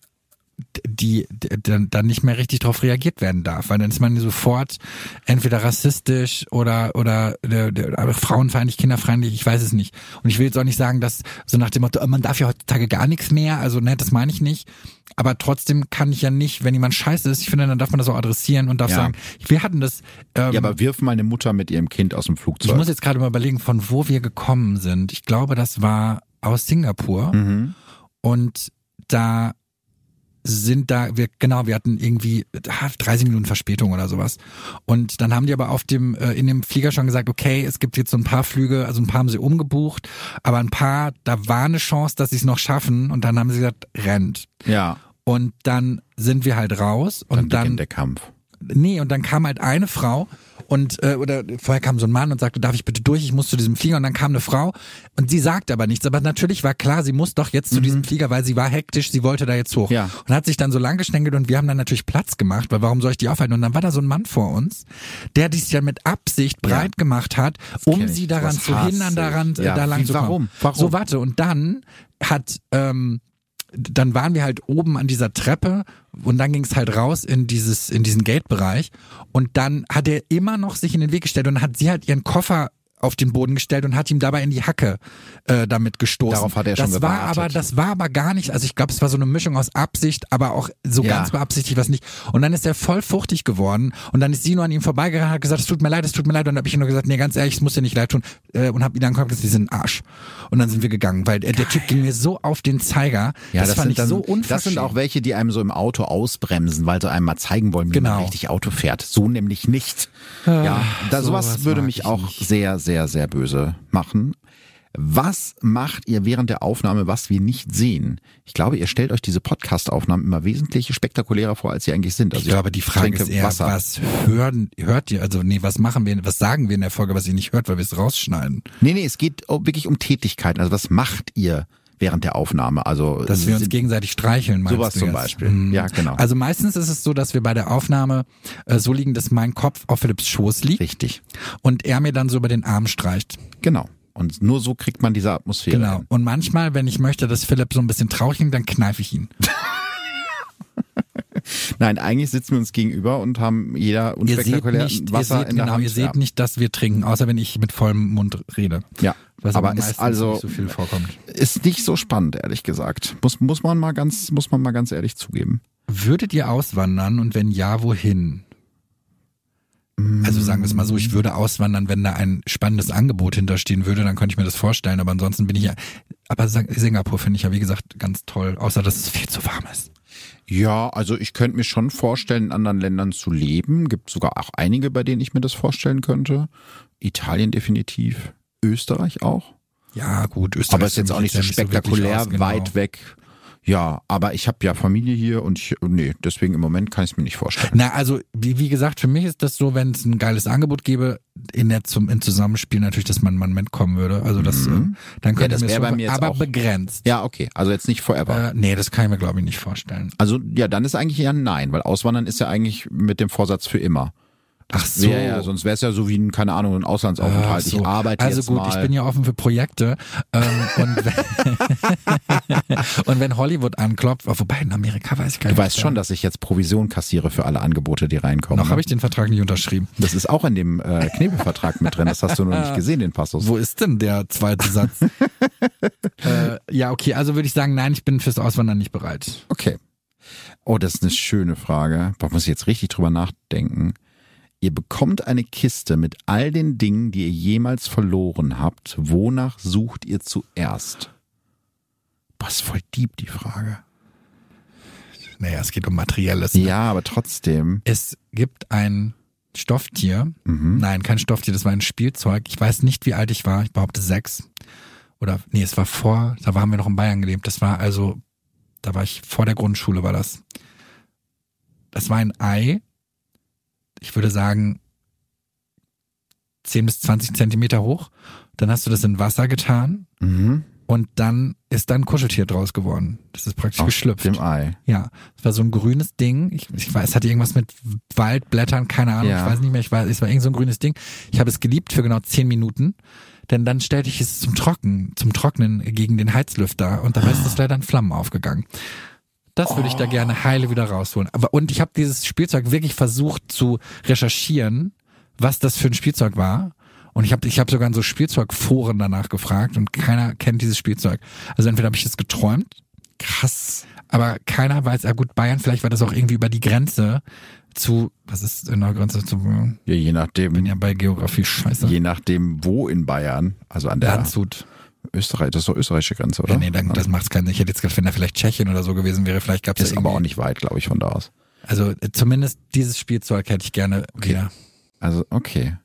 Speaker 2: die, die dann dann nicht mehr richtig darauf reagiert werden darf, weil dann ist man sofort entweder rassistisch oder oder, oder, oder frauenfeindlich, kinderfeindlich, ich weiß es nicht. Und ich will jetzt auch nicht sagen, dass so nach dem Motto, äh, man darf ja heutzutage gar nichts mehr, also ne, das meine ich nicht. Aber trotzdem kann ich ja nicht, wenn jemand scheiße ist, ich finde, dann darf man das auch adressieren und darf
Speaker 1: Ja.
Speaker 2: sagen, wir hatten das. Ähm,
Speaker 1: ja, aber wirf mal eine Mutter mit ihrem Kind aus dem Flugzeug.
Speaker 2: ich muss jetzt gerade mal überlegen, von wo wir gekommen sind. Ich glaube, das war aus Singapur.
Speaker 1: Mhm.
Speaker 2: Und da sind da, wir, genau, wir hatten irgendwie ah, 30 Minuten Verspätung oder sowas. Und dann haben die aber auf dem, äh, in dem Flieger schon gesagt, okay, es gibt jetzt so ein paar Flüge, also ein paar haben sie umgebucht, aber ein paar, da war eine Chance, dass sie es noch schaffen. Und dann haben sie gesagt, rennt.
Speaker 1: ja,
Speaker 2: Und dann sind wir halt raus
Speaker 1: dann
Speaker 2: und
Speaker 1: beginnt
Speaker 2: dann
Speaker 1: der Kampf.
Speaker 2: Nee, und dann kam halt eine Frau und äh, oder vorher kam so ein Mann und sagte, darf ich bitte durch, ich muss zu diesem Flieger und dann kam eine Frau und sie sagte aber nichts, aber natürlich war klar, sie muss doch jetzt zu diesem Flieger, weil sie war hektisch, sie wollte da jetzt hoch
Speaker 1: Mhm. Ja.
Speaker 2: und hat sich dann so lang geschlängelt und wir haben dann natürlich Platz gemacht, weil warum soll ich die aufhalten und dann war da so ein Mann vor uns, der dies ja mit Absicht breit gemacht hat, um
Speaker 1: kenn ich.
Speaker 2: sie daran
Speaker 1: Sowas
Speaker 2: zu
Speaker 1: hasse
Speaker 2: hindern, daran
Speaker 1: ich.
Speaker 2: äh,
Speaker 1: Ja,
Speaker 2: da lang
Speaker 1: wie-
Speaker 2: zu kommen.
Speaker 1: warum? Warum?
Speaker 2: So warte und dann hat ähm, dann waren wir halt oben an dieser Treppe und dann ging es halt raus in dieses in diesen Geldbereich und dann hat er immer noch sich in den Weg gestellt und hat sie halt ihren Koffer auf den Boden gestellt und hat ihm dabei in die Hacke äh, damit gestoßen.
Speaker 1: Darauf hat er
Speaker 2: das
Speaker 1: schon
Speaker 2: war
Speaker 1: gewartet.
Speaker 2: aber das war aber gar nicht, also ich glaube, es war so eine Mischung aus Absicht, aber auch so
Speaker 1: Ja.
Speaker 2: ganz beabsichtigt was nicht. Und dann ist er voll fuchtig geworden und dann ist sie nur an ihm vorbeigerannt und hat gesagt, es tut mir leid, es tut mir leid. Und dann habe ich nur gesagt, nee, ganz ehrlich, es muss dir nicht leid tun. Äh, und habe ihn dann gesagt, sie sind ein Arsch. Und dann sind wir gegangen, weil der, der Typ ging mir so auf den Zeiger.
Speaker 1: Ja,
Speaker 2: das, Also fand
Speaker 1: sind
Speaker 2: ich
Speaker 1: dann,
Speaker 2: so
Speaker 1: Das
Speaker 2: unverschämt.
Speaker 1: sind auch welche, die einem so im Auto ausbremsen, weil sie einem mal zeigen wollen, wie man
Speaker 2: Genau.
Speaker 1: richtig Auto fährt. So nämlich nicht. ja, da, sowas,
Speaker 2: sowas
Speaker 1: würde
Speaker 2: mag
Speaker 1: mich
Speaker 2: ich
Speaker 1: auch sehr, sehr, sehr böse machen. Was macht ihr während der Aufnahme, was wir nicht sehen? Ich glaube, ihr stellt euch diese Podcast-Aufnahmen immer wesentlich spektakulärer vor, als sie eigentlich sind. Also
Speaker 2: ich glaube, die Frage
Speaker 1: trinke
Speaker 2: ist eher,
Speaker 1: Wasser.
Speaker 2: was hören, hört ihr? Also nee, was machen wir, was sagen wir in der Folge, was ihr nicht hört, weil wir es rausschneiden?
Speaker 1: Nee, nee, es geht oh, wirklich um Tätigkeiten. Also was macht ihr während der Aufnahme? Also
Speaker 2: Dass wir uns
Speaker 1: sind-
Speaker 2: gegenseitig streicheln, meinst
Speaker 1: Sowas
Speaker 2: du
Speaker 1: zum
Speaker 2: jetzt?
Speaker 1: Beispiel. Ja, genau.
Speaker 2: Also meistens ist es so, dass wir bei der Aufnahme äh, so liegen, dass mein Kopf auf Philipps Schoß liegt
Speaker 1: richtig.
Speaker 2: und er mir dann so über den Arm streicht.
Speaker 1: Genau. Und nur so kriegt man diese Atmosphäre.
Speaker 2: Genau.
Speaker 1: hin.
Speaker 2: Und manchmal, wenn ich möchte, dass Philipp so ein bisschen traurig klingt, dann kneife ich ihn.
Speaker 1: Nein, eigentlich sitzen wir uns gegenüber und haben jeder
Speaker 2: Ihr seht
Speaker 1: unspektakulär
Speaker 2: nicht, ihr
Speaker 1: Wasser
Speaker 2: seht,
Speaker 1: in der
Speaker 2: genau,
Speaker 1: Hand.
Speaker 2: ihr seht
Speaker 1: ja.
Speaker 2: nicht, dass wir trinken, außer wenn ich mit vollem Mund rede.
Speaker 1: Ja.
Speaker 2: Was
Speaker 1: Aber
Speaker 2: aber,
Speaker 1: ist
Speaker 2: meistens
Speaker 1: also-
Speaker 2: nicht so viel vorkommt.
Speaker 1: Ist nicht so spannend, ehrlich gesagt. Muss, muss man mal ganz, muss man mal ganz ehrlich zugeben.
Speaker 2: Würdet ihr auswandern und wenn ja, wohin? Also sagen wir es mal so, ich würde auswandern, wenn da ein spannendes Angebot hinterstehen würde, dann könnte ich mir das vorstellen, aber ansonsten bin ich ja, aber Sa- Singapur finde ich ja wie gesagt ganz toll, außer dass es viel zu warm ist.
Speaker 1: Ja, also ich könnte mir schon vorstellen, in anderen Ländern zu leben. Gibt sogar auch einige, bei denen ich mir das vorstellen könnte. Italien definitiv. Österreich auch.
Speaker 2: Ja gut, Österreich
Speaker 1: Aber ist jetzt auch nicht so spektakulär
Speaker 2: genau.
Speaker 1: weit weg. Ja, aber ich habe ja Familie hier und ich, nee, deswegen im Moment kann ich es mir nicht vorstellen.
Speaker 2: Na, also wie, wie gesagt, für mich ist das so, wenn es ein geiles Angebot gäbe, in der zum in Zusammenspiel natürlich, dass man Mann kommen würde. Also das, äh, dann könnte
Speaker 1: Mhm. das
Speaker 2: mir
Speaker 1: wär
Speaker 2: schon-
Speaker 1: bei mir jetzt
Speaker 2: aber
Speaker 1: auch-
Speaker 2: begrenzt.
Speaker 1: Ja, okay. Also jetzt nicht forever.
Speaker 2: Äh, nee, das kann ich mir glaube ich nicht vorstellen.
Speaker 1: Also ja, dann ist eigentlich eher ein Nein, weil Auswandern ist ja eigentlich mit dem Vorsatz für immer.
Speaker 2: Ach so.
Speaker 1: Ja, ja, sonst wäre es ja so wie ein, keine Ahnung, ein
Speaker 2: Ach
Speaker 1: Auslandsaufenthalt.
Speaker 2: so.
Speaker 1: halt, Ich arbeite
Speaker 2: also
Speaker 1: jetzt
Speaker 2: gut,
Speaker 1: mal.
Speaker 2: ich bin ja offen für Projekte. Ähm, und, wenn, und wenn Hollywood anklopft, oh, wobei in Amerika weiß ich gar
Speaker 1: Du
Speaker 2: nicht. äh,
Speaker 1: weißt schon, ne? dass ich jetzt Provision kassiere für alle Angebote, die reinkommen.
Speaker 2: Noch habe ich den Vertrag nicht unterschrieben.
Speaker 1: das ist auch in dem äh, Knebelvertrag mit drin. Das hast du noch nicht gesehen, den Passus.
Speaker 2: Wo ist denn der zweite Satz? äh, ja, okay, also würde ich sagen, nein, ich bin fürs Auswandern nicht bereit.
Speaker 1: Okay. Oh, das ist eine schöne Frage. Da muss ich jetzt richtig drüber nachdenken. Ihr bekommt eine Kiste mit all den Dingen, die ihr jemals verloren habt. Wonach sucht ihr zuerst? Was voll deep die Frage.
Speaker 2: Naja, es geht um Materielles.
Speaker 1: Ja, aber trotzdem.
Speaker 2: Es gibt ein Stofftier.
Speaker 1: mhm,
Speaker 2: Nein, kein Stofftier, das war ein Spielzeug. Ich weiß nicht, wie alt ich war. Ich behaupte sechs. Oder, nee, es war vor, da waren wir noch in Bayern gelebt. Das war also, da war ich vor der Grundschule, war das. Das war ein Ei. Ich würde sagen, 10 bis 20 Zentimeter hoch. Dann hast du das in Wasser getan.
Speaker 1: Mhm.
Speaker 2: Und dann ist da ein Kuscheltier draus geworden. Das ist praktisch geschlüpft.
Speaker 1: Dem Ei.
Speaker 2: Ja, es war so ein grünes Ding. Ich, ich weiß, es hatte irgendwas mit Waldblättern, keine Ahnung,
Speaker 1: Ja.
Speaker 2: ich weiß nicht mehr. Ich weiß, es war irgend so ein grünes Ding. Ich habe es geliebt für genau zehn Minuten, denn dann stellte ich es zum Trocken, zum Trocknen gegen den Heizlüfter und dabei ist es leider in Flammen aufgegangen. Das würde ich da gerne heile wieder rausholen. Aber und ich habe dieses Spielzeug wirklich versucht zu recherchieren, was das für ein Spielzeug war. Und ich habe ich hab sogar in so Spielzeugforen danach gefragt und keiner kennt dieses Spielzeug. Also entweder habe ich es geträumt
Speaker 1: Krass.
Speaker 2: aber keiner weiß, ja gut, Bayern, vielleicht war das auch irgendwie über die Grenze zu, was ist in der Grenze zu, bin
Speaker 1: Ja, je nachdem,
Speaker 2: ja bei Geografie scheiße.
Speaker 1: je nachdem, wo in Bayern, also an der
Speaker 2: Landshut.
Speaker 1: Österreich, das ist doch österreichische Grenze, oder?
Speaker 2: Ja, nee, dann, das macht's keinen Sinn. Ich hätte jetzt gedacht, wenn da vielleicht Tschechien oder so gewesen wäre, vielleicht gab's
Speaker 1: ist
Speaker 2: da
Speaker 1: aber
Speaker 2: irgendwie-
Speaker 1: auch nicht weit, glaube ich, von da aus.
Speaker 2: Also äh, zumindest dieses Spielzeug hätte ich gerne okay. wieder.
Speaker 1: Also, okay.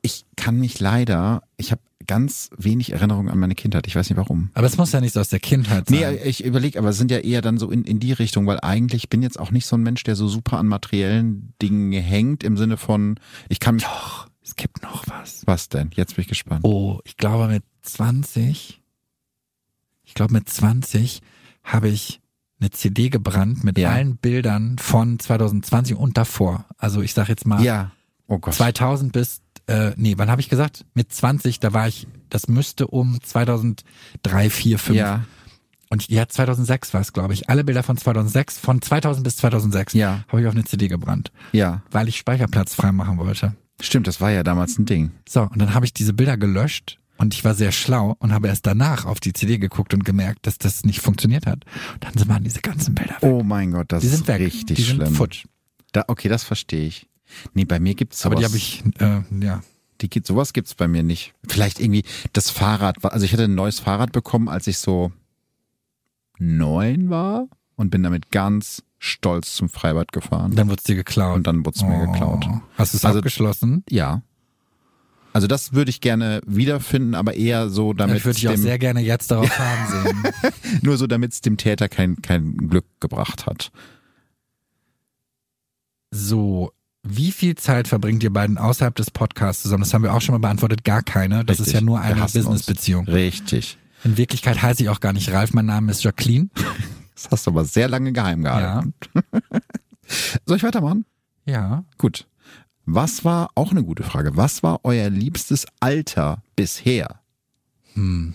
Speaker 1: Ich kann mich leider, ich habe ganz wenig Erinnerung an meine Kindheit. Ich weiß nicht warum.
Speaker 2: Aber es muss ja nicht so aus der Kindheit sein.
Speaker 1: Nee, ich überlege, aber es sind ja eher dann so in, in die Richtung, weil eigentlich bin jetzt auch nicht so ein Mensch, der so super an materiellen Dingen hängt, im Sinne von, ich kann mich.
Speaker 2: Doch, es gibt noch was.
Speaker 1: Was denn? Jetzt bin ich gespannt.
Speaker 2: Oh, ich glaube mit 20, ich glaube mit 20 habe ich eine CD gebrannt mit
Speaker 1: Ja.
Speaker 2: allen Bildern von 2020 und davor. Also ich sag jetzt mal
Speaker 1: Ja. Oh Gott.
Speaker 2: 2000 bis, äh, nee, wann habe ich gesagt? Mit 20, da war ich, das müsste um 2003, 4, 5.
Speaker 1: Ja.
Speaker 2: Und ja, 2006 war es, glaube ich. Alle Bilder von 2006, von 2000 bis 2006,
Speaker 1: Ja.
Speaker 2: habe ich auf eine CD gebrannt,
Speaker 1: Ja.
Speaker 2: weil ich Speicherplatz freimachen wollte.
Speaker 1: Stimmt, das war ja damals ein Ding.
Speaker 2: So, und dann habe ich diese Bilder gelöscht und ich war sehr schlau und habe erst danach auf die CD geguckt und gemerkt, dass das nicht funktioniert hat. Und dann sind waren diese ganzen Bilder weg.
Speaker 1: Oh mein Gott, das
Speaker 2: die sind
Speaker 1: ist
Speaker 2: weg.
Speaker 1: richtig
Speaker 2: die
Speaker 1: schlimm.
Speaker 2: sind futsch.
Speaker 1: Da, okay, das verstehe ich. Nee, bei mir gibt's
Speaker 2: Aber
Speaker 1: sowas.
Speaker 2: die habe ich, äh, ja.
Speaker 1: Die, gibt- sowas gibt's bei mir nicht. Vielleicht irgendwie das Fahrrad. war- Also ich hatte ein neues Fahrrad bekommen, als ich so neun war und bin damit ganz stolz zum Freibad gefahren.
Speaker 2: Dann wurde es dir geklaut.
Speaker 1: Und dann wurde es mir
Speaker 2: Oh.
Speaker 1: geklaut.
Speaker 2: Hast du es
Speaker 1: Also-
Speaker 2: abgeschlossen?
Speaker 1: Ja. Also das würde ich gerne wiederfinden, aber eher so damit
Speaker 2: ich würde dich auch
Speaker 1: dem-
Speaker 2: sehr gerne jetzt darauf fahren sehen.
Speaker 1: nur so damit es dem Täter kein kein Glück gebracht hat.
Speaker 2: So, wie viel Zeit verbringt ihr beiden außerhalb des Podcasts zusammen? Das haben wir auch schon mal beantwortet. Gar keine. Das ist
Speaker 1: Richtig.
Speaker 2: ja nur
Speaker 1: Wir
Speaker 2: eine
Speaker 1: hassen uns.
Speaker 2: Businessbeziehung.
Speaker 1: Richtig.
Speaker 2: In Wirklichkeit heiße ich auch gar nicht Ralf. Mein Name ist Jacqueline.
Speaker 1: Das hast du aber sehr lange geheim
Speaker 2: Ja.
Speaker 1: gehalten. Soll ich weitermachen?
Speaker 2: Ja.
Speaker 1: Gut. Was war auch eine gute Frage? Was war euer liebstes Alter bisher?
Speaker 2: Hm.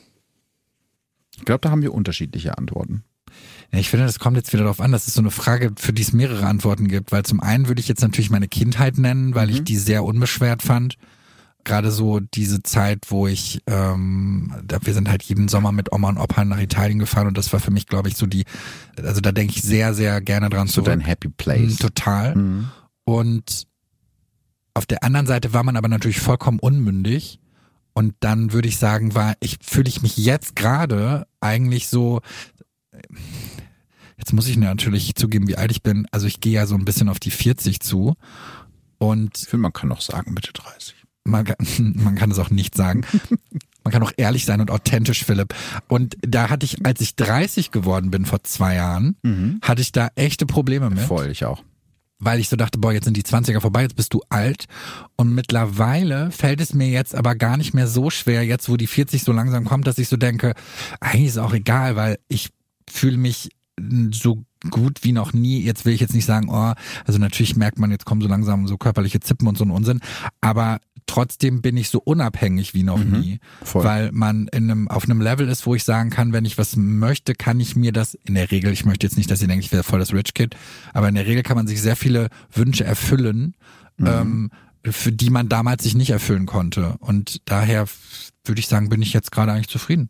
Speaker 1: Ich glaube, da haben wir unterschiedliche Antworten.
Speaker 2: Ja, Ich finde, das kommt jetzt wieder darauf an. Das ist so eine Frage, für die es mehrere Antworten gibt. Weil zum einen würde ich jetzt natürlich meine Kindheit nennen, weil
Speaker 1: Mhm.
Speaker 2: ich die sehr unbeschwert fand. Gerade so diese Zeit, wo ich, ähm, da- wir sind halt jeden Sommer mit Oma und Opa nach Italien gefahren und das war für mich, glaube ich, so die, also da denke ich sehr, sehr gerne dran
Speaker 1: So
Speaker 2: zurück.
Speaker 1: dein Happy Place.
Speaker 2: Mm, Total.
Speaker 1: Mhm.
Speaker 2: Und auf der anderen Seite war man aber natürlich vollkommen unmündig. Und dann würde ich sagen, war ich fühle ich mich jetzt gerade eigentlich so. Jetzt muss ich natürlich zugeben, wie alt ich bin. Also ich gehe ja so ein bisschen auf die 40 zu. Und
Speaker 1: Ich finde, man kann auch sagen, Mitte 30.
Speaker 2: man kann, man kann es auch nicht sagen. Man kann auch ehrlich sein und authentisch, Philipp. Und da hatte ich, als ich 30 geworden bin vor zwei Jahren, hatte ich da echte Probleme mit
Speaker 1: Voll, ich auch.
Speaker 2: weil ich so dachte, boah, jetzt sind die 20er vorbei, jetzt bist du alt. Und mittlerweile fällt es mir jetzt aber gar nicht mehr so schwer, jetzt wo die 40 so langsam kommt, dass ich so denke, eigentlich ist auch egal, weil ich fühle mich so gut wie noch nie. Jetzt will ich jetzt nicht sagen, oh, also natürlich merkt man, jetzt kommen so langsam so körperliche Zippen und so ein Unsinn, aber trotzdem bin ich so unabhängig wie noch nie,
Speaker 1: Voll.
Speaker 2: weil man in einem, auf einem Level ist, wo ich sagen kann, wenn ich was möchte, kann ich mir das, in der Regel, ich möchte jetzt nicht, dass ihr denkt, ich wäre voll das Rich Kid, aber in der Regel kann man sich sehr viele Wünsche erfüllen,
Speaker 1: Mhm.
Speaker 2: ähm, für die man damals sich nicht erfüllen konnte. Und daher f- würde ich sagen, bin ich jetzt gerade eigentlich zufrieden.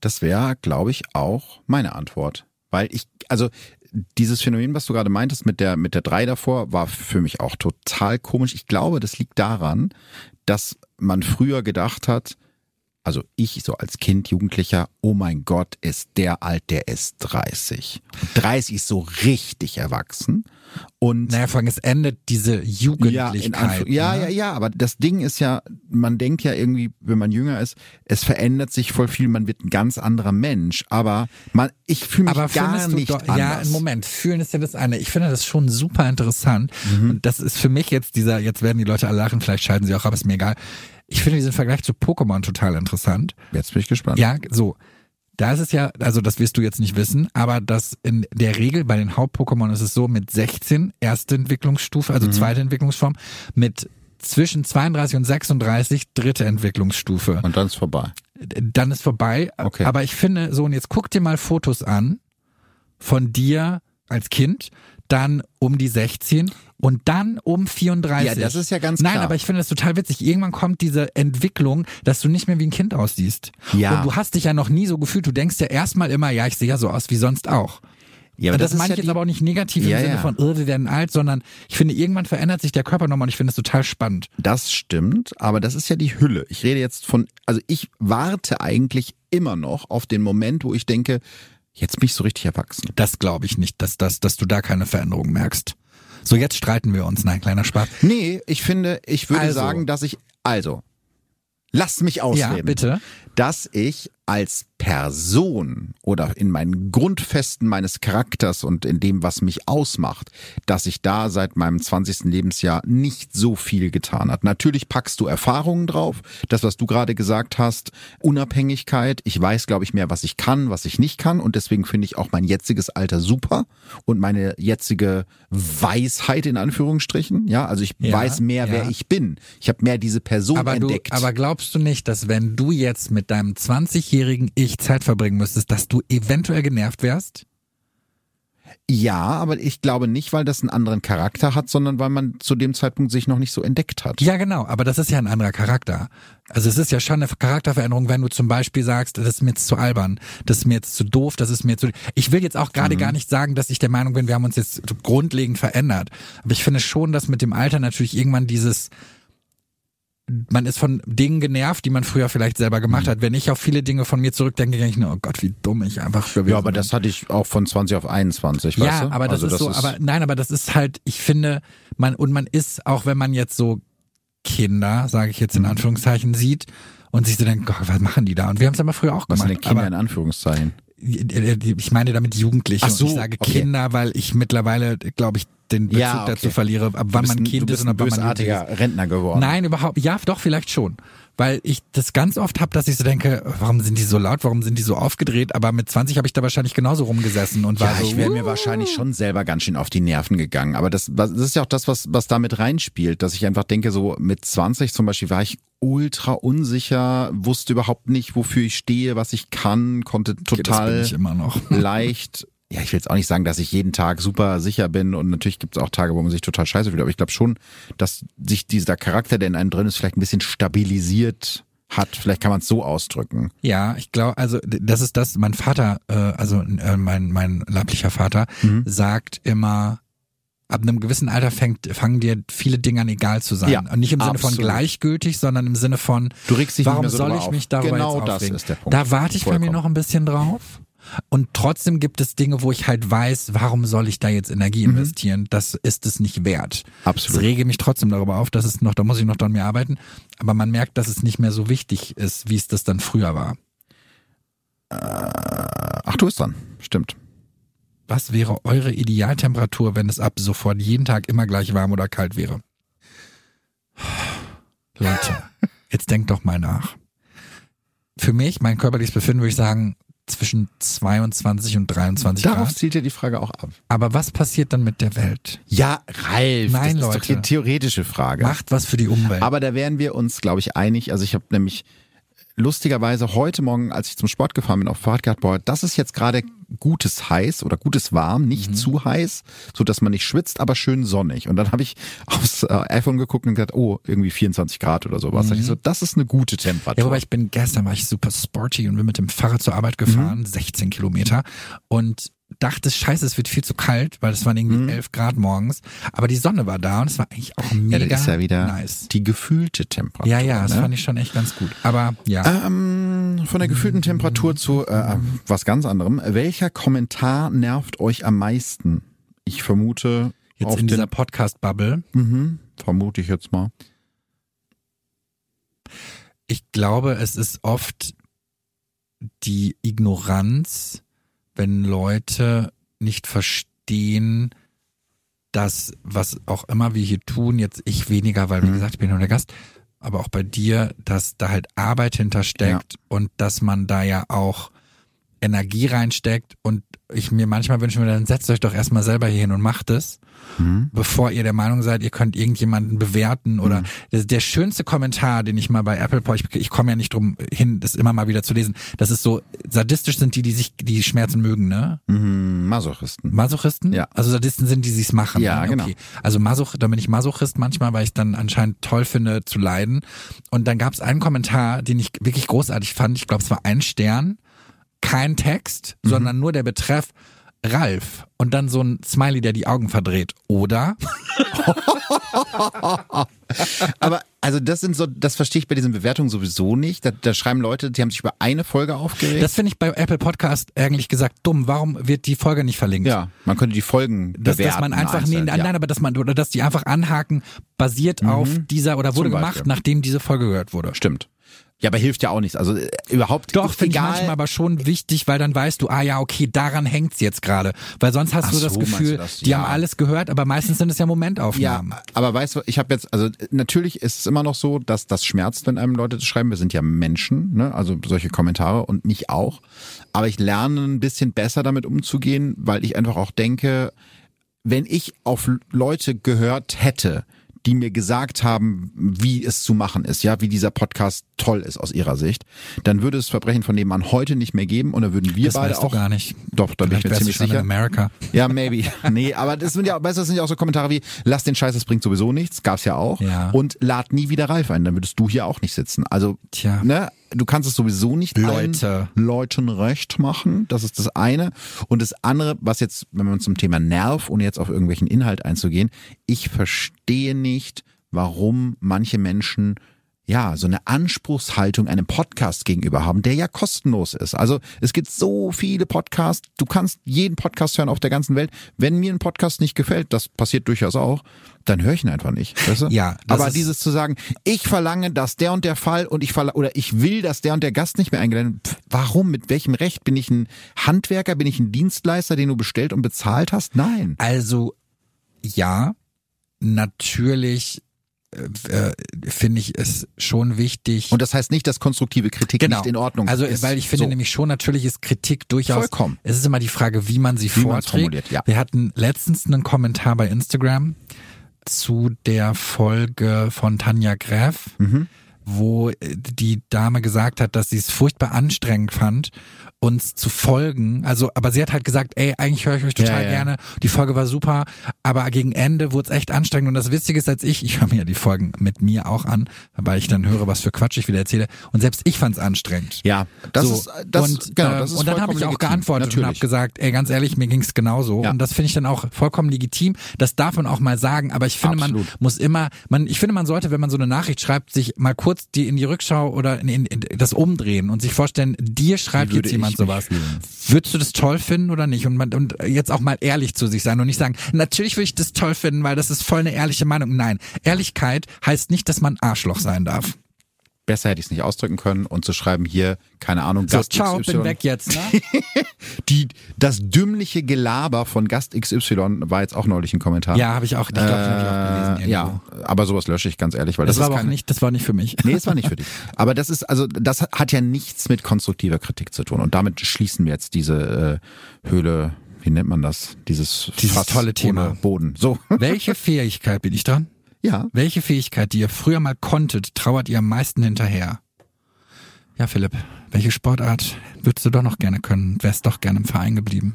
Speaker 1: Das wäre, glaube ich, auch meine Antwort. Weil ich, also dieses Phänomen, was du gerade meintest mit der, mit der 3 davor, war für mich auch total komisch. Ich glaube, das liegt daran, dass man früher gedacht hat, also ich so als Kind, Jugendlicher, oh mein Gott, ist der alt, der ist 30. Und 30 ist so richtig erwachsen. Und
Speaker 2: Naja, vor allem, es endet diese
Speaker 1: ja, in
Speaker 2: Jugendlichkeit.
Speaker 1: Anführ- ja,
Speaker 2: ne?
Speaker 1: ja, ja, aber das Ding ist ja, man denkt ja irgendwie, wenn man jünger ist, es verändert sich voll viel, man wird ein ganz anderer Mensch, aber man, ich fühle mich
Speaker 2: Aber
Speaker 1: gar
Speaker 2: findest du
Speaker 1: nicht
Speaker 2: doch,
Speaker 1: anders.
Speaker 2: ja, Moment, fühlen ist ja das eine. Ich finde das schon super interessant.
Speaker 1: Mhm.
Speaker 2: Und das ist für mich jetzt dieser, jetzt werden die Leute alle lachen, vielleicht scheiden sie auch, aber ist mir egal. Ich finde diesen Vergleich zu Pokémon total interessant.
Speaker 1: Jetzt bin ich gespannt.
Speaker 2: Ja, so. Da ist es ja, also das wirst du jetzt nicht wissen, aber das in der Regel bei den Haupt-Pokémon ist es so, mit 16 erste Entwicklungsstufe,
Speaker 1: Mhm.
Speaker 2: also zweite Entwicklungsform, mit zwischen 32 und 36 dritte Entwicklungsstufe.
Speaker 1: Und dann ist vorbei.
Speaker 2: Dann ist vorbei.
Speaker 1: Okay.
Speaker 2: Aber ich finde, so, und jetzt guck dir mal Fotos an von dir als Kind, dann um die 16 und dann um 34.
Speaker 1: Ja, das ist ja ganz
Speaker 2: Nein,
Speaker 1: klar.
Speaker 2: aber ich finde das total witzig. Irgendwann kommt diese Entwicklung, dass du nicht mehr wie ein Kind aussiehst.
Speaker 1: Ja.
Speaker 2: Und du hast dich ja noch nie so gefühlt. Du denkst ja erstmal immer, ja, ich sehe ja so aus wie sonst auch.
Speaker 1: Ja,
Speaker 2: das meine ich jetzt aber auch nicht negativ im
Speaker 1: Ja,
Speaker 2: Sinne
Speaker 1: ja.
Speaker 2: von, oh, wir werden alt, sondern ich finde, irgendwann verändert sich der Körper nochmal und ich finde es total spannend.
Speaker 1: Das stimmt, aber das ist ja die Hülle. Ich rede jetzt von, also ich warte eigentlich immer noch auf den Moment, wo ich denke, jetzt bin ich so richtig erwachsen.
Speaker 2: Das glaube ich nicht, dass, dass, dass du da keine Veränderung merkst. So, jetzt streiten wir uns. Nein, kleiner Spaß.
Speaker 1: Nee, ich finde, ich würde
Speaker 2: Also.
Speaker 1: sagen, dass ich, also, Lass mich ausreden.
Speaker 2: Ja, bitte.
Speaker 1: Dass ich als Person oder in meinen Grundfesten meines Charakters und in dem, was mich ausmacht, dass ich da seit meinem 20. Lebensjahr nicht so viel getan hat. Natürlich packst du Erfahrungen drauf. Das, was du gerade gesagt hast, Unabhängigkeit. Ich weiß, glaube ich, mehr, was ich kann, was ich nicht kann. Und deswegen finde ich auch mein jetziges Alter super und meine jetzige Weisheit in Anführungsstrichen. Ja, also ich
Speaker 2: Ja,
Speaker 1: weiß mehr, wer
Speaker 2: ja.
Speaker 1: ich bin. Ich habe mehr diese Person
Speaker 2: Aber, du,
Speaker 1: entdeckt.
Speaker 2: aber glaubst du nicht, dass wenn du jetzt mit deinem 20-jährigen Ich Zeit verbringen müsstest, dass du eventuell genervt wärst?
Speaker 1: Ja, aber ich glaube nicht, weil das einen anderen Charakter hat, sondern weil man zu dem Zeitpunkt sich noch nicht so entdeckt hat.
Speaker 2: Ja, genau, aber das ist ja ein anderer Charakter. Also es ist ja schon eine Charakterveränderung, wenn du zum Beispiel sagst, das ist mir jetzt zu albern, das ist mir jetzt zu doof, das ist mir zu... Ich will jetzt auch
Speaker 1: Mhm.
Speaker 2: gerade gar nicht sagen, dass ich der Meinung bin, wir haben uns jetzt grundlegend verändert. Aber ich finde schon, dass mit dem Alter natürlich irgendwann dieses... Man ist von Dingen genervt, die man früher vielleicht selber gemacht
Speaker 1: Mhm.
Speaker 2: hat. Wenn ich auf viele Dinge von mir zurückdenke, denke ich nur, oh Gott, wie dumm ich einfach gewesen
Speaker 1: Ja, aber
Speaker 2: bin.
Speaker 1: das hatte ich auch von 20 auf 21, weißt
Speaker 2: Ja,
Speaker 1: du?
Speaker 2: aber das
Speaker 1: Also
Speaker 2: ist so, aber nein, aber das ist halt, ich finde, man, und man ist, auch wenn man jetzt so Kinder, sage ich jetzt
Speaker 1: Mhm.
Speaker 2: in Anführungszeichen, sieht und sich so denkt, Gott, was machen die da? Und wir haben es ja mal früher auch
Speaker 1: Was
Speaker 2: gemacht.
Speaker 1: sind denn Kinder in
Speaker 2: aber,
Speaker 1: Anführungszeichen?
Speaker 2: ich meine damit Jugendliche.
Speaker 1: Ach so,
Speaker 2: und ich sage
Speaker 1: okay.
Speaker 2: Kinder, weil ich mittlerweile, glaube ich, den Bezug
Speaker 1: Ja, okay.
Speaker 2: dazu verliere, ab wann man Kind
Speaker 1: du
Speaker 2: ist
Speaker 1: bist
Speaker 2: und ab
Speaker 1: ein
Speaker 2: wann man Jugendlich ist.
Speaker 1: bösartiger Rentner geworden.
Speaker 2: Nein, überhaupt. Ja, doch, vielleicht schon. Weil ich das ganz oft habe, dass ich so denke, warum sind die so laut, warum sind die so aufgedreht? Aber mit 20 habe ich da wahrscheinlich genauso rumgesessen und war
Speaker 1: Ja,
Speaker 2: so, "Uh,
Speaker 1: ich wäre mir wahrscheinlich schon selber ganz schön auf die Nerven gegangen. Aber das, was- das ist ja auch das, was, was damit reinspielt, dass ich einfach denke, so mit 20 zum Beispiel war ich ultra unsicher, wusste überhaupt nicht, wofür ich stehe, was ich kann, konnte
Speaker 2: Das bin
Speaker 1: total
Speaker 2: ich immer noch.
Speaker 1: leicht. Ja, ich will jetzt auch nicht sagen, dass ich jeden Tag super sicher bin und natürlich gibt es auch Tage, wo man sich total scheiße fühlt, aber ich glaube schon, dass sich dieser Charakter, der in einem drin ist, vielleicht ein bisschen stabilisiert hat. Vielleicht kann man es so ausdrücken.
Speaker 2: Ja, ich glaube, also d- das ist das, mein Vater, äh, also äh, mein, mein leiblicher Vater,
Speaker 1: Mhm.
Speaker 2: sagt immer, ab einem gewissen Alter fängt, fangen dir viele Dinge an egal zu sein.
Speaker 1: Ja,
Speaker 2: Und nicht im Sinne von
Speaker 1: absolut.
Speaker 2: gleichgültig, sondern im Sinne von,
Speaker 1: Du regst dich nicht
Speaker 2: warum
Speaker 1: mehr so
Speaker 2: soll
Speaker 1: drüber
Speaker 2: ich
Speaker 1: auf.
Speaker 2: mich darüber
Speaker 1: Genau
Speaker 2: jetzt
Speaker 1: das
Speaker 2: aufregen?
Speaker 1: ist der Punkt.
Speaker 2: Da warte ich bei mir
Speaker 1: Vollkommen.
Speaker 2: noch ein bisschen drauf. Und trotzdem gibt es Dinge, wo ich halt weiß, warum soll ich da jetzt Energie investieren? Das ist es nicht wert.
Speaker 1: Mhm. Absolut.
Speaker 2: Es rege mich trotzdem darüber auf, dass es noch, da muss ich noch an mir arbeiten. Aber man merkt, dass es nicht mehr so wichtig ist, wie es das dann früher war.
Speaker 1: Ach, du bist dran. Stimmt.
Speaker 2: Was wäre eure Idealtemperatur, wenn es ab sofort jeden Tag immer gleich warm oder kalt wäre? Leute, jetzt denkt doch mal nach. Für mich, mein körperliches Befinden, würde ich sagen, zwischen 22 und 23
Speaker 1: Darauf
Speaker 2: Grad.
Speaker 1: zielt ja die Frage auch ab.
Speaker 2: Aber was passiert dann mit der Welt?
Speaker 1: Ja, Ralf,
Speaker 2: Nein,
Speaker 1: das ist doch
Speaker 2: Leute.
Speaker 1: eine theoretische Frage.
Speaker 2: Macht was für die Umwelt.
Speaker 1: Aber da wären wir uns, glaube ich, einig. Also ich habe nämlich lustigerweise heute Morgen, als ich zum Sport gefahren bin, auf Fahrt gehabt, boah, das ist jetzt gerade gutes heiß oder gutes warm, nicht
Speaker 2: Mhm.
Speaker 1: zu heiß, so dass man nicht schwitzt, aber schön sonnig. Und dann habe ich aufs äh, iPhone geguckt und gesagt, oh, irgendwie 24 Grad oder sowas. Da
Speaker 2: Mhm.
Speaker 1: dachte ich so, das ist eine gute
Speaker 2: Ja,
Speaker 1: Temperatur.
Speaker 2: wobei ich bin gestern war ich super sporty und bin mit dem Fahrrad zur Arbeit gefahren,
Speaker 1: Mhm.
Speaker 2: 16 Kilometer und dachte, scheiße, es wird viel zu kalt, weil es waren irgendwie
Speaker 1: Mhm.
Speaker 2: 11 Grad morgens, aber die Sonne war da und es war eigentlich auch mega
Speaker 1: ja, das ist ja wieder
Speaker 2: nice.
Speaker 1: die gefühlte Temperatur.
Speaker 2: Ja, ja, das
Speaker 1: ne?
Speaker 2: fand ich schon echt ganz gut, aber ja.
Speaker 1: Ähm, von der gefühlten Temperatur zu äh, was ganz anderem. Welcher Kommentar nervt euch am meisten? Ich vermute
Speaker 2: Jetzt
Speaker 1: auf
Speaker 2: in
Speaker 1: den
Speaker 2: dieser Podcast-Bubble.
Speaker 1: Mhm, vermute ich jetzt mal.
Speaker 2: Ich glaube, es ist oft die Ignoranz, wenn Leute nicht verstehen, dass was auch immer wir hier tun, jetzt ich weniger, weil wie
Speaker 1: Mhm.
Speaker 2: gesagt, ich bin nur der Gast, aber auch bei dir, dass da halt Arbeit hintersteckt und dass man da ja auch Energie reinsteckt und ich mir manchmal wünschen würde, dann setzt euch doch erstmal selber hier hin und macht es,
Speaker 1: Mhm.
Speaker 2: bevor ihr der Meinung seid, ihr könnt irgendjemanden bewerten oder der, der schönste Kommentar, den ich mal bei Apple, Pod- ich, ich komme ja nicht drum hin, das immer mal wieder zu lesen, das ist so, sadistisch sind die, die sich, die Schmerzen mögen, ne?
Speaker 1: Mhm, Masochisten.
Speaker 2: Masochisten?
Speaker 1: Ja.
Speaker 2: Also Sadisten sind, die sich's machen.
Speaker 1: Ja,
Speaker 2: ne?
Speaker 1: genau.
Speaker 2: Also Masoch, dann bin ich Masochist manchmal, weil ich dann anscheinend toll finde zu leiden. Und dann gab's einen Kommentar, den ich wirklich großartig fand. Ich glaube, es war ein Stern, kein Text,
Speaker 1: Mhm.
Speaker 2: sondern nur der Betreff Ralf und dann so ein Smiley, der die Augen verdreht. Oder?
Speaker 1: Aber also das sind so, das verstehe ich bei diesen Bewertungen sowieso nicht. Da, da schreiben Leute, die haben sich über eine Folge aufgeregt.
Speaker 2: Das finde ich bei Apple Podcast eigentlich gesagt dumm. Warum wird die Folge nicht verlinkt?
Speaker 1: ja, man könnte die Folgen
Speaker 2: Dass,
Speaker 1: bewerten.
Speaker 2: dass man einfach, nee,
Speaker 1: einzeln,
Speaker 2: nein,
Speaker 1: ja. Mhm.
Speaker 2: aber dass man, oder dass die einfach anhaken, basiert auf dieser, oder wurde
Speaker 1: Zum
Speaker 2: gemacht,
Speaker 1: Beispiel.
Speaker 2: nachdem diese Folge gehört wurde.
Speaker 1: Stimmt. Ja, aber hilft ja auch nichts. Also äh, überhaupt
Speaker 2: Doch,
Speaker 1: ist
Speaker 2: finde ich
Speaker 1: egal.
Speaker 2: manchmal aber schon wichtig, weil dann weißt du, ah ja, okay, daran hängt's jetzt gerade. Weil sonst hast
Speaker 1: Ach
Speaker 2: du das
Speaker 1: so, meinst du
Speaker 2: Gefühl,
Speaker 1: das?
Speaker 2: die
Speaker 1: Ja.
Speaker 2: haben alles gehört, aber meistens sind es ja
Speaker 1: ja,
Speaker 2: Momentaufnahmen.
Speaker 1: aber weißt du, ich habe jetzt, also äh, natürlich ist es immer noch so, dass das schmerzt, wenn einem Leute das schreiben. Wir sind ja Menschen, ne? also solche Kommentare und mich auch. Aber ich lerne ein bisschen besser damit umzugehen, weil ich einfach auch denke, wenn ich auf Leute gehört hätte, die mir gesagt haben, wie es zu machen ist, ja, wie dieser Podcast toll ist aus ihrer Sicht, dann würde es Verbrechen von nebenan heute nicht mehr geben und dann würden wir
Speaker 2: Das
Speaker 1: beide
Speaker 2: weißt du
Speaker 1: auch
Speaker 2: gar nicht.
Speaker 1: Doch, da bin ich
Speaker 2: Vielleicht
Speaker 1: mir
Speaker 2: wärst du
Speaker 1: ziemlich
Speaker 2: schon
Speaker 1: sicher.
Speaker 2: in America.
Speaker 1: Ja, maybe. Nee, aber das sind ja, weißt du, das sind ja auch so Kommentare wie, lass den Scheiß, das bringt sowieso nichts, gab's ja auch.
Speaker 2: Ja.
Speaker 1: Und lad nie wieder Ralf ein, dann würdest du hier auch nicht sitzen. Also,
Speaker 2: Tja.
Speaker 1: ne, du kannst es sowieso nicht allen
Speaker 2: Leute.
Speaker 1: Leuten recht machen. Das ist das eine. Und das andere, was jetzt, wenn man zum Thema Nerv, ohne jetzt auf irgendwelchen Inhalt einzugehen, ich verstehe nicht, warum manche Menschen ja, so eine Anspruchshaltung einem Podcast gegenüber haben, der ja kostenlos ist. Also es gibt so viele Podcasts, du kannst jeden Podcast hören auf der ganzen Welt. Wenn mir ein Podcast nicht gefällt, das passiert durchaus auch, dann höre ich ihn einfach nicht. Weißt du?
Speaker 2: Ja, das
Speaker 1: Aber
Speaker 2: ist-
Speaker 1: dieses zu sagen, ich verlange, dass der und der Fall und ich verla oder ich will, dass der und der Gast nicht mehr eingeladen wird. Pff, Warum? Mit welchem Recht? Bin ich ein Handwerker? Bin ich ein Dienstleister, den du bestellt und bezahlt hast? Nein.
Speaker 2: Also, ja, natürlich äh, äh, finde ich es schon wichtig.
Speaker 1: Und das heißt nicht, dass konstruktive Kritik
Speaker 2: genau.
Speaker 1: nicht in Ordnung
Speaker 2: also,
Speaker 1: ist.
Speaker 2: weil ich finde
Speaker 1: So.
Speaker 2: nämlich schon, natürlich ist Kritik durchaus.
Speaker 1: Vollkommen.
Speaker 2: Es ist immer die Frage, wie man sie
Speaker 1: Wie man's
Speaker 2: vorträgt.
Speaker 1: formuliert, ja.
Speaker 2: Wir hatten letztens einen Kommentar bei Instagram zu der Folge von Tanja Gräf,
Speaker 1: Mhm.
Speaker 2: wo äh, die Dame gesagt hat, dass sie es furchtbar anstrengend fand, uns zu folgen. Also, aber sie hat halt gesagt, ey, eigentlich höre ich euch total
Speaker 1: Ja, ja.
Speaker 2: gerne. Die Folge war super, aber gegen Ende wurde es echt anstrengend. Und das Witzige ist, als ich, ich höre mir die Folgen mit mir auch an, weil ich dann höre, was für Quatsch ich wieder erzähle. Und selbst ich fand es anstrengend.
Speaker 1: Ja, das
Speaker 2: So,
Speaker 1: ist das
Speaker 2: und,
Speaker 1: genau,
Speaker 2: äh,
Speaker 1: das ist
Speaker 2: und dann habe
Speaker 1: vollkommen
Speaker 2: ich auch
Speaker 1: legitim.
Speaker 2: geantwortet und habe
Speaker 1: Natürlich.
Speaker 2: gesagt, ey, ganz ehrlich, mir ging's genauso.
Speaker 1: Ja.
Speaker 2: Und das finde ich dann auch vollkommen legitim. Das darf man auch mal sagen. Aber ich finde, man
Speaker 1: Absolut.
Speaker 2: muss immer, man, ich finde, man sollte, wenn man so eine Nachricht schreibt, sich mal kurz die in die Rückschau oder in, in, in das umdrehen und sich vorstellen, dir schreibt
Speaker 1: würde
Speaker 2: jetzt jemand
Speaker 1: ich mich
Speaker 2: sowas.
Speaker 1: fühlen?
Speaker 2: Würdest du das toll finden oder nicht? Und, man, und jetzt auch mal ehrlich zu sich sein und nicht sagen, natürlich würde ich das toll finden, weil das ist voll eine ehrliche Meinung. Nein, Ehrlichkeit heißt nicht, dass man Arschloch sein darf.
Speaker 1: besser hätte ich es nicht ausdrücken können und zu schreiben hier, keine Ahnung,
Speaker 2: So,
Speaker 1: Gast
Speaker 2: ciao,
Speaker 1: XY.
Speaker 2: bin weg jetzt. Ne?
Speaker 1: Die, das dümmliche Gelaber von Gast XY war jetzt auch neulich ein Kommentar.
Speaker 2: ja, habe ich auch, ich glaube, das habe ich auch gelesen.
Speaker 1: äh,
Speaker 2: irgendwo.
Speaker 1: ja, aber sowas lösche ich ganz ehrlich, weil
Speaker 2: Das,
Speaker 1: das,
Speaker 2: war
Speaker 1: ist
Speaker 2: aber auch
Speaker 1: keine,
Speaker 2: nicht, das war nicht für mich.
Speaker 1: Nee, es war nicht für dich. Aber das ist, also, das hat ja nichts mit konstruktiver Kritik zu tun. Und damit schließen wir jetzt diese äh, Höhle, wie nennt man das? Dieses,
Speaker 2: Dieses
Speaker 1: Fass
Speaker 2: tolle Thema.
Speaker 1: Ohne Boden. So.
Speaker 2: Welche Fähigkeit bin ich dran?
Speaker 1: Ja.
Speaker 2: Welche Fähigkeit, die ihr früher mal konntet, trauert ihr am meisten hinterher? Ja, Philipp, welche Sportart würdest du doch noch gerne können? Wärst doch gerne im Verein geblieben?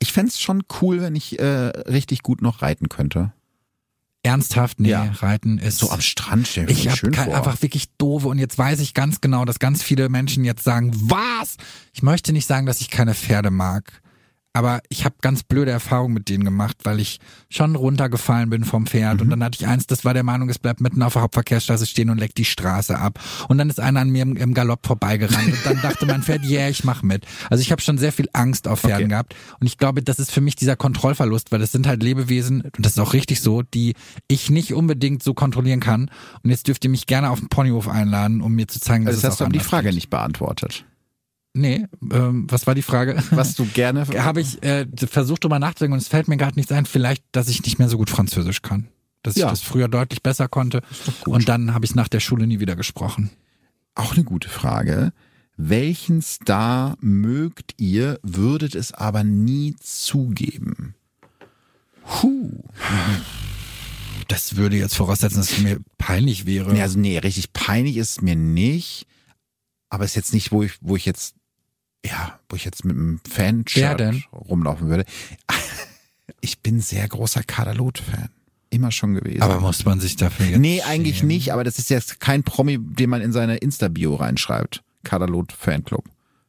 Speaker 1: Ich fänd's schon cool, wenn ich äh, richtig gut noch reiten könnte.
Speaker 2: Ernsthaft? Nee,
Speaker 1: Ja.
Speaker 2: Reiten ist...
Speaker 1: So am Strand stell mir
Speaker 2: ich
Speaker 1: das
Speaker 2: habe
Speaker 1: schön vor. Also,
Speaker 2: einfach wirklich doofe und jetzt weiß ich ganz genau, dass ganz viele Menschen jetzt sagen, was? Ich möchte nicht sagen, dass ich keine Pferde mag, aber ich habe ganz blöde Erfahrungen mit denen gemacht, weil ich schon runtergefallen bin vom Pferd
Speaker 1: Mhm.
Speaker 2: und dann hatte ich eins, das war der Meinung, es bleibt mitten auf der Hauptverkehrsstraße stehen und leckt die Straße ab und dann ist einer an mir im, im Galopp vorbeigerannt und dann dachte mein Pferd, yeah, ich mach mit. Also ich habe schon sehr viel Angst auf Pferden
Speaker 1: Okay.
Speaker 2: gehabt und ich glaube, das ist für mich dieser Kontrollverlust, weil das sind halt Lebewesen und das ist auch richtig so, die ich nicht unbedingt so kontrollieren kann und jetzt dürft ihr mich gerne auf den Ponyhof einladen, um mir zu zeigen, dass
Speaker 1: Das,
Speaker 2: es
Speaker 1: Also hast
Speaker 2: auch
Speaker 1: du aber die
Speaker 2: anders
Speaker 1: Frage
Speaker 2: geht.
Speaker 1: nicht beantwortet.
Speaker 2: Nee, ähm, was war die Frage?
Speaker 1: Was du gerne.
Speaker 2: habe ich äh, versucht drüber nachzudenken und es fällt mir gerade nichts ein, vielleicht, dass ich nicht mehr so gut Französisch kann. Dass ich
Speaker 1: Ja.
Speaker 2: das früher deutlich besser konnte. Und dann habe ich nach der Schule nie wieder gesprochen.
Speaker 1: Auch eine gute Frage. Welchen Star mögt ihr, würdet es aber nie zugeben? Huh.
Speaker 2: Das würde jetzt voraussetzen, dass es mir peinlich wäre.
Speaker 1: Nee, also nee, richtig peinlich ist es mir nicht. Aber ist jetzt nicht, wo ich, wo ich jetzt, ja, wo ich jetzt mit einem
Speaker 2: Wer
Speaker 1: Fan-Shirt
Speaker 2: denn?
Speaker 1: rumlaufen würde. Ich bin sehr großer Kaderlot-Fan. Immer schon gewesen.
Speaker 2: aber muss man sich dafür jetzt
Speaker 1: nee, eigentlich
Speaker 2: schämen?
Speaker 1: nicht, aber das ist jetzt kein Promi, den man in seine Insta-Bio reinschreibt. Kaderlot Fanclub.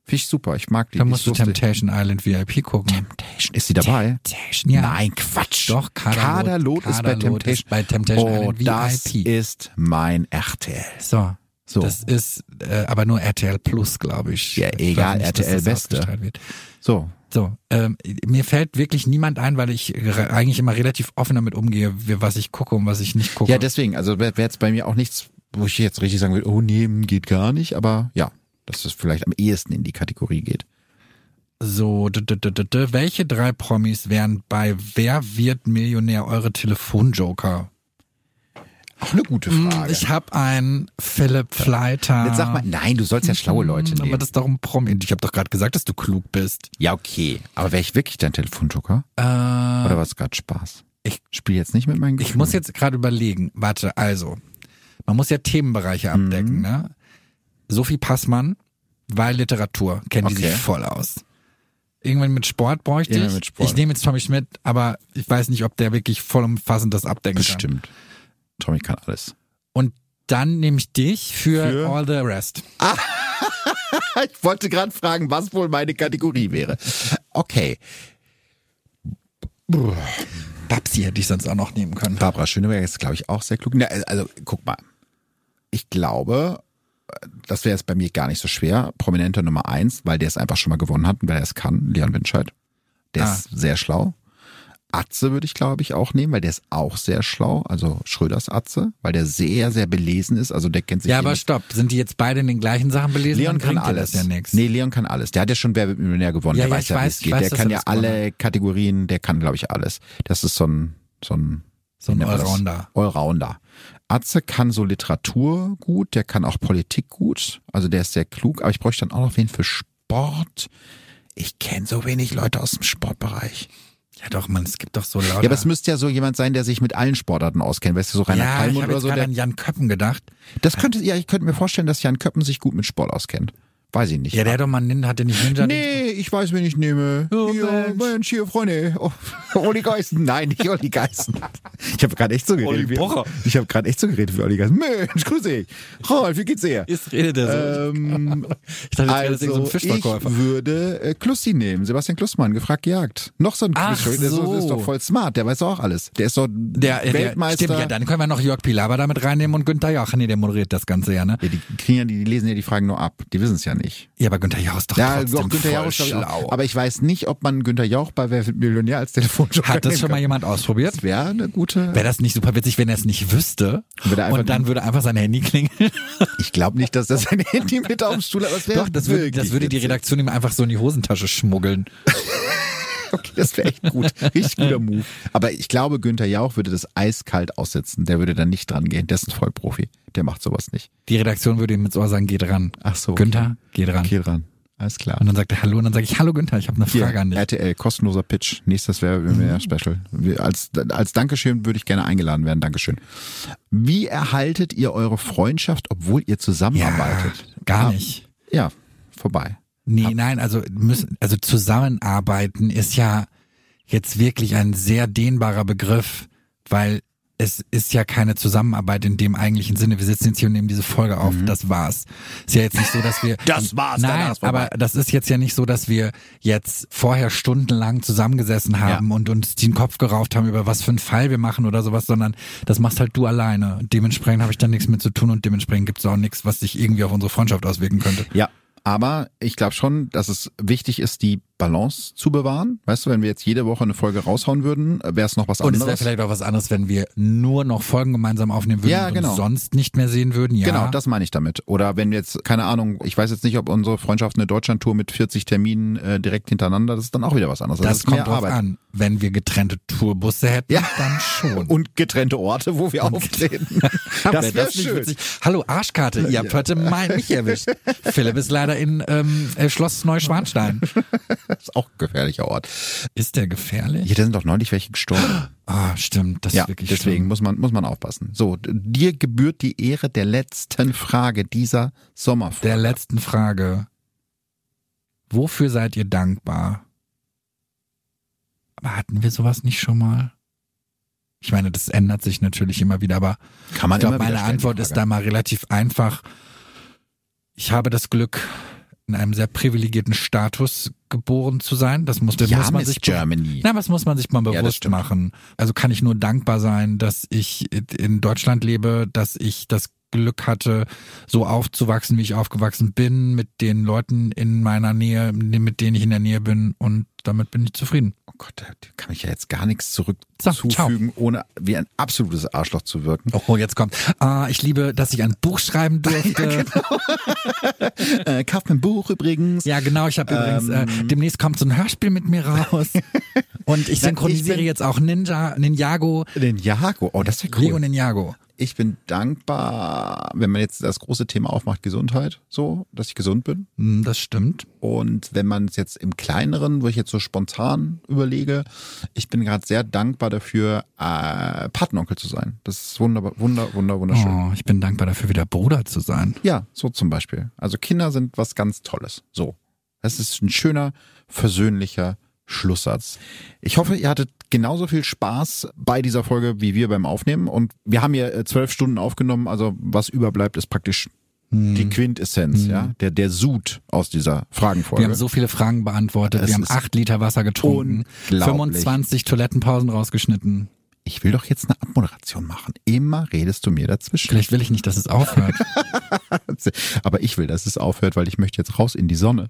Speaker 1: Finde ich super. Ich mag die.
Speaker 2: Da
Speaker 1: Die
Speaker 2: musst
Speaker 1: ist
Speaker 2: du
Speaker 1: lustig.
Speaker 2: Temptation Island VIP gucken.
Speaker 1: Temptation. Ist sie dabei?
Speaker 2: Temptation, ja.
Speaker 1: Nein, Quatsch.
Speaker 2: Doch, Kaderlot-
Speaker 1: Kaderlot ist bei
Speaker 2: Kaderlot
Speaker 1: Temptation.
Speaker 2: ist bei Temptation
Speaker 1: oh,
Speaker 2: Island
Speaker 1: das
Speaker 2: VIP.
Speaker 1: ist mein RTL.
Speaker 2: So.
Speaker 1: So.
Speaker 2: Das ist äh, aber nur RTL Plus, glaube ich.
Speaker 1: Ja,
Speaker 2: ich
Speaker 1: egal,
Speaker 2: glaub dass
Speaker 1: RTL
Speaker 2: das
Speaker 1: Beste.
Speaker 2: ausgestrahlt Wird.
Speaker 1: So,
Speaker 2: So, ähm, mir fällt wirklich niemand ein, weil ich re- eigentlich immer relativ offen damit umgehe, wie- was ich gucke und was ich nicht gucke.
Speaker 1: Ja, deswegen, also wäre jetzt bei mir auch nichts, wo ich jetzt richtig sagen würde, oh nee, hm, geht gar nicht, aber ja, dass das vielleicht am ehesten in die Kategorie geht.
Speaker 2: so, d -d -d -d -d welche drei Promis wären bei Wer wird Millionär eure Telefonjoker?
Speaker 1: Auch eine gute Frage.
Speaker 2: Hm, Ich habe einen Philipp Fleiter.
Speaker 1: jetzt sag mal, nein, du sollst ja schlaue Leute
Speaker 2: Mm, Hm, Aber
Speaker 1: nehmen.
Speaker 2: das ist doch ein Promi. Ich habe doch gerade gesagt, dass du klug bist.
Speaker 1: Ja, okay. Aber wäre ich wirklich dein Telefonjoker?
Speaker 2: Äh,
Speaker 1: Oder war es gerade Spaß?
Speaker 2: ich-
Speaker 1: spiele jetzt nicht mit meinen
Speaker 2: Ich
Speaker 1: Gefühlen.
Speaker 2: muss jetzt gerade überlegen. Warte, also. Man muss ja Themenbereiche abdecken,
Speaker 1: Mhm.
Speaker 2: ne? Sophie Passmann, weil Literatur, kennt die
Speaker 1: Okay.
Speaker 2: sich voll aus. Irgendwann mit Sport bräuchte ich.
Speaker 1: Irgendwann mit Sport.
Speaker 2: Ich nehme jetzt Tommy Schmidt, aber ich weiß nicht, ob der wirklich vollumfassend das abdecken kann.
Speaker 1: Bestimmt. Tommy kann alles.
Speaker 2: Und dann nehme ich dich für,
Speaker 1: Für?
Speaker 2: all the rest.
Speaker 1: Ich wollte gerade fragen, was wohl meine Kategorie wäre. Okay.
Speaker 2: Babsi hätte ich sonst auch noch nehmen können.
Speaker 1: Barbara Schöneberger ist, glaube ich, auch sehr klug. Na, also, guck mal. Ich glaube, das wäre jetzt bei mir gar nicht so schwer. Prominenter Nummer eins, weil der es einfach schon mal gewonnen hat und weil er es kann. Leon Winscheid. Der
Speaker 2: Ah.
Speaker 1: ist sehr schlau. Atze würde ich, glaube ich, auch nehmen, weil der ist auch sehr schlau. Also Schröders Atze, weil der sehr, sehr belesen ist. Also der kennt sich
Speaker 2: Ja,
Speaker 1: hier
Speaker 2: aber
Speaker 1: mit-
Speaker 2: stopp. Sind die jetzt beide in den gleichen Sachen belesen?
Speaker 1: Leon
Speaker 2: Dann
Speaker 1: kann
Speaker 2: bringt dir
Speaker 1: alles.
Speaker 2: Das ja nichts.
Speaker 1: nee, Leon kann alles. Der hat ja schon Wer wird Millionär gewonnen.
Speaker 2: Ja,
Speaker 1: der
Speaker 2: ja,
Speaker 1: weiß
Speaker 2: ich
Speaker 1: ja, wie
Speaker 2: weiß,
Speaker 1: es
Speaker 2: ich
Speaker 1: geht.
Speaker 2: weiß,
Speaker 1: der
Speaker 2: dass
Speaker 1: kann
Speaker 2: er
Speaker 1: ja
Speaker 2: das gewonnen
Speaker 1: alle Kategorien, der kann, glaube ich, alles. Das ist so ein, so ein,
Speaker 2: So ein
Speaker 1: wie nennt man das?
Speaker 2: Allrounder.
Speaker 1: Allrounder. Atze kann so Literatur gut, der kann auch Politik gut. Also der ist sehr klug, aber ich bräuchte dann auch noch wen für Sport. Ich kenne so wenig Leute aus dem Sportbereich.
Speaker 2: Ja doch, Mann, es gibt doch so lauter...
Speaker 1: Ja, aber es müsste ja so jemand sein, der sich mit allen Sportarten auskennt. Weißt du, so Rainer
Speaker 2: ja, ich
Speaker 1: Kallmund
Speaker 2: habe
Speaker 1: oder
Speaker 2: jetzt
Speaker 1: so.
Speaker 2: gerade
Speaker 1: Der,
Speaker 2: an Jan Köppen gedacht.
Speaker 1: das könnte, ja, ich könnte mir vorstellen, dass Jan Köppen sich gut mit Sport auskennt. Weiß ich nicht.
Speaker 2: Ja, der hat doch mal Ninja, hat der nicht Ninja?
Speaker 1: Nee, ich weiß, wen ich nehme.
Speaker 2: Oh,
Speaker 1: ja,
Speaker 2: Mensch.
Speaker 1: Mensch. hier, Freunde. Oh, Olli Geißen. Nein, nicht Olli Geißen. Ich habe gerade echt so geredet.
Speaker 2: Olli Pocher.
Speaker 1: wie- Ich habe gerade echt so geredet wie Olli Geißen. Mensch, grüß dich. Rolf, wie geht's dir?
Speaker 2: Jetzt redet der
Speaker 1: Ähm,
Speaker 2: Ich dachte, jetzt wäre das irgend so ein
Speaker 1: also, ich
Speaker 2: Fischverkäufer.
Speaker 1: würde äh, Klussi nehmen. Sebastian Klussmann, gefragt jagd. Noch so ein
Speaker 2: Ach
Speaker 1: Klussi. Der ist doch- ist
Speaker 2: so.
Speaker 1: doch voll smart. Der weiß auch alles. Der ist doch
Speaker 2: Der, der, der
Speaker 1: Weltmeister.
Speaker 2: stimmt, ja, dann können wir noch Jörg Pilawa damit reinnehmen und Günther Jauch. Nee, der moderiert das Ganze ja, ne?
Speaker 1: ja, die, kriegen ja, die lesen ja die Fragen nur ab. Die wissen es ja nicht.
Speaker 2: Ja, aber Günther Jauch ist doch
Speaker 1: Ja,
Speaker 2: trotzdem
Speaker 1: doch, Günther
Speaker 2: voll
Speaker 1: Jauch ist, glaub ich,
Speaker 2: schlau.
Speaker 1: auch. Aber ich weiß nicht, ob man Günther Jauch bei Wer wird Millionär als Telefonjoker
Speaker 2: Hat das
Speaker 1: nehmen
Speaker 2: schon mal
Speaker 1: kann.
Speaker 2: jemand ausprobiert?
Speaker 1: Das wäre eine gute.
Speaker 2: Wäre das nicht super witzig, wenn er es nicht wüsste?
Speaker 1: Würde er einfach
Speaker 2: und dann würde einfach sein Handy klingeln.
Speaker 1: Ich glaube nicht, dass das ein Handy mit auf dem Stuhl hat. aber es wäre
Speaker 2: Doch, das würde, das
Speaker 1: wirklich
Speaker 2: würde die
Speaker 1: witzig.
Speaker 2: Redaktion ihm einfach so in die Hosentasche schmuggeln.
Speaker 1: Okay, das wäre echt gut. Richtig guter Move. Aber ich glaube, Günther Jauch würde das eiskalt aussetzen. Der würde dann nicht dran gehen. Der ist ein Vollprofi. Der macht sowas nicht.
Speaker 2: Die Redaktion würde ihm ins Ohr sagen, geht ran.
Speaker 1: Ach so.
Speaker 2: Günther, geht ran.
Speaker 1: Okay, ran. Alles klar.
Speaker 2: Und dann sagt er Hallo und dann sage ich, Hallo Günther, ich habe eine
Speaker 1: Hier,
Speaker 2: Frage an dich. Mhm.
Speaker 1: RTL, kostenloser Pitch. Nächstes wäre mehr Special. Wir- Als, als Dankeschön würde ich gerne eingeladen werden. Dankeschön. Wie erhaltet ihr eure Freundschaft, obwohl ihr zusammenarbeitet?
Speaker 2: gar
Speaker 1: Ah,
Speaker 2: nicht.
Speaker 1: Ja, vorbei.
Speaker 2: Nee, nein, also müssen, also zusammenarbeiten ist ja jetzt wirklich ein sehr dehnbarer Begriff, weil es ist ja keine Zusammenarbeit in dem eigentlichen Sinne. Wir sitzen jetzt hier und nehmen diese Folge auf. Das war's. Ist ja jetzt nicht so, dass wir.
Speaker 1: Mhm. Das war's, danach
Speaker 2: Nein,
Speaker 1: ist vorbei.
Speaker 2: aber das ist jetzt ja nicht so, dass wir jetzt vorher stundenlang zusammengesessen haben und uns den Kopf gerauft haben über was für einen Fall wir machen oder sowas, sondern das machst halt du alleine. Dementsprechend habe ich da nichts mit zu tun und dementsprechend gibt's auch nichts, was sich irgendwie auf unsere Freundschaft auswirken könnte.
Speaker 1: Ja, aber ich glaube schon, dass es wichtig ist, die Balance zu bewahren. Weißt du, wenn wir jetzt jede Woche eine Folge raushauen würden, wäre es noch was
Speaker 2: Und
Speaker 1: anderes.
Speaker 2: es wäre vielleicht auch was anderes, wenn wir nur noch Folgen gemeinsam aufnehmen würden
Speaker 1: Ja,
Speaker 2: und
Speaker 1: genau.
Speaker 2: uns sonst nicht mehr sehen würden. Ja,
Speaker 1: Genau, das meine ich damit. Oder wenn jetzt, keine Ahnung, ich weiß jetzt nicht, ob unsere Freundschaft eine Deutschlandtour mit 40 Terminen äh, direkt hintereinander, das ist dann auch wieder was anderes. Also
Speaker 2: das
Speaker 1: ist
Speaker 2: kommt
Speaker 1: mehr
Speaker 2: drauf
Speaker 1: Arbeit.
Speaker 2: an. Wenn wir getrennte Tourbusse hätten,
Speaker 1: Ja.
Speaker 2: dann schon.
Speaker 1: Und getrennte Orte, wo wir auftreten.
Speaker 2: Wär
Speaker 1: Das wäre
Speaker 2: nicht
Speaker 1: schön.
Speaker 2: witzig? Hallo, Arschkarte, ihr habt heute mein, mich erwischt. Philipp ist leider in ähm, äh, Schloss Neuschwanstein.
Speaker 1: Das ist auch ein gefährlicher Ort.
Speaker 2: Ist der gefährlich?
Speaker 1: Hier da sind doch neulich welche gestorben.
Speaker 2: Ah, stimmt, das
Speaker 1: Ja,
Speaker 2: ist wirklich
Speaker 1: deswegen
Speaker 2: schlimm.
Speaker 1: muss man, muss man aufpassen. So, d- dir gebührt die Ehre der letzten Frage dieser Sommerfolge.
Speaker 2: Der letzten Frage. Wofür seid ihr dankbar? Aber hatten wir sowas nicht schon mal? Ich meine, das ändert sich natürlich immer wieder, aber
Speaker 1: Kann man
Speaker 2: Ich glaube,
Speaker 1: immer wieder
Speaker 2: meine
Speaker 1: stellen, die
Speaker 2: Antwort ist
Speaker 1: Frage.
Speaker 2: da mal relativ einfach. Ich habe das Glück, in einem sehr privilegierten Status geboren zu sein. Das muss, das
Speaker 1: Ja,
Speaker 2: muss man
Speaker 1: Miss
Speaker 2: sich
Speaker 1: Germany.
Speaker 2: Na, was muss man sich mal
Speaker 1: das
Speaker 2: bewusst
Speaker 1: stimmt.
Speaker 2: machen? Also kann ich nur dankbar sein, dass ich in Deutschland lebe, dass ich das Glück hatte, so aufzuwachsen, wie ich aufgewachsen bin, mit den Leuten in meiner Nähe, mit denen ich in der Nähe bin und damit bin ich zufrieden.
Speaker 1: Oh Gott, da kann ich ja jetzt gar nichts zurück
Speaker 2: So,
Speaker 1: zufügen, ohne wie ein absolutes Arschloch zu wirken.
Speaker 2: Oh, jetzt kommt. Ah, ich liebe, dass ich ein Buch schreiben durfte. ja, genau.
Speaker 1: Äh, kauft mein Buch übrigens.
Speaker 2: genau, ich habe übrigens, äh, demnächst kommt so ein Hörspiel mit mir raus. Und ich synchronisiere
Speaker 1: bin-
Speaker 2: jetzt auch Ninja, Ninjago,
Speaker 1: Den Jago. Oh, das wäre cool.
Speaker 2: Leo Ninjago.
Speaker 1: Ich bin dankbar, wenn man jetzt das große Thema aufmacht, Gesundheit, so, dass ich gesund bin.
Speaker 2: Hm, Das stimmt.
Speaker 1: Und wenn man es jetzt im Kleineren, wo ich jetzt so spontan überlege, ich bin gerade sehr dankbar dafür, äh, Patenonkel zu sein. Das ist wunderbar, wunder, wunder, wunderschön.
Speaker 2: Oh, ich bin dankbar dafür, wieder Bruder zu sein.
Speaker 1: Ja, so zum Beispiel. Also Kinder sind was ganz Tolles. So. Das ist ein schöner, versöhnlicher Schlusssatz. Ich hoffe, ihr hattet genauso viel Spaß bei dieser Folge wie wir beim Aufnehmen. Und wir haben hier äh, zwölf Stunden aufgenommen, also was überbleibt, ist praktisch
Speaker 2: Hm.
Speaker 1: die Quintessenz, ja. Der, der Sud aus dieser Fragenfolge.
Speaker 2: Wir haben so viele Fragen beantwortet.
Speaker 1: Es
Speaker 2: wir haben
Speaker 1: ist
Speaker 2: acht Liter Wasser getrunken,
Speaker 1: unglaublich.
Speaker 2: 25 Toilettenpausen rausgeschnitten.
Speaker 1: ich will doch jetzt eine Abmoderation machen. Immer redest du mir dazwischen.
Speaker 2: Vielleicht will ich nicht, dass es aufhört.
Speaker 1: Aber ich will, dass es aufhört, weil ich möchte jetzt raus in die Sonne.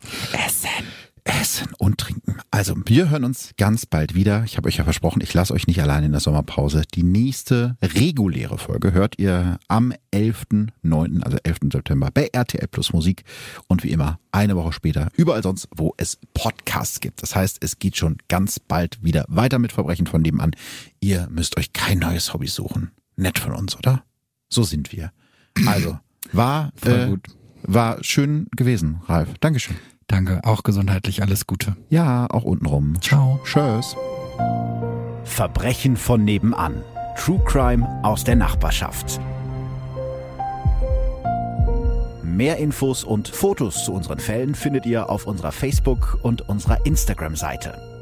Speaker 1: Essen und Trinken. Also, wir hören uns ganz bald wieder. Ich habe euch ja versprochen, ich lasse euch nicht allein in der Sommerpause. Die nächste reguläre Folge hört ihr am 11.9., also 11. September bei RTL Plus Musik und wie immer eine Woche später überall sonst, wo es Podcasts gibt. Das heißt, es geht schon ganz bald wieder weiter mit Verbrechen von nebenan. Ihr müsst euch kein neues Hobby suchen. Nett von uns, oder? So sind wir. Also, war,
Speaker 2: Voll
Speaker 1: äh,
Speaker 2: gut.
Speaker 1: war schön gewesen, Ralf. Dankeschön.
Speaker 2: Danke. Auch gesundheitlich alles Gute.
Speaker 1: Ja, auch untenrum.
Speaker 2: Ciao.
Speaker 1: Tschüss.
Speaker 3: Verbrechen von nebenan. True Crime aus der Nachbarschaft. Mehr Infos und Fotos zu unseren Fällen findet ihr auf unserer Facebook- und unserer Instagram-Seite.